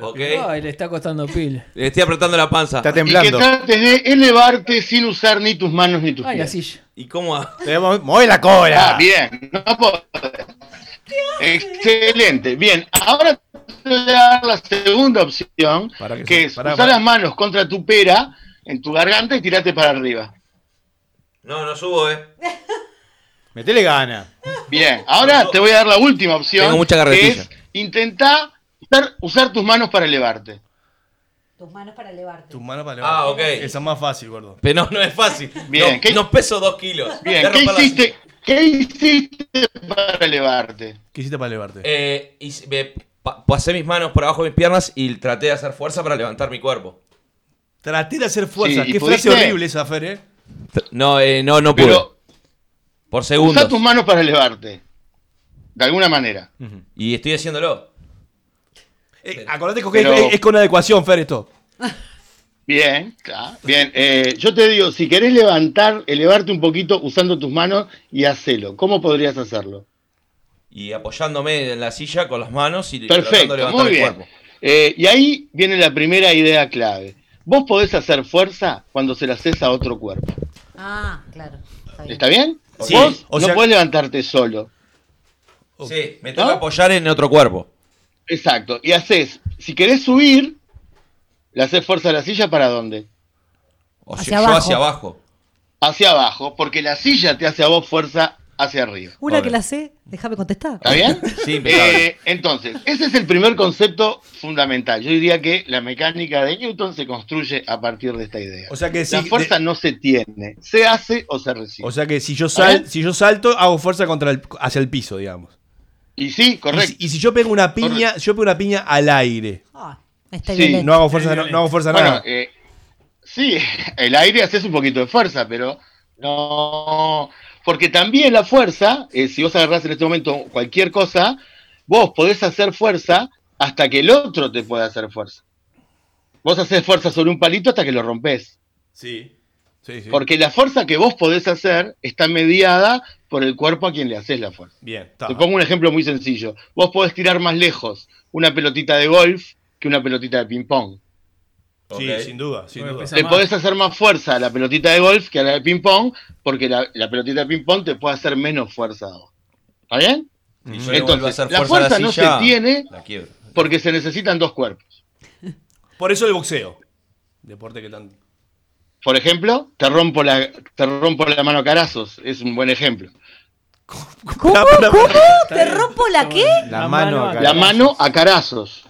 [SPEAKER 5] Ok.
[SPEAKER 8] Ay, le está costando pila.
[SPEAKER 5] Le estoy apretando la panza. Está
[SPEAKER 18] y que trates de elevarte sin usar ni tus manos ni tus
[SPEAKER 8] Ay, la
[SPEAKER 18] pies.
[SPEAKER 8] silla.
[SPEAKER 5] ¿Y cómo? ha-
[SPEAKER 7] Mueve la cola.
[SPEAKER 18] Ah, bien, no podés. Excelente. Bien, ahora te voy a dar la segunda opción, que, es
[SPEAKER 5] pará,
[SPEAKER 18] usar
[SPEAKER 5] pará.
[SPEAKER 18] las manos contra tu pera, en tu garganta y tirarte para arriba.
[SPEAKER 5] No, no subo, eh.
[SPEAKER 7] Metele gana.
[SPEAKER 18] Bien, ahora te voy a dar la última opción,
[SPEAKER 5] Tengo mucha
[SPEAKER 18] que
[SPEAKER 5] garretilla.
[SPEAKER 18] es intentar usar tus manos para elevarte.
[SPEAKER 6] Tus manos para elevarte.
[SPEAKER 4] Tus manos para levantar.
[SPEAKER 5] Ah, ok.
[SPEAKER 4] Esa es más fácil, gordo.
[SPEAKER 5] Pero no, no es fácil.
[SPEAKER 18] Bien,
[SPEAKER 5] no,
[SPEAKER 18] ¿qué-
[SPEAKER 5] no peso dos kilos. Voy
[SPEAKER 18] Bien,
[SPEAKER 5] a
[SPEAKER 18] ¿qué
[SPEAKER 5] romper la-
[SPEAKER 18] hiciste, ¿qué hiciste para elevarte?
[SPEAKER 4] ¿Qué hiciste para elevarte?
[SPEAKER 5] Eh, hice- me pa- pasé mis manos por abajo de mis piernas y traté de hacer fuerza para levantar mi cuerpo.
[SPEAKER 4] Traté de hacer fuerza.
[SPEAKER 5] Sí, ¿y
[SPEAKER 4] Qué frase
[SPEAKER 5] pudiste?
[SPEAKER 4] horrible esa, Fer, eh.
[SPEAKER 5] Tr- No, eh, no, no pude.
[SPEAKER 18] Pero-
[SPEAKER 5] por segundos.
[SPEAKER 18] Usa tus manos para elevarte, de alguna manera.
[SPEAKER 5] Y estoy haciéndolo.
[SPEAKER 4] Eh, acordate que
[SPEAKER 18] Pero-
[SPEAKER 4] es, es con adecuación, Fer, esto.
[SPEAKER 18] Bien, claro. Bien, eh, yo te digo, si querés levantar, elevarte un poquito usando tus manos y hacelo. ¿Cómo podrías hacerlo?
[SPEAKER 5] Y apoyándome en la silla con las manos y tratando de
[SPEAKER 18] Perfecto,
[SPEAKER 5] levantar
[SPEAKER 18] muy
[SPEAKER 5] el
[SPEAKER 18] bien.
[SPEAKER 5] cuerpo.
[SPEAKER 18] Eh, y ahí viene la primera idea clave. Vos podés hacer fuerza cuando se la haces a otro cuerpo.
[SPEAKER 6] Ah, claro.
[SPEAKER 18] ¿Está bien?
[SPEAKER 5] Sí,
[SPEAKER 18] Vos
[SPEAKER 5] o
[SPEAKER 18] no
[SPEAKER 5] sea-
[SPEAKER 18] podés levantarte solo.
[SPEAKER 5] Sí, me tengo que apoyar en otro cuerpo.
[SPEAKER 18] Exacto. Y haces, si querés subir, le haces fuerza a la silla para dónde?
[SPEAKER 5] O sea, Hacia yo abajo. hacia abajo.
[SPEAKER 18] Hacia abajo, porque la silla te hace a vos fuerza hacia arriba.
[SPEAKER 6] Una que la sé, déjame contestar.
[SPEAKER 18] ¿Está bien?
[SPEAKER 5] Sí,
[SPEAKER 6] impecable.
[SPEAKER 18] Eh, entonces, ese es el primer concepto fundamental. Yo diría que la mecánica de Newton se construye a partir de esta idea.
[SPEAKER 4] O sea que
[SPEAKER 18] la
[SPEAKER 4] sí,
[SPEAKER 18] fuerza no se tiene, se hace o se recibe.
[SPEAKER 4] O sea que si yo,
[SPEAKER 18] ¿Está
[SPEAKER 4] sal,
[SPEAKER 18] bien?
[SPEAKER 4] si yo salto, hago fuerza contra el, hacia el piso, digamos.
[SPEAKER 18] Y sí, correcto.
[SPEAKER 4] Y si, yo pego una piña, yo pego una piña al aire.
[SPEAKER 6] Está
[SPEAKER 18] Sí.
[SPEAKER 4] No hago fuerza, no, no hago fuerza
[SPEAKER 18] Bueno,
[SPEAKER 4] nada.
[SPEAKER 18] eh, sí, el aire haces un poquito de fuerza, pero no. Porque también la fuerza, eh, si vos agarrás en este momento cualquier cosa, vos podés hacer fuerza hasta que el otro te pueda hacer fuerza. Vos haces fuerza sobre un palito hasta que lo rompes.
[SPEAKER 4] Sí. Sí, sí.
[SPEAKER 18] Porque la fuerza que vos podés hacer está mediada por el cuerpo a quien le haces la fuerza.
[SPEAKER 4] Bien, está.
[SPEAKER 18] Te pongo un ejemplo muy sencillo. Vos podés tirar más lejos una pelotita de golf que una pelotita de ping-pong.
[SPEAKER 4] Sí, sin duda, sin duda.
[SPEAKER 18] Le podés hacer más fuerza a la pelotita de golf que a la de ping-pong, porque la, la pelotita de ping-pong te puede hacer menos fuerza a vos. ¿Está bien?
[SPEAKER 5] Y yo le vuelvo a hacer
[SPEAKER 18] la
[SPEAKER 5] fuerza a la
[SPEAKER 18] fuerza no se
[SPEAKER 5] silla,
[SPEAKER 18] tiene
[SPEAKER 5] la quiebro.
[SPEAKER 18] porque se necesitan dos cuerpos.
[SPEAKER 4] Por eso el boxeo. Deporte que tan.
[SPEAKER 18] Por ejemplo, te rompo la, te rompo la mano a carazos, es un buen ejemplo.
[SPEAKER 6] ¿Cómo? ¿Cómo? ¿Te rompo la qué?
[SPEAKER 18] La mano, a carazos.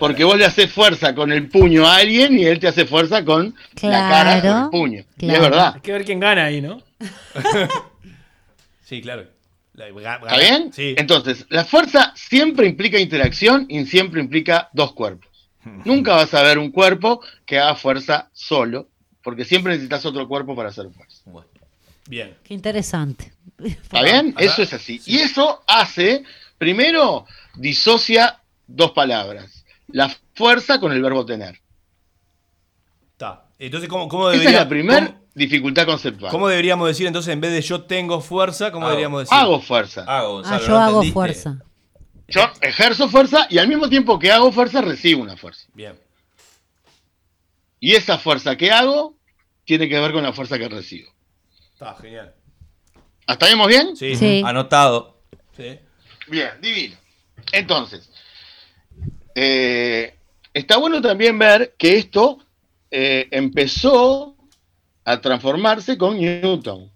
[SPEAKER 18] Porque vos le haces fuerza con el puño a alguien y él te hace fuerza con la cara con el puño. Y es verdad.
[SPEAKER 8] Hay que ver quién gana ahí, ¿no?
[SPEAKER 4] Sí, claro. La- ga-
[SPEAKER 18] ¿Está
[SPEAKER 4] ga-
[SPEAKER 18] bien?
[SPEAKER 4] Sí.
[SPEAKER 18] Entonces, la fuerza siempre implica interacción y siempre implica dos cuerpos. Nunca vas a ver un cuerpo que haga fuerza solo, porque siempre necesitas otro cuerpo para hacer fuerza.
[SPEAKER 4] Bien.
[SPEAKER 6] Qué interesante.
[SPEAKER 18] ¿Está bien? Eso es así. Y eso hace, primero, disocia dos palabras. La fuerza con el verbo tener.
[SPEAKER 4] Está. Entonces, ¿cómo, cómo
[SPEAKER 18] Esa
[SPEAKER 4] debería,
[SPEAKER 18] es la primer
[SPEAKER 4] cómo-
[SPEAKER 18] dificultad conceptual.
[SPEAKER 4] cómo, deberíamos decir entonces en vez de yo tengo fuerza? ¿Cómo
[SPEAKER 18] Hago.
[SPEAKER 4] deberíamos decir?
[SPEAKER 18] Hago fuerza.
[SPEAKER 5] Hago,
[SPEAKER 6] Ah, yo hago fuerza.
[SPEAKER 18] Yo ejerzo fuerza y al mismo tiempo que hago fuerza, recibo una fuerza.
[SPEAKER 4] Bien.
[SPEAKER 18] Y esa fuerza que hago tiene que ver con la fuerza que recibo.
[SPEAKER 4] Está, genial.
[SPEAKER 18] ¿Hasta ahí vamos bien?
[SPEAKER 5] Sí.
[SPEAKER 18] Sí.
[SPEAKER 5] Anotado.
[SPEAKER 18] Bien, divino. Entonces, eh, está bueno también ver que esto eh, empezó a transformarse con Newton.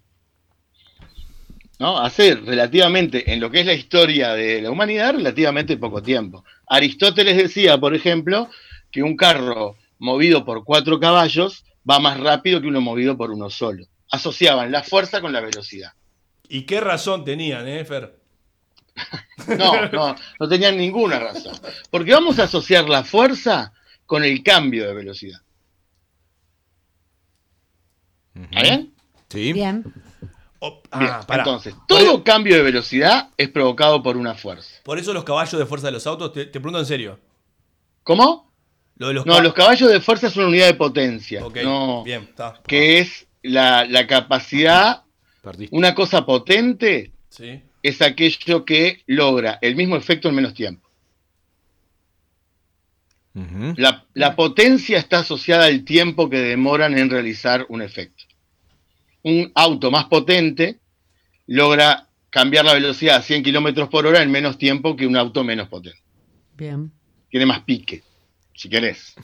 [SPEAKER 18] ¿No? Hace relativamente, en lo que es la historia de la humanidad, relativamente poco tiempo. Aristóteles decía, por ejemplo, que un carro movido por cuatro caballos va más rápido que uno movido por uno solo. Asociaban la fuerza con la velocidad.
[SPEAKER 4] ¿Y qué razón tenían, eh, Fer?
[SPEAKER 18] No, no, no tenían ninguna razón. Porque vamos a asociar la fuerza con el cambio de velocidad. ¿Está bien?
[SPEAKER 7] Sí.
[SPEAKER 6] Bien.
[SPEAKER 18] Bien,
[SPEAKER 4] ah, pará.
[SPEAKER 18] Entonces, todo cambio de velocidad es provocado por una fuerza.
[SPEAKER 4] Por eso los caballos de fuerza de los autos, te, te pregunto en serio.
[SPEAKER 18] ¿Cómo?
[SPEAKER 4] Lo de los
[SPEAKER 18] No,
[SPEAKER 4] ca-
[SPEAKER 18] los caballos de fuerza es una unidad de potencia.
[SPEAKER 4] Ok,
[SPEAKER 18] No,
[SPEAKER 4] bien, está.
[SPEAKER 18] que es la, la capacidad. Una cosa potente
[SPEAKER 4] Sí.
[SPEAKER 18] es aquello que logra el mismo efecto en menos tiempo. La, la potencia está asociada al tiempo que demoran en realizar un efecto. Un auto más potente logra cambiar la velocidad a 100 kilómetros por hora en menos tiempo que un auto menos potente.
[SPEAKER 6] Bien.
[SPEAKER 18] Tiene más pique, si querés.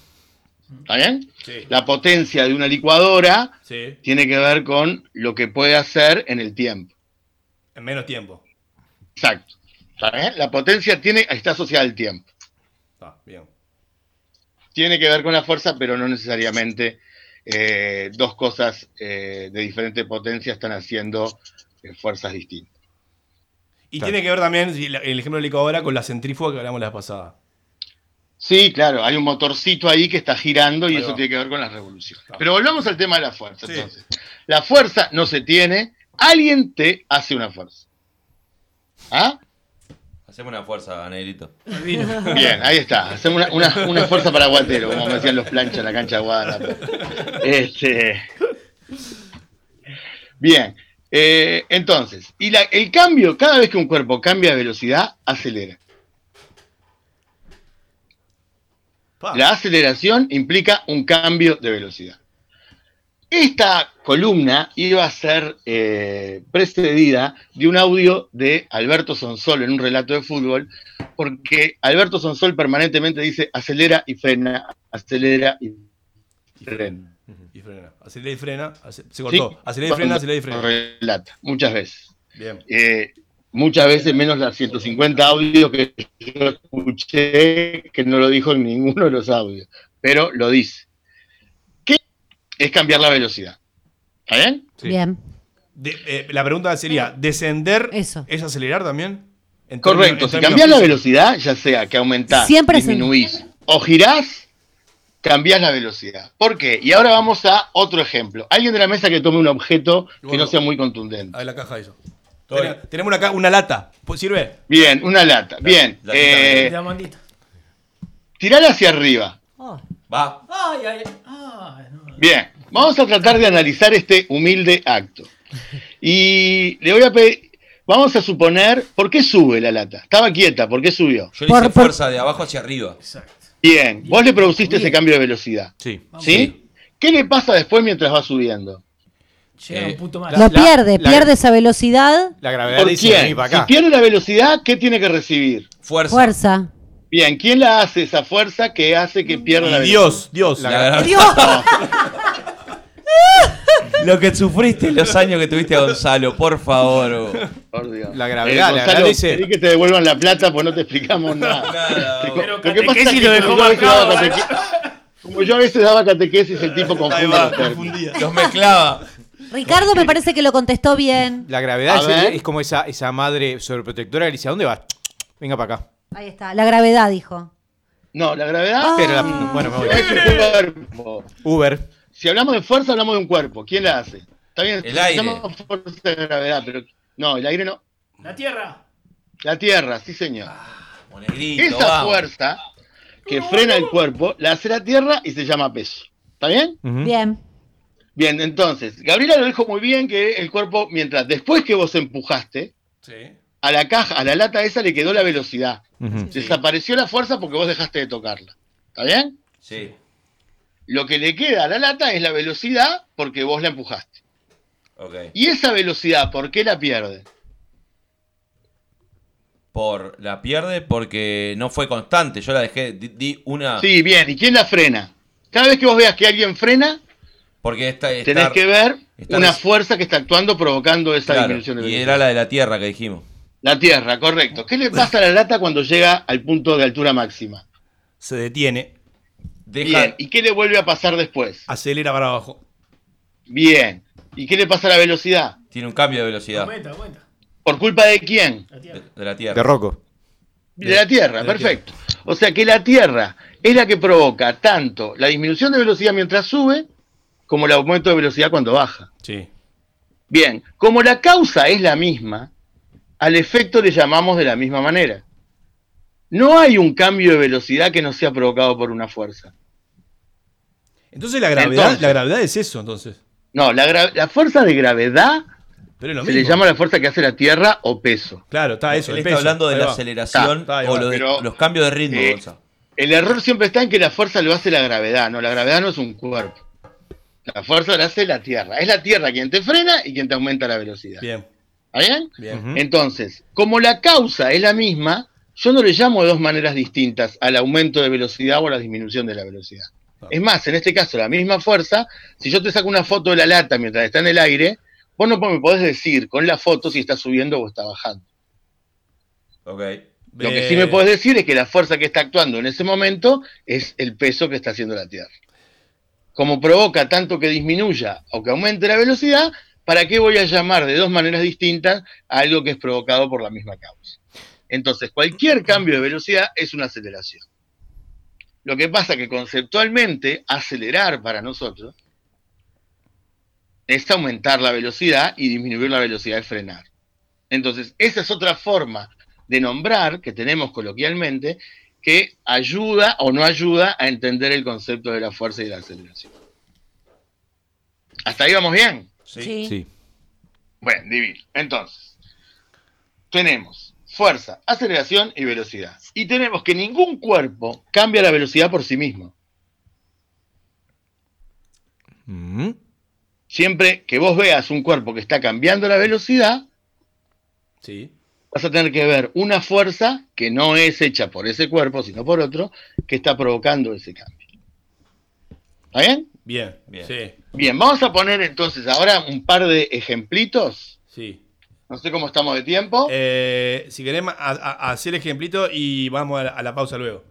[SPEAKER 18] ¿Está bien?
[SPEAKER 4] Sí.
[SPEAKER 18] La potencia de una licuadora
[SPEAKER 4] Sí.
[SPEAKER 18] tiene que ver con lo que puede hacer en el tiempo.
[SPEAKER 4] En menos tiempo.
[SPEAKER 18] Exacto. ¿Está bien? La potencia tiene, está asociada al tiempo.
[SPEAKER 4] Está, bien.
[SPEAKER 18] tiene que ver con la fuerza, pero no necesariamente eh, dos cosas eh, de diferente potencia están haciendo eh, fuerzas distintas.
[SPEAKER 4] Y tiene que ver también si la- el ejemplo de la licuadora con la centrífuga que hablamos la vez pasada.
[SPEAKER 18] Sí, claro, hay un motorcito ahí que está girando y
[SPEAKER 4] Ahí
[SPEAKER 18] eso
[SPEAKER 4] va.
[SPEAKER 18] tiene que ver con las revoluciones. Pero volvamos al tema de la fuerza. Entonces, la fuerza no se tiene, alguien te hace una fuerza. ¿Ah?
[SPEAKER 5] Hacemos una fuerza, Negrito.
[SPEAKER 18] Bien, ahí está. Hacemos una, una- una fuerza para Guatero, como me decían los planchas en la cancha de Guadalajara. Este. Bien. eh, entonces, y la- el cambio, cada vez que un cuerpo cambia de velocidad, acelera. La aceleración implica un cambio de velocidad. Esta columna iba a ser eh, precedida de un audio de Alberto Sonsol en un relato de fútbol, porque Alberto Sonsol permanentemente dice acelera y frena, acelera y frena.
[SPEAKER 4] Y frena. Acelera y frena. ace- Se cortó.
[SPEAKER 18] Sí,
[SPEAKER 4] Acelera y frena,
[SPEAKER 18] cuando
[SPEAKER 4] acelera y frena.
[SPEAKER 18] relata, muchas veces.
[SPEAKER 4] Bien.
[SPEAKER 18] Eh, muchas veces menos las 150 audios que yo escuché, que no lo dijo en ninguno de los audios, pero lo dice. ¿Qué es cambiar la velocidad? ¿Está bien?
[SPEAKER 6] Bien.
[SPEAKER 4] De- eh, la pregunta sería, ¿descender es acelerar también? En términos-
[SPEAKER 18] Correcto,
[SPEAKER 4] en
[SPEAKER 18] si
[SPEAKER 4] términos
[SPEAKER 18] cambias la
[SPEAKER 4] físicos.
[SPEAKER 18] velocidad, ya sea que aumentás,
[SPEAKER 4] Siempre es en-
[SPEAKER 18] disminuís o girás, cambiás la velocidad. ¿Por qué? Y ahora vamos a otro ejemplo. Alguien de la mesa que tome un objeto que no sea muy contundente.
[SPEAKER 4] Ah, en la caja eso. Ten- Tenemos una, ca- una lata. ¿Pu- ¿Sirve?
[SPEAKER 18] Bien, una lata. Bien. eh, tirar hacia arriba.
[SPEAKER 5] Va.
[SPEAKER 8] Ay, ay, ah. ay.
[SPEAKER 18] Bien, vamos a tratar de analizar este humilde acto. Y le voy a pedir, vamos a suponer, ¿por qué sube la lata? Estaba quieta, ¿por qué subió?
[SPEAKER 5] Yo le hice fuerza de abajo hacia arriba.
[SPEAKER 18] Bien, vos le produciste ese cambio de velocidad.
[SPEAKER 5] Sí.
[SPEAKER 18] ¿Sí? ¿Qué le pasa después mientras va subiendo?
[SPEAKER 8] Llega un punto más.
[SPEAKER 6] Lo pierde, pierde esa velocidad.
[SPEAKER 18] La
[SPEAKER 7] gravedad
[SPEAKER 18] ¿Por
[SPEAKER 7] dice, vení
[SPEAKER 18] quién?
[SPEAKER 7] para
[SPEAKER 18] Si
[SPEAKER 7] acá.
[SPEAKER 18] pierde la velocidad, ¿qué tiene que recibir?
[SPEAKER 5] Fuerza.
[SPEAKER 6] Fuerza.
[SPEAKER 18] Bien, ¿quién la hace esa fuerza que hace que pierda la velocidad?
[SPEAKER 4] Dios, Dios.
[SPEAKER 5] Lo que sufriste en los años que tuviste a Gonzalo, por favor. Hugo.
[SPEAKER 7] La
[SPEAKER 18] Eh, Gonzalo, pedí que te devuelvan la plata, pues no te explicamos nada. Te-
[SPEAKER 5] Pero
[SPEAKER 18] lo que
[SPEAKER 5] catequesis
[SPEAKER 18] pasa es que
[SPEAKER 5] lo dejó
[SPEAKER 18] como, yo a veces
[SPEAKER 5] marcado,
[SPEAKER 18] daba cateque- como yo a veces daba catequesis, el tipo confunde
[SPEAKER 7] va,
[SPEAKER 18] los términos.
[SPEAKER 5] Los mezclaba.
[SPEAKER 6] Ricardo me parece que lo contestó bien.
[SPEAKER 7] La gravedad
[SPEAKER 18] A
[SPEAKER 7] es,
[SPEAKER 18] ver.
[SPEAKER 7] es como esa, esa madre sobreprotectora que le dice, ¿a dónde vas? Venga para acá.
[SPEAKER 6] Ahí está. La gravedad, dijo.
[SPEAKER 18] No, la gravedad
[SPEAKER 6] Ah.
[SPEAKER 5] Ah.
[SPEAKER 7] Pero la- bueno, me voy.
[SPEAKER 18] es un cuerpo.
[SPEAKER 7] Uber.
[SPEAKER 18] Si hablamos de fuerza, hablamos de un cuerpo. ¿Quién la hace? Está bien,
[SPEAKER 5] El aire.
[SPEAKER 18] llamamos fuerza de gravedad, pero no, el aire no.
[SPEAKER 8] La tierra.
[SPEAKER 18] La tierra, sí señor.
[SPEAKER 5] Monegrito,
[SPEAKER 18] Esa
[SPEAKER 5] Ah, vamos.
[SPEAKER 18] fuerza que frena el cuerpo la hace la tierra y se llama peso. ¿Está bien?
[SPEAKER 7] ¿Mm?
[SPEAKER 6] Bien.
[SPEAKER 18] Bien, entonces, Gabriela lo dijo muy bien que el cuerpo, mientras después que vos empujaste, a la caja, a la lata esa le quedó la velocidad. Desapareció la fuerza porque vos dejaste de tocarla. ¿Está bien?
[SPEAKER 5] Sí.
[SPEAKER 18] Lo que le queda a la lata es la velocidad porque vos la empujaste.
[SPEAKER 5] Ok.
[SPEAKER 18] Y esa velocidad, ¿por qué la pierde?
[SPEAKER 5] Por, la pierde porque no fue constante. Yo la dejé, di, di una.
[SPEAKER 18] Sí, bien. ¿Y quién la frena? Cada vez que vos veas que alguien frena,
[SPEAKER 5] Porque esta esta-
[SPEAKER 18] tenés que ver
[SPEAKER 5] estar-
[SPEAKER 18] una fuerza que está actuando provocando esa
[SPEAKER 5] claro,
[SPEAKER 18] disminución de
[SPEAKER 5] Y
[SPEAKER 18] velocidad.
[SPEAKER 5] era la de la tierra que dijimos.
[SPEAKER 18] La tierra, correcto. ¿Qué le pasa a la lata cuando llega al punto de altura máxima?
[SPEAKER 4] Se detiene.
[SPEAKER 18] Bien. ¿Y qué le vuelve a pasar después?
[SPEAKER 4] Acelera para abajo.
[SPEAKER 18] Bien. ¿Y qué le pasa a la velocidad?
[SPEAKER 5] Tiene un cambio de velocidad.
[SPEAKER 8] Aumenta, aumenta.
[SPEAKER 18] ¿Por culpa de quién?
[SPEAKER 5] De, de la tierra.
[SPEAKER 7] De Rocco.
[SPEAKER 18] De la Tierra, perfecto. O sea que la Tierra es la que provoca tanto la disminución de velocidad mientras sube como el aumento de velocidad cuando baja.
[SPEAKER 4] Sí.
[SPEAKER 18] Bien, como la causa es la misma, al efecto le llamamos de la misma manera. No hay un cambio de velocidad que no sea provocado por una fuerza.
[SPEAKER 4] Entonces la gravedad,
[SPEAKER 18] Entonces.
[SPEAKER 4] la gravedad es eso, entonces.
[SPEAKER 18] No, la, gra- la fuerza de gravedad
[SPEAKER 4] Pero es
[SPEAKER 18] se
[SPEAKER 4] lo
[SPEAKER 18] le
[SPEAKER 4] mismo.
[SPEAKER 18] llama la fuerza que hace la Tierra o peso.
[SPEAKER 4] Claro, está eso.
[SPEAKER 5] Él
[SPEAKER 4] el
[SPEAKER 5] está
[SPEAKER 4] peso.
[SPEAKER 5] hablando de
[SPEAKER 4] Ahí
[SPEAKER 5] la
[SPEAKER 4] va.
[SPEAKER 5] aceleración
[SPEAKER 4] Está, ahí
[SPEAKER 5] o
[SPEAKER 4] va.
[SPEAKER 5] lo de-
[SPEAKER 4] Pero
[SPEAKER 5] los cambios de ritmo,
[SPEAKER 18] Eh,
[SPEAKER 5] Gonzalo.
[SPEAKER 18] El error siempre está en que la fuerza lo hace la gravedad, no, la gravedad no es un cuerpo. La fuerza la hace la Tierra. Es la Tierra quien te frena y quien te aumenta la velocidad.
[SPEAKER 4] Bien.
[SPEAKER 18] ¿Está bien?
[SPEAKER 4] Bien.
[SPEAKER 18] Entonces, como la causa es la misma, yo no le llamo de dos maneras distintas al aumento de velocidad o a la disminución de la velocidad. Es más, en este caso, la misma fuerza, si yo te saco una foto de la lata mientras está en el aire, vos no me podés decir con la foto si está subiendo o está bajando.
[SPEAKER 5] Ok.
[SPEAKER 18] Lo que sí me podés decir es que la fuerza que está actuando en ese momento es el peso que está haciendo la Tierra. Como provoca tanto que disminuya o que aumente la velocidad, ¿para qué voy a llamar de dos maneras distintas a algo que es provocado por la misma causa? Entonces, cualquier cambio de velocidad es una aceleración. Lo que pasa que conceptualmente acelerar para nosotros es aumentar la velocidad y disminuir la velocidad de frenar. Entonces, esa es otra forma de nombrar que tenemos coloquialmente que ayuda o no ayuda a entender el concepto de la fuerza y de la aceleración. ¿Hasta ahí vamos bien?
[SPEAKER 6] Sí.
[SPEAKER 7] Sí.
[SPEAKER 18] Bueno, divino. Entonces, tenemos fuerza, aceleración y velocidad. Y tenemos que ningún cuerpo cambia la velocidad por sí mismo. Siempre que vos veas un cuerpo que está cambiando la velocidad,
[SPEAKER 4] Sí.
[SPEAKER 18] vas a tener que ver una fuerza que no es hecha por ese cuerpo, sino por otro, que está provocando ese cambio. ¿Está bien?
[SPEAKER 4] Bien, bien. Sí,
[SPEAKER 18] Bien, vamos a poner entonces ahora un par de ejemplitos.
[SPEAKER 4] sí.
[SPEAKER 18] No sé cómo estamos de tiempo.
[SPEAKER 4] Eh, si querés, ma- a- a- hacer el ejemplito y vamos a la, a la pausa luego.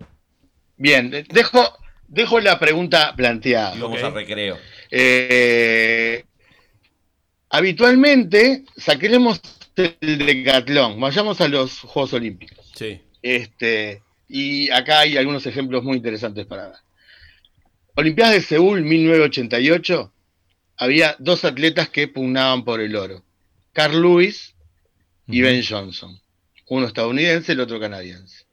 [SPEAKER 18] Bien, de- dejo, dejo la pregunta planteada.
[SPEAKER 5] Y vamos a recreo.
[SPEAKER 18] Eh, habitualmente saquemos el decatlón, vayamos a los Juegos Olímpicos.
[SPEAKER 4] Sí.
[SPEAKER 18] Este, y acá hay algunos ejemplos muy interesantes para ver. Olimpiadas de Seúl 1988, había dos atletas que pugnaban por el oro: Carl Lewis y Ben Johnson. Uno estadounidense, el otro canadiense.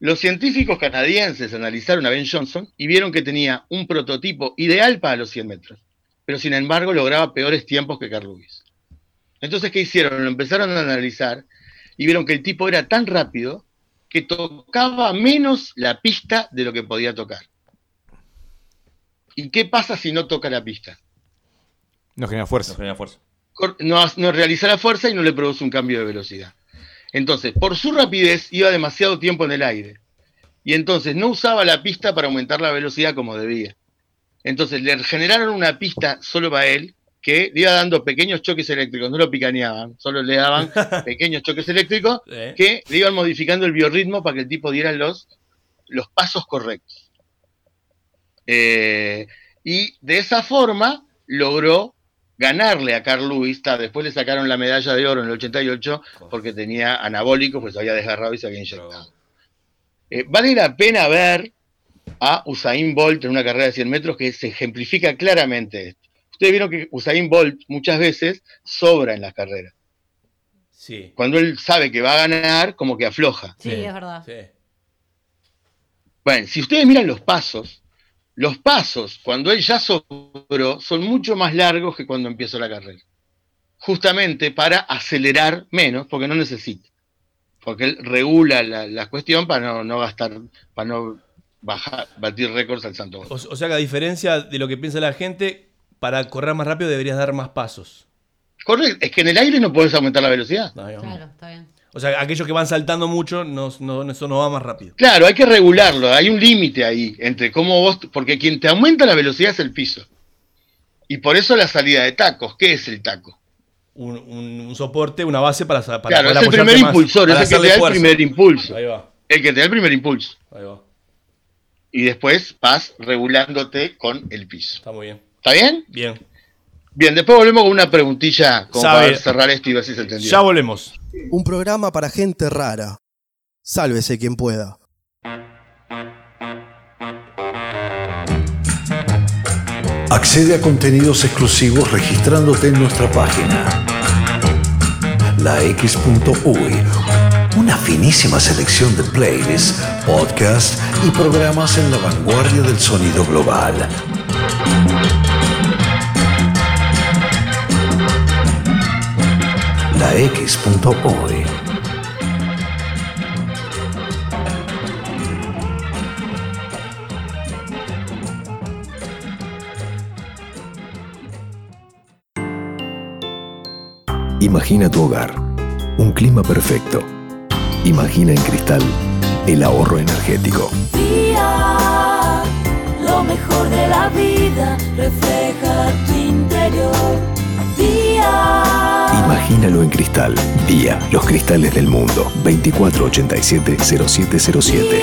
[SPEAKER 18] Los científicos canadienses analizaron a Ben Johnson y vieron que tenía un prototipo ideal para los 100 metros, pero sin embargo lograba peores tiempos que Carl Lewis. Entonces, ¿qué hicieron? Lo empezaron a analizar y vieron que el tipo era tan rápido que tocaba menos la pista de lo que podía tocar. ¿Y qué pasa si no toca la pista?
[SPEAKER 7] No genera fuerza.
[SPEAKER 5] genera fuerza.
[SPEAKER 18] Cor- No, no realiza la fuerza y no le produce un cambio de velocidad. Entonces, por su rapidez iba demasiado tiempo en el aire. Y entonces no usaba la pista para aumentar la velocidad como debía. Entonces le generaron una pista solo para él que le iba dando pequeños choques eléctricos, no lo picaneaban, solo le daban pequeños choques eléctricos
[SPEAKER 4] Eh.
[SPEAKER 18] que le iban modificando el biorritmo para que el tipo diera los, los pasos correctos. Eh, y de esa forma logró ganarle a Carl Lewis. ta, Después le sacaron la medalla de oro en el 88 porque tenía anabólicos, pues se había desgarrado y se había inyectado. Eh, vale la pena ver a Usain Bolt en una carrera de 100 metros que se ejemplifica claramente esto. Ustedes vieron que Usain Bolt muchas veces sobra en las carreras.
[SPEAKER 4] Sí.
[SPEAKER 18] Cuando él sabe que va a ganar, como que afloja.
[SPEAKER 6] Sí, es verdad.
[SPEAKER 18] Bueno, si ustedes miran los pasos, los pasos cuando él ya sobró son mucho más largos que cuando empezó la carrera. Justamente para acelerar menos, porque no necesita. Porque él regula la, la cuestión para no, no gastar, para no bajar, batir récords al santo.
[SPEAKER 4] O, o sea que a diferencia de lo que piensa la gente, para correr más rápido deberías dar más pasos.
[SPEAKER 18] Correcto, es que en el aire no puedes aumentar la velocidad.
[SPEAKER 6] Claro, está bien.
[SPEAKER 4] O sea, aquellos que van saltando mucho, no, no, eso no va más rápido.
[SPEAKER 18] Claro, hay que regularlo, hay un límite ahí entre cómo vos, porque quien te aumenta la velocidad es el piso. Y por eso la salida de tacos, ¿qué es el taco?
[SPEAKER 4] Un, un- un soporte, una base para, sa- para
[SPEAKER 18] Claro,
[SPEAKER 4] para
[SPEAKER 18] es el
[SPEAKER 4] apoyarte
[SPEAKER 18] primer
[SPEAKER 4] más,
[SPEAKER 18] impulsor,
[SPEAKER 4] para
[SPEAKER 18] es el que te
[SPEAKER 4] hacerle
[SPEAKER 18] da el
[SPEAKER 4] fuerza.
[SPEAKER 18] primer impulso.
[SPEAKER 4] Ahí va,
[SPEAKER 18] El que te da el primer impulso.
[SPEAKER 4] ahí va.
[SPEAKER 18] Y después vas regulándote con el piso.
[SPEAKER 4] Está muy bien.
[SPEAKER 18] ¿Está bien?
[SPEAKER 4] Bien.
[SPEAKER 18] Bien, después volvemos con una preguntilla como
[SPEAKER 10] Sabe.
[SPEAKER 18] para cerrar esto y ver si se entendió.
[SPEAKER 10] Ya
[SPEAKER 4] volvemos.
[SPEAKER 10] Un programa para gente rara. Sálvese quien pueda.
[SPEAKER 12] Accede a contenidos exclusivos registrándote en nuestra página. La X.UI. Una finísima selección de playlists, podcasts y programas en la vanguardia del sonido global. La X.UI. Imagina tu hogar, un clima perfecto. Imagina en cristal el ahorro energético.
[SPEAKER 19] Día, lo mejor de la vida refleja tu interior. Día,
[SPEAKER 12] Imagínalo en cristal. Día, los cristales del mundo. 2487-0707.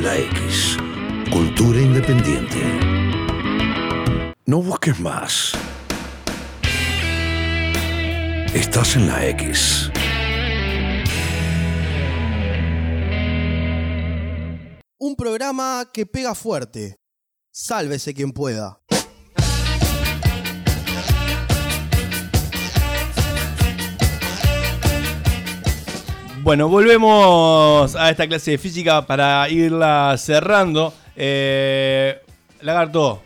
[SPEAKER 12] La X. Cultura independiente. No busques más. Estás en la X.
[SPEAKER 9] Un programa que pega fuerte. Sálvese quien pueda.
[SPEAKER 4] Bueno, volvemos a esta clase de física para irla cerrando. Eh, Lagarto,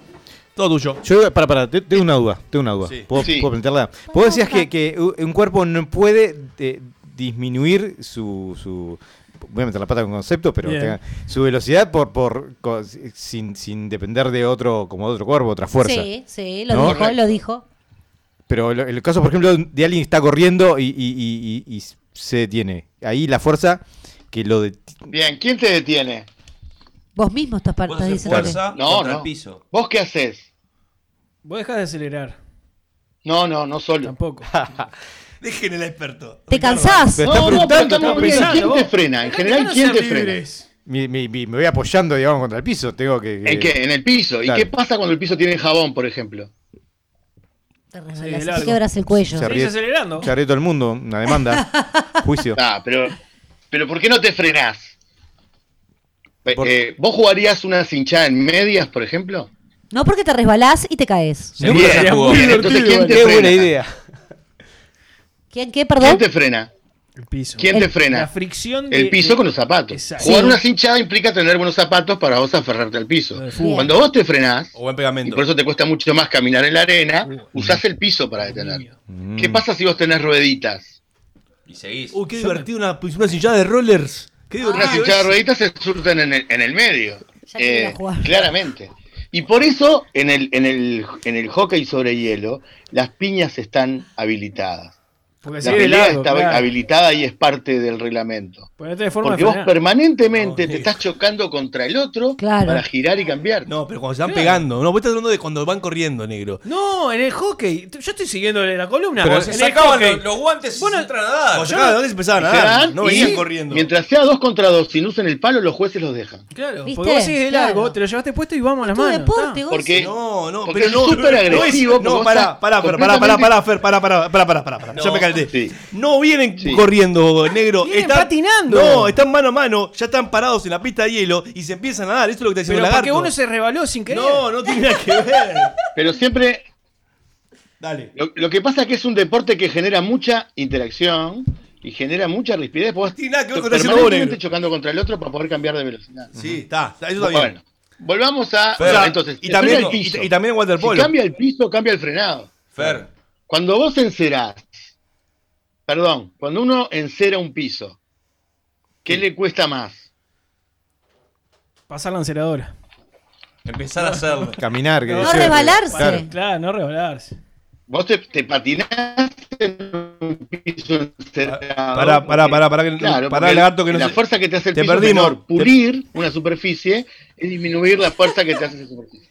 [SPEAKER 4] todo tuyo.
[SPEAKER 7] Yo, para, para, te- tengo una duda, tengo una duda.
[SPEAKER 4] Sí.
[SPEAKER 7] ¿Puedo,
[SPEAKER 4] Sí.
[SPEAKER 7] puedo plantearla? Vos decías que, que u- un cuerpo no puede eh, disminuir su, su- Voy a meter la pata con concepto, pero
[SPEAKER 8] Bien.
[SPEAKER 7] tenga- su velocidad por, por co- sin, sin depender de otro, como de otro cuerpo, otra fuerza.
[SPEAKER 6] Sí, sí, lo
[SPEAKER 7] ¿No?
[SPEAKER 6] dijo, lo dijo.
[SPEAKER 7] Pero lo- el caso, por ejemplo, de alguien que está corriendo y, y- y- y- y se detiene. Ahí la fuerza que lo detiene.
[SPEAKER 18] Bien, ¿quién te detiene?
[SPEAKER 6] Vos mismo estás, par- estás diciendo que-
[SPEAKER 18] no, no. ¿Vos qué haces?
[SPEAKER 8] Vos dejás de acelerar.
[SPEAKER 18] No, no, no solo.
[SPEAKER 8] Tampoco.
[SPEAKER 4] Dejen el experto.
[SPEAKER 6] Te cansás.
[SPEAKER 7] Pero está
[SPEAKER 18] No, no, pero
[SPEAKER 7] preguntando, está
[SPEAKER 18] estamos bien.
[SPEAKER 7] preguntando.
[SPEAKER 18] ¿Quién te frena? Ah, En general, ¿quién te frena?
[SPEAKER 7] Mi- mi- mi- me voy apoyando, digamos, contra el piso. Tengo que.
[SPEAKER 18] ¿En qué? En el piso.
[SPEAKER 7] Claro.
[SPEAKER 18] ¿Y qué pasa cuando el piso tiene jabón, por ejemplo?
[SPEAKER 6] te quebras el cuello.
[SPEAKER 7] Se ríe, se ríe todo el mundo. Una demanda. Juicio.
[SPEAKER 18] Ah, pero, pero ¿por qué no te frenás? Pe- eh, ¿Vos jugarías una cinchada en medias, por ejemplo?
[SPEAKER 6] No porque te resbalás y te caes.
[SPEAKER 18] Seguro Bien, se jugó. bien, entonces, ¿quién te
[SPEAKER 7] Qué
[SPEAKER 18] frena?
[SPEAKER 7] buena idea.
[SPEAKER 6] ¿Quién qué, perdón?
[SPEAKER 18] ¿Quién te frena?
[SPEAKER 8] El piso.
[SPEAKER 18] ¿Quién te frena?
[SPEAKER 8] La fricción de-
[SPEAKER 18] El piso
[SPEAKER 8] de-
[SPEAKER 18] con los zapatos.
[SPEAKER 8] Exacto.
[SPEAKER 18] Jugar
[SPEAKER 8] Sí.
[SPEAKER 18] una cinchada implica tener buenos zapatos para vos aferrarte al piso.
[SPEAKER 8] fútbol.
[SPEAKER 18] Cuando vos te frenás,
[SPEAKER 4] O buen pegamento.
[SPEAKER 18] y por eso te cuesta mucho más caminar en la arena, usás el piso para detenerlo. ¿Qué pasa si vos tenés rueditas?
[SPEAKER 5] Y seguís.
[SPEAKER 4] Uy, qué divertido una, una cinchada de rollers. Qué divertido.
[SPEAKER 18] Unas hinchadas de rueditas se surten en el, en el medio.
[SPEAKER 4] quería
[SPEAKER 18] Eh,
[SPEAKER 4] jugar.
[SPEAKER 18] claramente. Y por eso en el, en, el, en el hockey sobre hielo las piñas están habilitadas.
[SPEAKER 8] Porque
[SPEAKER 18] La
[SPEAKER 8] sigue Pues de
[SPEAKER 18] pelea
[SPEAKER 8] largo,
[SPEAKER 18] está
[SPEAKER 8] claro.
[SPEAKER 18] habilitada y es parte del reglamento.
[SPEAKER 8] Ponete de forma
[SPEAKER 18] Porque
[SPEAKER 8] de
[SPEAKER 18] vos
[SPEAKER 8] frenar.
[SPEAKER 18] permanentemente te estás chocando contra el otro
[SPEAKER 8] Claro.
[SPEAKER 18] para girar y cambiar.
[SPEAKER 4] No, pero cuando se van pegando. No, vos estás hablando de cuando van corriendo, negro.
[SPEAKER 8] No, en el hockey. Yo estoy siguiendo la columna.
[SPEAKER 4] Pero
[SPEAKER 8] vos.
[SPEAKER 4] se
[SPEAKER 8] En el
[SPEAKER 4] sacaban
[SPEAKER 8] hockey.
[SPEAKER 4] los- los guantes y
[SPEAKER 8] Bueno,
[SPEAKER 4] se entran a nadar.
[SPEAKER 8] yo
[SPEAKER 4] Sacaban
[SPEAKER 8] no-
[SPEAKER 4] los guantes y empezaban a
[SPEAKER 18] Se
[SPEAKER 4] nadar.
[SPEAKER 18] dan
[SPEAKER 4] No
[SPEAKER 18] y
[SPEAKER 4] venían corriendo.
[SPEAKER 18] Mientras sea dos contra dos, sin usen el palo, los jueces los dejan.
[SPEAKER 8] Claro,
[SPEAKER 4] ¿Viste?
[SPEAKER 8] porque vos sigues de largo,
[SPEAKER 4] Claro.
[SPEAKER 8] te lo llevaste puesto y vamos a las
[SPEAKER 4] tu
[SPEAKER 8] manos.
[SPEAKER 4] deporte,
[SPEAKER 8] está.
[SPEAKER 18] Porque,
[SPEAKER 4] no, no,
[SPEAKER 18] porque
[SPEAKER 4] pero
[SPEAKER 18] es
[SPEAKER 4] no.
[SPEAKER 18] súper
[SPEAKER 4] no es-
[SPEAKER 18] agresivo, porque
[SPEAKER 4] No,
[SPEAKER 18] vos
[SPEAKER 4] pará,
[SPEAKER 18] estás
[SPEAKER 4] pará, Fer, pará, pará,
[SPEAKER 18] completamente-
[SPEAKER 4] pará, Fer, pará, pará, pará, pará, pará, pará. Ya me calenté. No vienen corriendo, negro.
[SPEAKER 8] Vienen
[SPEAKER 4] están
[SPEAKER 8] patinando.
[SPEAKER 4] No, están mano a mano, ya están parados en la pista de hielo y se empiezan a dar. Esto es lo que está diciendo
[SPEAKER 8] Pero
[SPEAKER 4] Lagarto.
[SPEAKER 8] porque uno se rebaló sin querer.
[SPEAKER 4] No, no tiene nada que ver.
[SPEAKER 18] Pero siempre.
[SPEAKER 4] Dale.
[SPEAKER 18] Lo, lo que pasa es que es un deporte que genera mucha interacción y genera mucha rispidez. Vos
[SPEAKER 4] Tiene nada que ver con lo que está haciendo
[SPEAKER 18] permanentemente
[SPEAKER 4] Bonegro.
[SPEAKER 18] chocando contra el otro para poder cambiar de velocidad.
[SPEAKER 4] Sí, está, está, eso está bien.
[SPEAKER 18] Bueno, volvamos a.
[SPEAKER 4] Fer,
[SPEAKER 18] bueno, entonces,
[SPEAKER 4] y también-
[SPEAKER 18] depende del
[SPEAKER 4] y-
[SPEAKER 18] piso.
[SPEAKER 4] y también en waterpolo.
[SPEAKER 18] Si cambia el piso, cambia el frenado.
[SPEAKER 5] Fer.
[SPEAKER 18] Cuando vos encerás, perdón, cuando uno encera un piso, ¿qué le cuesta más?
[SPEAKER 8] Pasar la enceradora.
[SPEAKER 5] Empezar a hacerlo.
[SPEAKER 7] Caminar. que
[SPEAKER 8] No
[SPEAKER 7] decía-
[SPEAKER 8] rebalarse.
[SPEAKER 7] Claro.
[SPEAKER 8] Claro, no rebalarse.
[SPEAKER 18] Vos te, te patinás en un piso encerrado.
[SPEAKER 4] Pará, pará, pará, pará, que-
[SPEAKER 18] Claro,
[SPEAKER 4] pará,
[SPEAKER 18] porque
[SPEAKER 4] lagarto, que no
[SPEAKER 18] la
[SPEAKER 4] se-
[SPEAKER 18] fuerza que te hace el
[SPEAKER 4] te
[SPEAKER 18] piso es
[SPEAKER 4] perdimos.
[SPEAKER 18] menor. pulir una superficie es disminuir la fuerza que te hace esa superficie.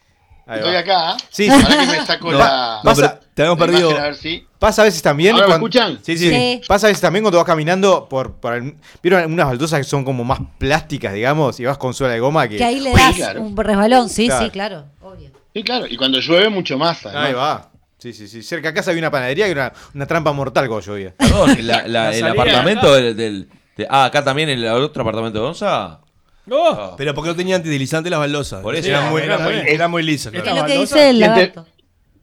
[SPEAKER 7] Ahí
[SPEAKER 18] Estoy
[SPEAKER 7] va.
[SPEAKER 18] acá.
[SPEAKER 7] Sí,
[SPEAKER 18] ahora
[SPEAKER 7] sí.
[SPEAKER 18] que me saco
[SPEAKER 7] No,
[SPEAKER 18] la.
[SPEAKER 7] no, pero
[SPEAKER 18] la
[SPEAKER 7] te habíamos
[SPEAKER 18] imagen,
[SPEAKER 7] perdido.
[SPEAKER 18] a ver si-
[SPEAKER 7] Pasa a veces también.
[SPEAKER 18] ¿Ahora me
[SPEAKER 7] cuan-
[SPEAKER 18] escuchan?
[SPEAKER 7] Sí, sí,
[SPEAKER 18] Sí.
[SPEAKER 7] Pasa a veces también cuando vas caminando por. por el- Vieron unas baldosas que son como más plásticas, digamos, y vas con suela de goma que. Pues,
[SPEAKER 6] Que ahí le
[SPEAKER 7] Uy,
[SPEAKER 6] das
[SPEAKER 7] claro.
[SPEAKER 6] un resbalón, sí,
[SPEAKER 7] Claro.
[SPEAKER 6] sí, claro.
[SPEAKER 18] Sí, claro. Y cuando llueve, mucho más. además.
[SPEAKER 7] Ahí va. Sí, sí, sí. Cerca a casa había una panadería que era una trampa mortal cuando llovía.
[SPEAKER 5] Perdón, la- la- el
[SPEAKER 7] salida
[SPEAKER 5] apartamento del, del- de- Ah, acá también el otro apartamento de Gonza.
[SPEAKER 8] No.
[SPEAKER 4] Pero porque no tenía antideslizante las baldosas.
[SPEAKER 5] Por eso.
[SPEAKER 4] Era
[SPEAKER 5] Sí,
[SPEAKER 4] muy,
[SPEAKER 5] claro,
[SPEAKER 4] era muy,
[SPEAKER 5] también.
[SPEAKER 4] era muy liso.
[SPEAKER 5] Es que
[SPEAKER 4] claro.
[SPEAKER 6] lo que dice el
[SPEAKER 18] Quien te-
[SPEAKER 6] lagarto.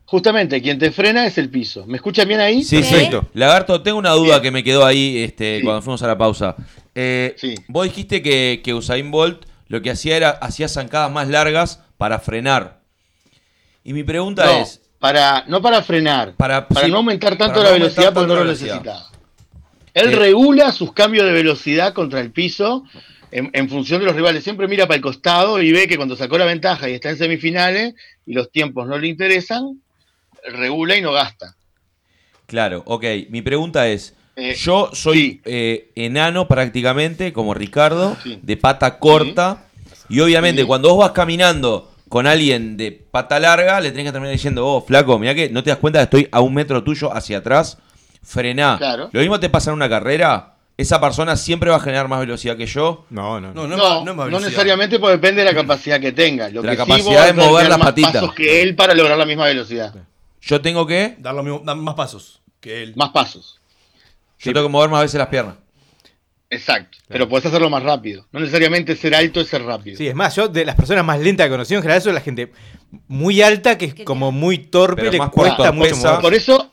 [SPEAKER 18] Justamente, quien te frena es el piso. ¿Me escuchan bien ahí?
[SPEAKER 5] Sí, sí. Lagarto, tengo una duda que me quedó ahí este, cuando fuimos a la pausa. Eh, Vos dijiste que, que Usain Bolt lo que hacía era hacía zancadas más largas para frenar. Y mi pregunta
[SPEAKER 18] No,
[SPEAKER 5] es.
[SPEAKER 18] Para, no para frenar.
[SPEAKER 5] Para,
[SPEAKER 18] Para
[SPEAKER 5] sí,
[SPEAKER 18] no aumentar tanto
[SPEAKER 5] para
[SPEAKER 18] la
[SPEAKER 5] no aumentar
[SPEAKER 18] velocidad
[SPEAKER 5] tanto
[SPEAKER 18] cuando
[SPEAKER 5] la
[SPEAKER 18] no lo
[SPEAKER 5] velocidad.
[SPEAKER 18] necesitaba. Él
[SPEAKER 5] Eh.
[SPEAKER 18] regula sus cambios de velocidad contra el piso en, en función de los rivales. Siempre mira para el costado y ve que cuando sacó la ventaja y está en semifinales y los tiempos no le interesan, regula y no gasta.
[SPEAKER 5] Claro, ok. Mi pregunta es:
[SPEAKER 18] Eh,
[SPEAKER 5] Yo soy eh, enano prácticamente, como Ricardo, de pata corta. Y obviamente, cuando vos vas caminando con alguien de pata larga, le tenés que terminar diciendo, oh, flaco, mirá que no te das cuenta que estoy a un metro tuyo hacia atrás, frená.
[SPEAKER 18] Claro.
[SPEAKER 5] Lo mismo te pasa en una carrera. Esa persona siempre va a generar más velocidad que yo.
[SPEAKER 7] No, no,
[SPEAKER 18] No, no necesariamente porque depende de la capacidad que tenga. Lo
[SPEAKER 5] La
[SPEAKER 18] que sí
[SPEAKER 5] capacidad
[SPEAKER 18] vos vas a
[SPEAKER 5] de mover
[SPEAKER 18] tener
[SPEAKER 5] las
[SPEAKER 18] más
[SPEAKER 5] patitas.
[SPEAKER 18] pasos que él para lograr la misma velocidad.
[SPEAKER 5] Yo tengo que.
[SPEAKER 4] Dar, lo mismo- dar más pasos que él.
[SPEAKER 18] Más pasos.
[SPEAKER 5] Yo tengo que mover más veces las piernas.
[SPEAKER 18] Exacto. Pero podés hacerlo más rápido. No necesariamente ser alto es ser rápido.
[SPEAKER 7] Sí, es más, yo de las personas más lentas que conocí en general son la gente muy alta que es como muy torpe, le cuesta mucho moverse.
[SPEAKER 18] Por eso,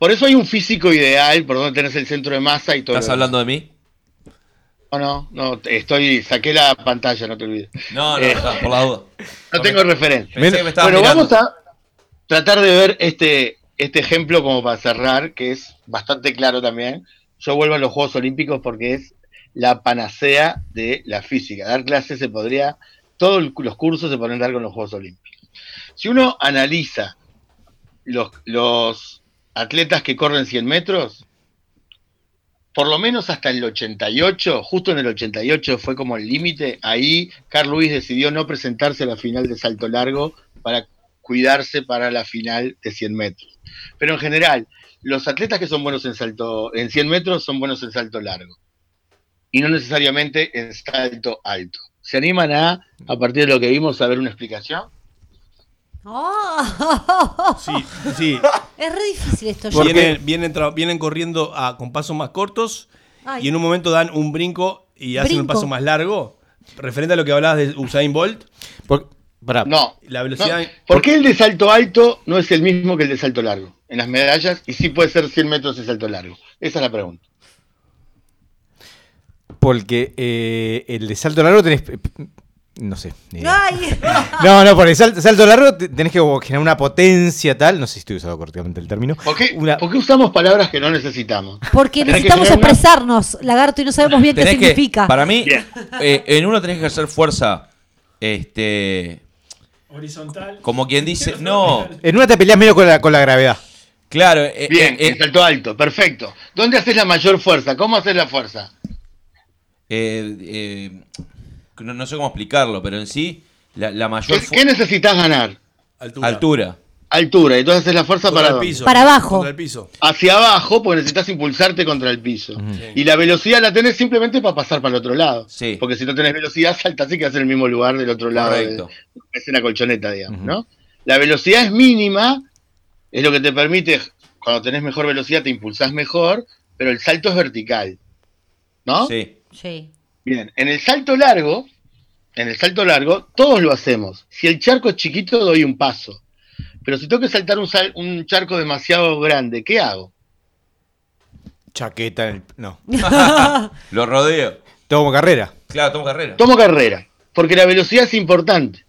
[SPEAKER 18] por eso hay un físico ideal por donde tenés el centro de masa y todo.
[SPEAKER 5] ¿Estás
[SPEAKER 18] lo demás.
[SPEAKER 5] hablando de mí?
[SPEAKER 18] No, no, no, estoy, saqué la pantalla, no te olvides.
[SPEAKER 5] No, no,
[SPEAKER 18] Eh,
[SPEAKER 5] no, por la duda.
[SPEAKER 18] No tengo referencia.
[SPEAKER 5] Pensé que me estabas
[SPEAKER 18] bueno,
[SPEAKER 5] mirando.
[SPEAKER 18] vamos a tratar de ver este, este ejemplo como para cerrar, que es bastante claro también. Yo vuelvo a los Juegos Olímpicos porque es la panacea de la física. Dar clases se podría, todos los cursos se podrían dar con los Juegos Olímpicos. Si uno analiza los, los atletas que corren 100 metros, por lo menos hasta el 88, justo en el 88 fue como el límite, ahí Carl Luis decidió no presentarse a la final de salto largo para cuidarse para la final de 100 metros. Pero en general, los atletas que son buenos en salto en 100 metros son buenos en salto largo y no necesariamente en salto alto. ¿Se animan a, a partir de lo que vimos, a ver una explicación?
[SPEAKER 6] Oh.
[SPEAKER 4] Sí, sí.
[SPEAKER 6] Es re difícil esto. yo-
[SPEAKER 4] Vienen, vienen, tra- vienen corriendo a- con pasos más cortos
[SPEAKER 6] Ay.
[SPEAKER 4] y en un momento dan un brinco y hacen un
[SPEAKER 6] Brinco.
[SPEAKER 4] paso más largo. Referente a lo que hablabas de Usain Bolt.
[SPEAKER 18] No.
[SPEAKER 4] La velocidad.
[SPEAKER 18] No, ¿Por qué el de salto alto no es el mismo que el de salto largo? En las medallas, y sí puede ser 100 metros de salto largo. Esa es la pregunta.
[SPEAKER 7] Porque eh, el de salto largo tenés. eh, p- No sé. eh.
[SPEAKER 6] Ay.
[SPEAKER 7] No, no, por el sal- salto largo te- tenés que como generar una potencia tal. No sé si estoy usando correctamente el término.
[SPEAKER 18] ¿Por qué, por qué usamos palabras que no necesitamos?
[SPEAKER 6] Porque
[SPEAKER 18] Tenés que
[SPEAKER 6] necesitamos
[SPEAKER 18] generar una-
[SPEAKER 6] expresarnos, lagarto, y no sabemos bien qué
[SPEAKER 5] Tenés que-
[SPEAKER 6] Este significa.
[SPEAKER 5] para mí, eh, en uno tenés que hacer fuerza. Este.
[SPEAKER 8] Horizontal.
[SPEAKER 5] Como quien dice. No.
[SPEAKER 7] En una te peleas medio con la, con la gravedad.
[SPEAKER 5] Claro. eh,
[SPEAKER 18] Bien, en salto alto, perfecto. ¿Dónde haces la mayor fuerza? ¿Cómo haces la fuerza?
[SPEAKER 5] eh, eh, no, no sé cómo explicarlo, pero en sí, la, la mayor.
[SPEAKER 18] ¿Qué,
[SPEAKER 5] fu- Ah,
[SPEAKER 18] qué necesitas ganar?
[SPEAKER 5] Altura. Altura.
[SPEAKER 18] Altura, entonces haces la fuerza para dónde?
[SPEAKER 4] Contra el piso.
[SPEAKER 18] Hacia abajo, porque necesitas impulsarte contra el piso. Y la velocidad la tenés simplemente para pasar para el otro lado. Porque si no tenés velocidad, saltas y quedas en el mismo lugar del otro lado.
[SPEAKER 5] Correcto.
[SPEAKER 18] de- Es una colchoneta, digamos, ¿no? La velocidad es mínima, es lo que te permite, cuando tenés mejor velocidad, te impulsás mejor, pero el salto es vertical. ¿No?
[SPEAKER 5] Sí.
[SPEAKER 6] Sí.
[SPEAKER 18] Bien, en el salto largo, en el salto largo, todos lo hacemos. Si el charco es chiquito, doy un paso. Pero si tengo que saltar un, sal- un charco demasiado grande, ¿qué hago?
[SPEAKER 7] Chaqueta en el. No.
[SPEAKER 5] Lo rodeo.
[SPEAKER 7] Tomo carrera.
[SPEAKER 5] Claro, tomo carrera.
[SPEAKER 18] Tomo carrera, porque la velocidad es importante.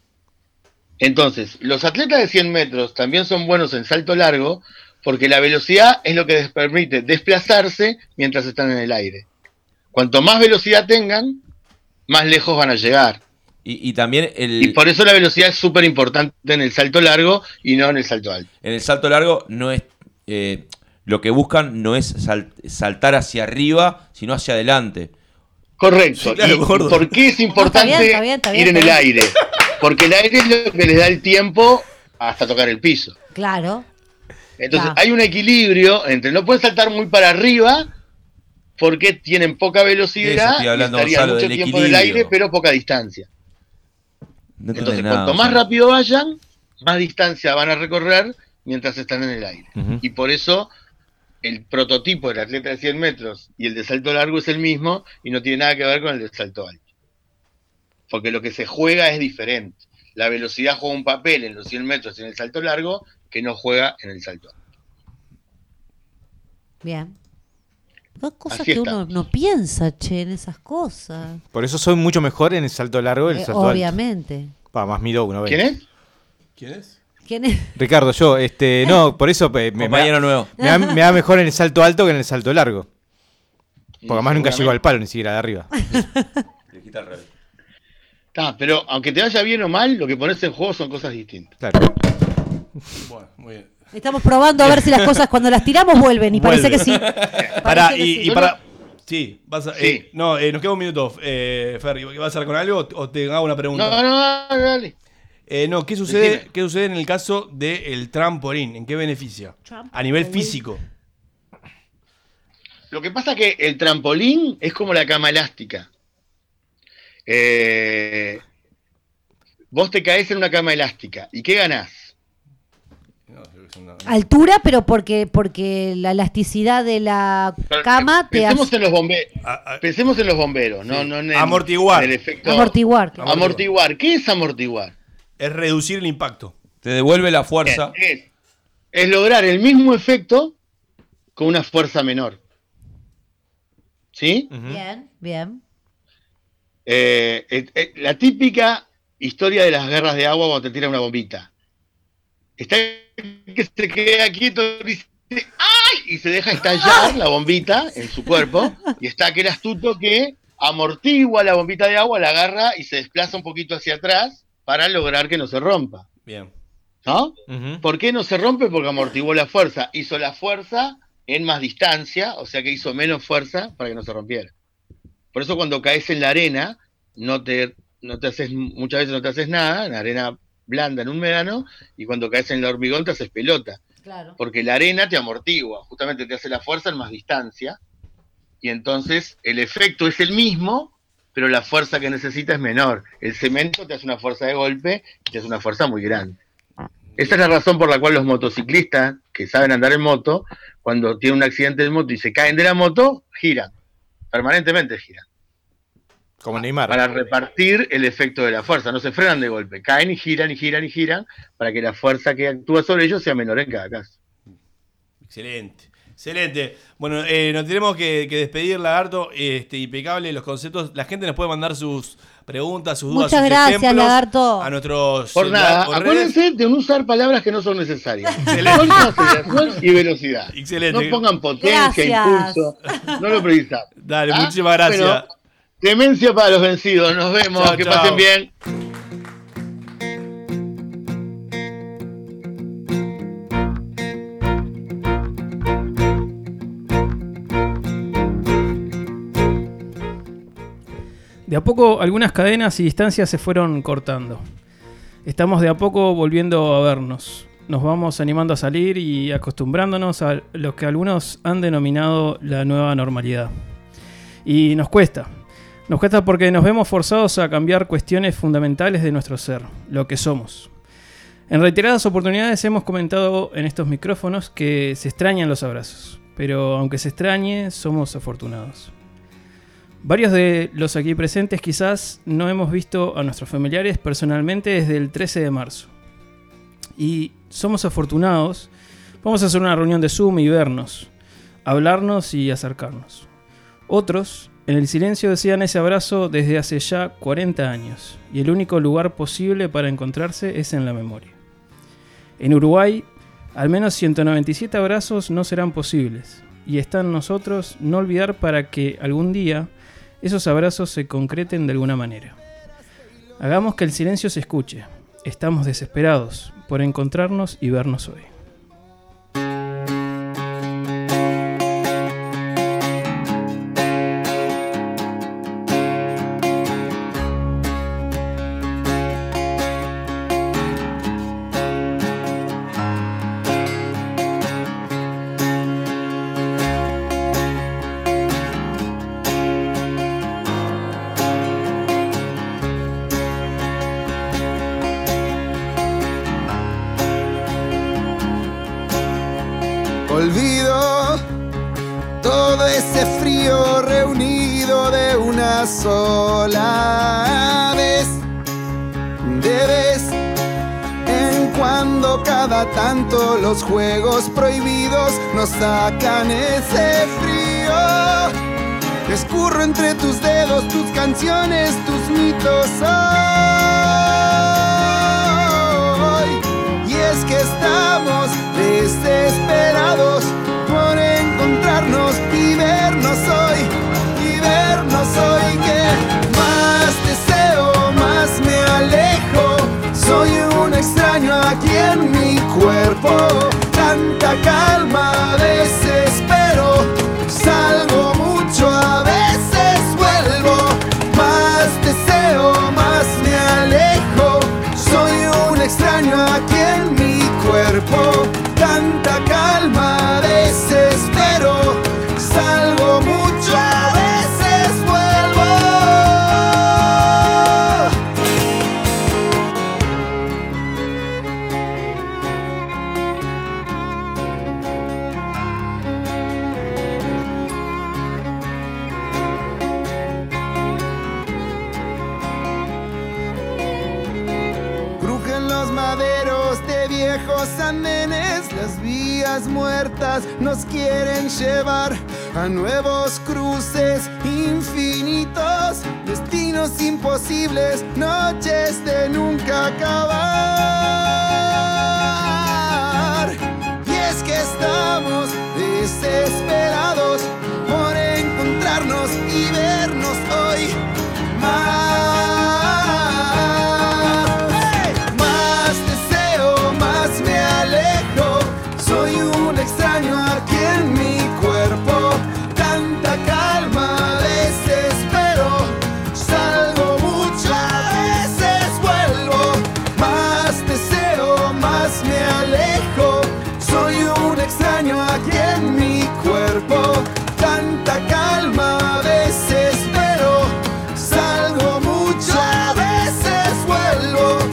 [SPEAKER 18] Entonces, los atletas de 100 metros también son buenos en salto largo, porque la velocidad es lo que les permite desplazarse mientras están en el aire. Cuanto más velocidad tengan, más lejos van a llegar.
[SPEAKER 5] Y, y también el.
[SPEAKER 18] Y por eso la velocidad es súper importante en el salto largo y no en el salto alto.
[SPEAKER 5] En el salto largo no es. eh, lo que buscan no es sal- saltar hacia arriba, sino hacia adelante.
[SPEAKER 18] Correcto.
[SPEAKER 5] Sí, claro,
[SPEAKER 18] ¿Y
[SPEAKER 5] gordo.
[SPEAKER 18] por qué es importante
[SPEAKER 6] No, está bien, está bien, está bien,
[SPEAKER 18] ir en
[SPEAKER 6] está
[SPEAKER 18] el
[SPEAKER 6] bien.
[SPEAKER 18] aire? Porque el aire es lo que les da el tiempo hasta tocar el piso.
[SPEAKER 6] Claro.
[SPEAKER 18] Entonces hay un equilibrio entre no pueden saltar muy para arriba porque tienen poca
[SPEAKER 5] Eso
[SPEAKER 18] velocidad
[SPEAKER 5] estoy hablando,
[SPEAKER 18] y estarían
[SPEAKER 5] Gonzalo,
[SPEAKER 18] mucho
[SPEAKER 5] del
[SPEAKER 18] tiempo en el
[SPEAKER 5] equilibrio.
[SPEAKER 18] aire pero poca distancia.
[SPEAKER 5] No entendés
[SPEAKER 18] Entonces
[SPEAKER 5] nada,
[SPEAKER 18] cuanto más
[SPEAKER 5] Gonzalo.
[SPEAKER 18] rápido vayan, más distancia van a recorrer mientras están en el aire.
[SPEAKER 5] Ujú.
[SPEAKER 18] Y por eso el prototipo del atleta de 100 metros y el de salto largo es el mismo y no tiene nada que ver con el de salto alto. Porque lo que se juega es diferente. La velocidad juega un papel en los 100 metros y en el salto largo que no juega en el salto alto.
[SPEAKER 6] Bien. Son cosas
[SPEAKER 18] Así
[SPEAKER 6] que
[SPEAKER 18] está.
[SPEAKER 6] uno no piensa, che, en esas cosas.
[SPEAKER 7] Por eso soy mucho mejor en el salto largo que en
[SPEAKER 6] Eh,
[SPEAKER 7] el salto
[SPEAKER 6] obviamente.
[SPEAKER 7] alto. Pa, más mido uno.
[SPEAKER 18] ¿Quién es?
[SPEAKER 4] ¿Quién es?
[SPEAKER 6] ¿Quién es?
[SPEAKER 7] Ricardo, yo, este, no, por eso pues, me,
[SPEAKER 5] Compañero
[SPEAKER 7] me da-
[SPEAKER 5] nuevo.
[SPEAKER 7] Me da, me da mejor en el salto alto que en el salto largo. Porque además nunca
[SPEAKER 18] seguramente.
[SPEAKER 7] llegó al palo, ni siquiera de arriba.
[SPEAKER 5] Está al revés.
[SPEAKER 18] Está, pero aunque te vaya bien o mal, lo que pones en juego son cosas distintas.
[SPEAKER 4] Bueno, muy bien.
[SPEAKER 6] Estamos probando a ver si las cosas cuando las tiramos vuelven y parece
[SPEAKER 4] Vuelve.
[SPEAKER 6] que sí.
[SPEAKER 4] Pará,
[SPEAKER 6] Parece que
[SPEAKER 4] y,
[SPEAKER 6] sí.
[SPEAKER 4] y para. Sí, vas a- eh, no, eh, nos queda un minuto. Eh, Ferry, ¿vas a hacer con algo o te hago una pregunta?
[SPEAKER 18] No, no, no, dale.
[SPEAKER 4] Eh, no, ¿qué sucede,
[SPEAKER 18] Decime.
[SPEAKER 4] ¿qué sucede en el caso del trampolín? ¿En qué beneficia? A nivel físico.
[SPEAKER 18] Lo que pasa es que el trampolín es como la cama elástica. Eh, vos te caes en una cama elástica. ¿Y qué ganás?
[SPEAKER 6] Altura, pero porque porque la elasticidad de la cama te
[SPEAKER 18] Pensemos
[SPEAKER 6] hace
[SPEAKER 18] en los bomberos. Pensemos en los bomberos, no, no en el,
[SPEAKER 4] Amortiguar.
[SPEAKER 18] en el efecto-
[SPEAKER 6] amortiguar. claro.
[SPEAKER 18] Amortiguar. ¿Qué es amortiguar?
[SPEAKER 4] Es reducir el impacto.
[SPEAKER 5] Te devuelve la fuerza.
[SPEAKER 18] Es, es lograr el mismo efecto con una fuerza menor. ¿Sí?
[SPEAKER 6] Bien, bien.
[SPEAKER 18] Eh, eh, eh, la típica historia de las guerras de agua cuando te tira una bombita. Está el que se queda quieto dice, ¡ay! Y se deja estallar la bombita en su cuerpo. Y está aquel astuto que amortigua la bombita de agua, la agarra y se desplaza un poquito hacia atrás para lograr que no se rompa.
[SPEAKER 4] Bien.
[SPEAKER 18] ¿No?
[SPEAKER 4] Ujú.
[SPEAKER 18] ¿Por qué no se rompe? Porque amortiguó la fuerza. Hizo la fuerza en más distancia, o sea que hizo menos fuerza para que no se rompiera. Por eso cuando caes en la arena, no te, no te haces, muchas veces no te haces nada, en arena blanda, en un medano, y cuando caes en el hormigón te haces pelota.
[SPEAKER 6] Claro.
[SPEAKER 18] Porque la arena te amortigua, justamente te hace la fuerza en más distancia, y entonces el efecto es el mismo, pero la fuerza que necesitas es menor. El cemento te hace una fuerza de golpe, y te hace una fuerza muy grande. Esa es la razón por la cual los motociclistas que saben andar en moto, cuando tienen un accidente de moto y se caen de la moto, giran. Permanentemente giran.
[SPEAKER 7] Como Neymar.
[SPEAKER 18] Para repartir el efecto de la fuerza. No se frenan de golpe. Caen y giran y giran y giran para que la fuerza que actúa sobre ellos sea menor en cada caso.
[SPEAKER 4] Excelente. Excelente. Bueno, eh, nos tenemos que, que despedir, Lagarto. Este, impecable los conceptos. La gente nos puede mandar sus preguntas, sus dudas.
[SPEAKER 6] Muchas
[SPEAKER 4] sus
[SPEAKER 6] gracias,
[SPEAKER 4] ejemplos
[SPEAKER 6] Lagarto.
[SPEAKER 4] A nuestros.
[SPEAKER 18] Por nada,
[SPEAKER 4] celular o redes.
[SPEAKER 18] acuérdense de no usar palabras que no son necesarias. Son concentración y velocidad.
[SPEAKER 4] Excelente.
[SPEAKER 18] No pongan potencia,
[SPEAKER 4] Gracias.
[SPEAKER 18] impulso. No lo precisamos.
[SPEAKER 4] Dale,
[SPEAKER 18] ¿Ah?
[SPEAKER 4] muchísimas gracias.
[SPEAKER 18] Bueno, demencia para los vencidos. Nos vemos.
[SPEAKER 4] Chao,
[SPEAKER 18] que
[SPEAKER 4] chao.
[SPEAKER 18] pasen bien.
[SPEAKER 8] De a poco algunas cadenas y distancias se fueron cortando. Estamos de a poco volviendo a vernos. Nos vamos animando a salir y acostumbrándonos a lo que algunos han denominado la nueva normalidad. Y nos cuesta. Nos cuesta porque nos vemos forzados a cambiar cuestiones fundamentales de nuestro ser, lo que somos. En reiteradas oportunidades hemos comentado en estos micrófonos que se extrañan los abrazos, pero aunque se extrañe, somos afortunados. Varios de los aquí presentes quizás no hemos visto a nuestros familiares personalmente desde el 13 de marzo. Y somos afortunados. Vamos a hacer una reunión de Zoom y vernos, hablarnos y acercarnos. Otros, en el silencio, desean ese abrazo desde hace ya 40 años, y el único lugar posible para encontrarse es en la memoria. En Uruguay, al menos 197 abrazos no serán posibles, y está en nosotros no olvidar para que algún día esos abrazos se concreten de alguna manera. Hagamos que el silencio se escuche. Estamos desesperados por encontrarnos y vernos hoy.
[SPEAKER 20] Olvido todo ese frío reunido de una sola vez. De vez en cuando cada tanto los juegos prohibidos nos sacan ese frío. Escurro entre tus dedos, tus canciones, tus mitos oh. hoy. Y es que estamos desesperados por encontrarnos y vernos hoy, y vernos hoy que más cuerpo, tanta calma, desespero. Salgo mucho, a veces vuelvo, más deseo, más me alejo. Soy un extraño aquí en mi cuerpo, tanta calma, desespero. Salgo mucho, a veces vuelvo. Crujen los maderos de viejos andenes, las vías muertas nos quieren llevar a nuevos cruces infinitos, destinos imposibles, noches de nunca acabar. Y es que estamos desesperados por encontrarnos y vernos hoy más. Más deseo, más me alejo. Soy un extraño aquí en mi cuerpo. Tanta calma, desespero. Salgo mucho, a veces vuelvo. Más deseo, más me alejo. Soy un extraño aquí en mi cuerpo. Tanta calma, desespero. Salgo mucho, a veces vuelvo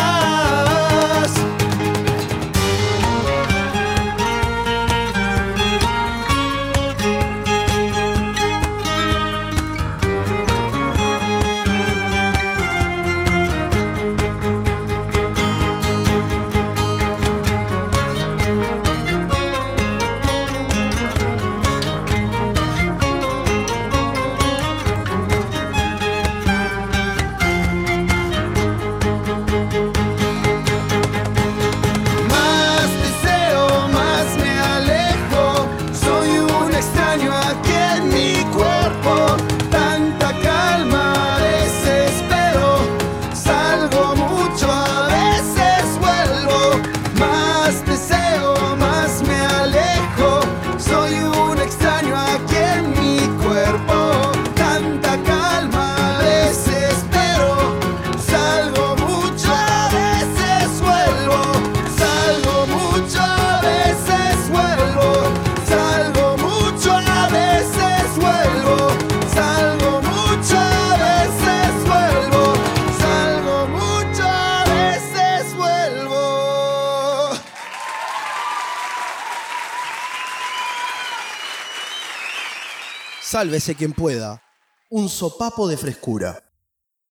[SPEAKER 20] más. Más deseo, más me alejo. Soy un extraño aquí en mi cuerpo. Tanta calma, desespero. Salgo mucho, a veces vuelvo. Más deseo, más me alejo. Soy un extraño aquí en mi cuerpo. Tanta calma, desespero. Salgo mucho, a veces vuelvo. Salgo mucho, a veces vuelvo. Salgo mucho, a veces vuelvo. Salgo mucho, a veces vuelvo. Salgo mucho, a veces vuelvo.
[SPEAKER 10] Sálvese quien pueda.
[SPEAKER 9] Un sopapo de frescura.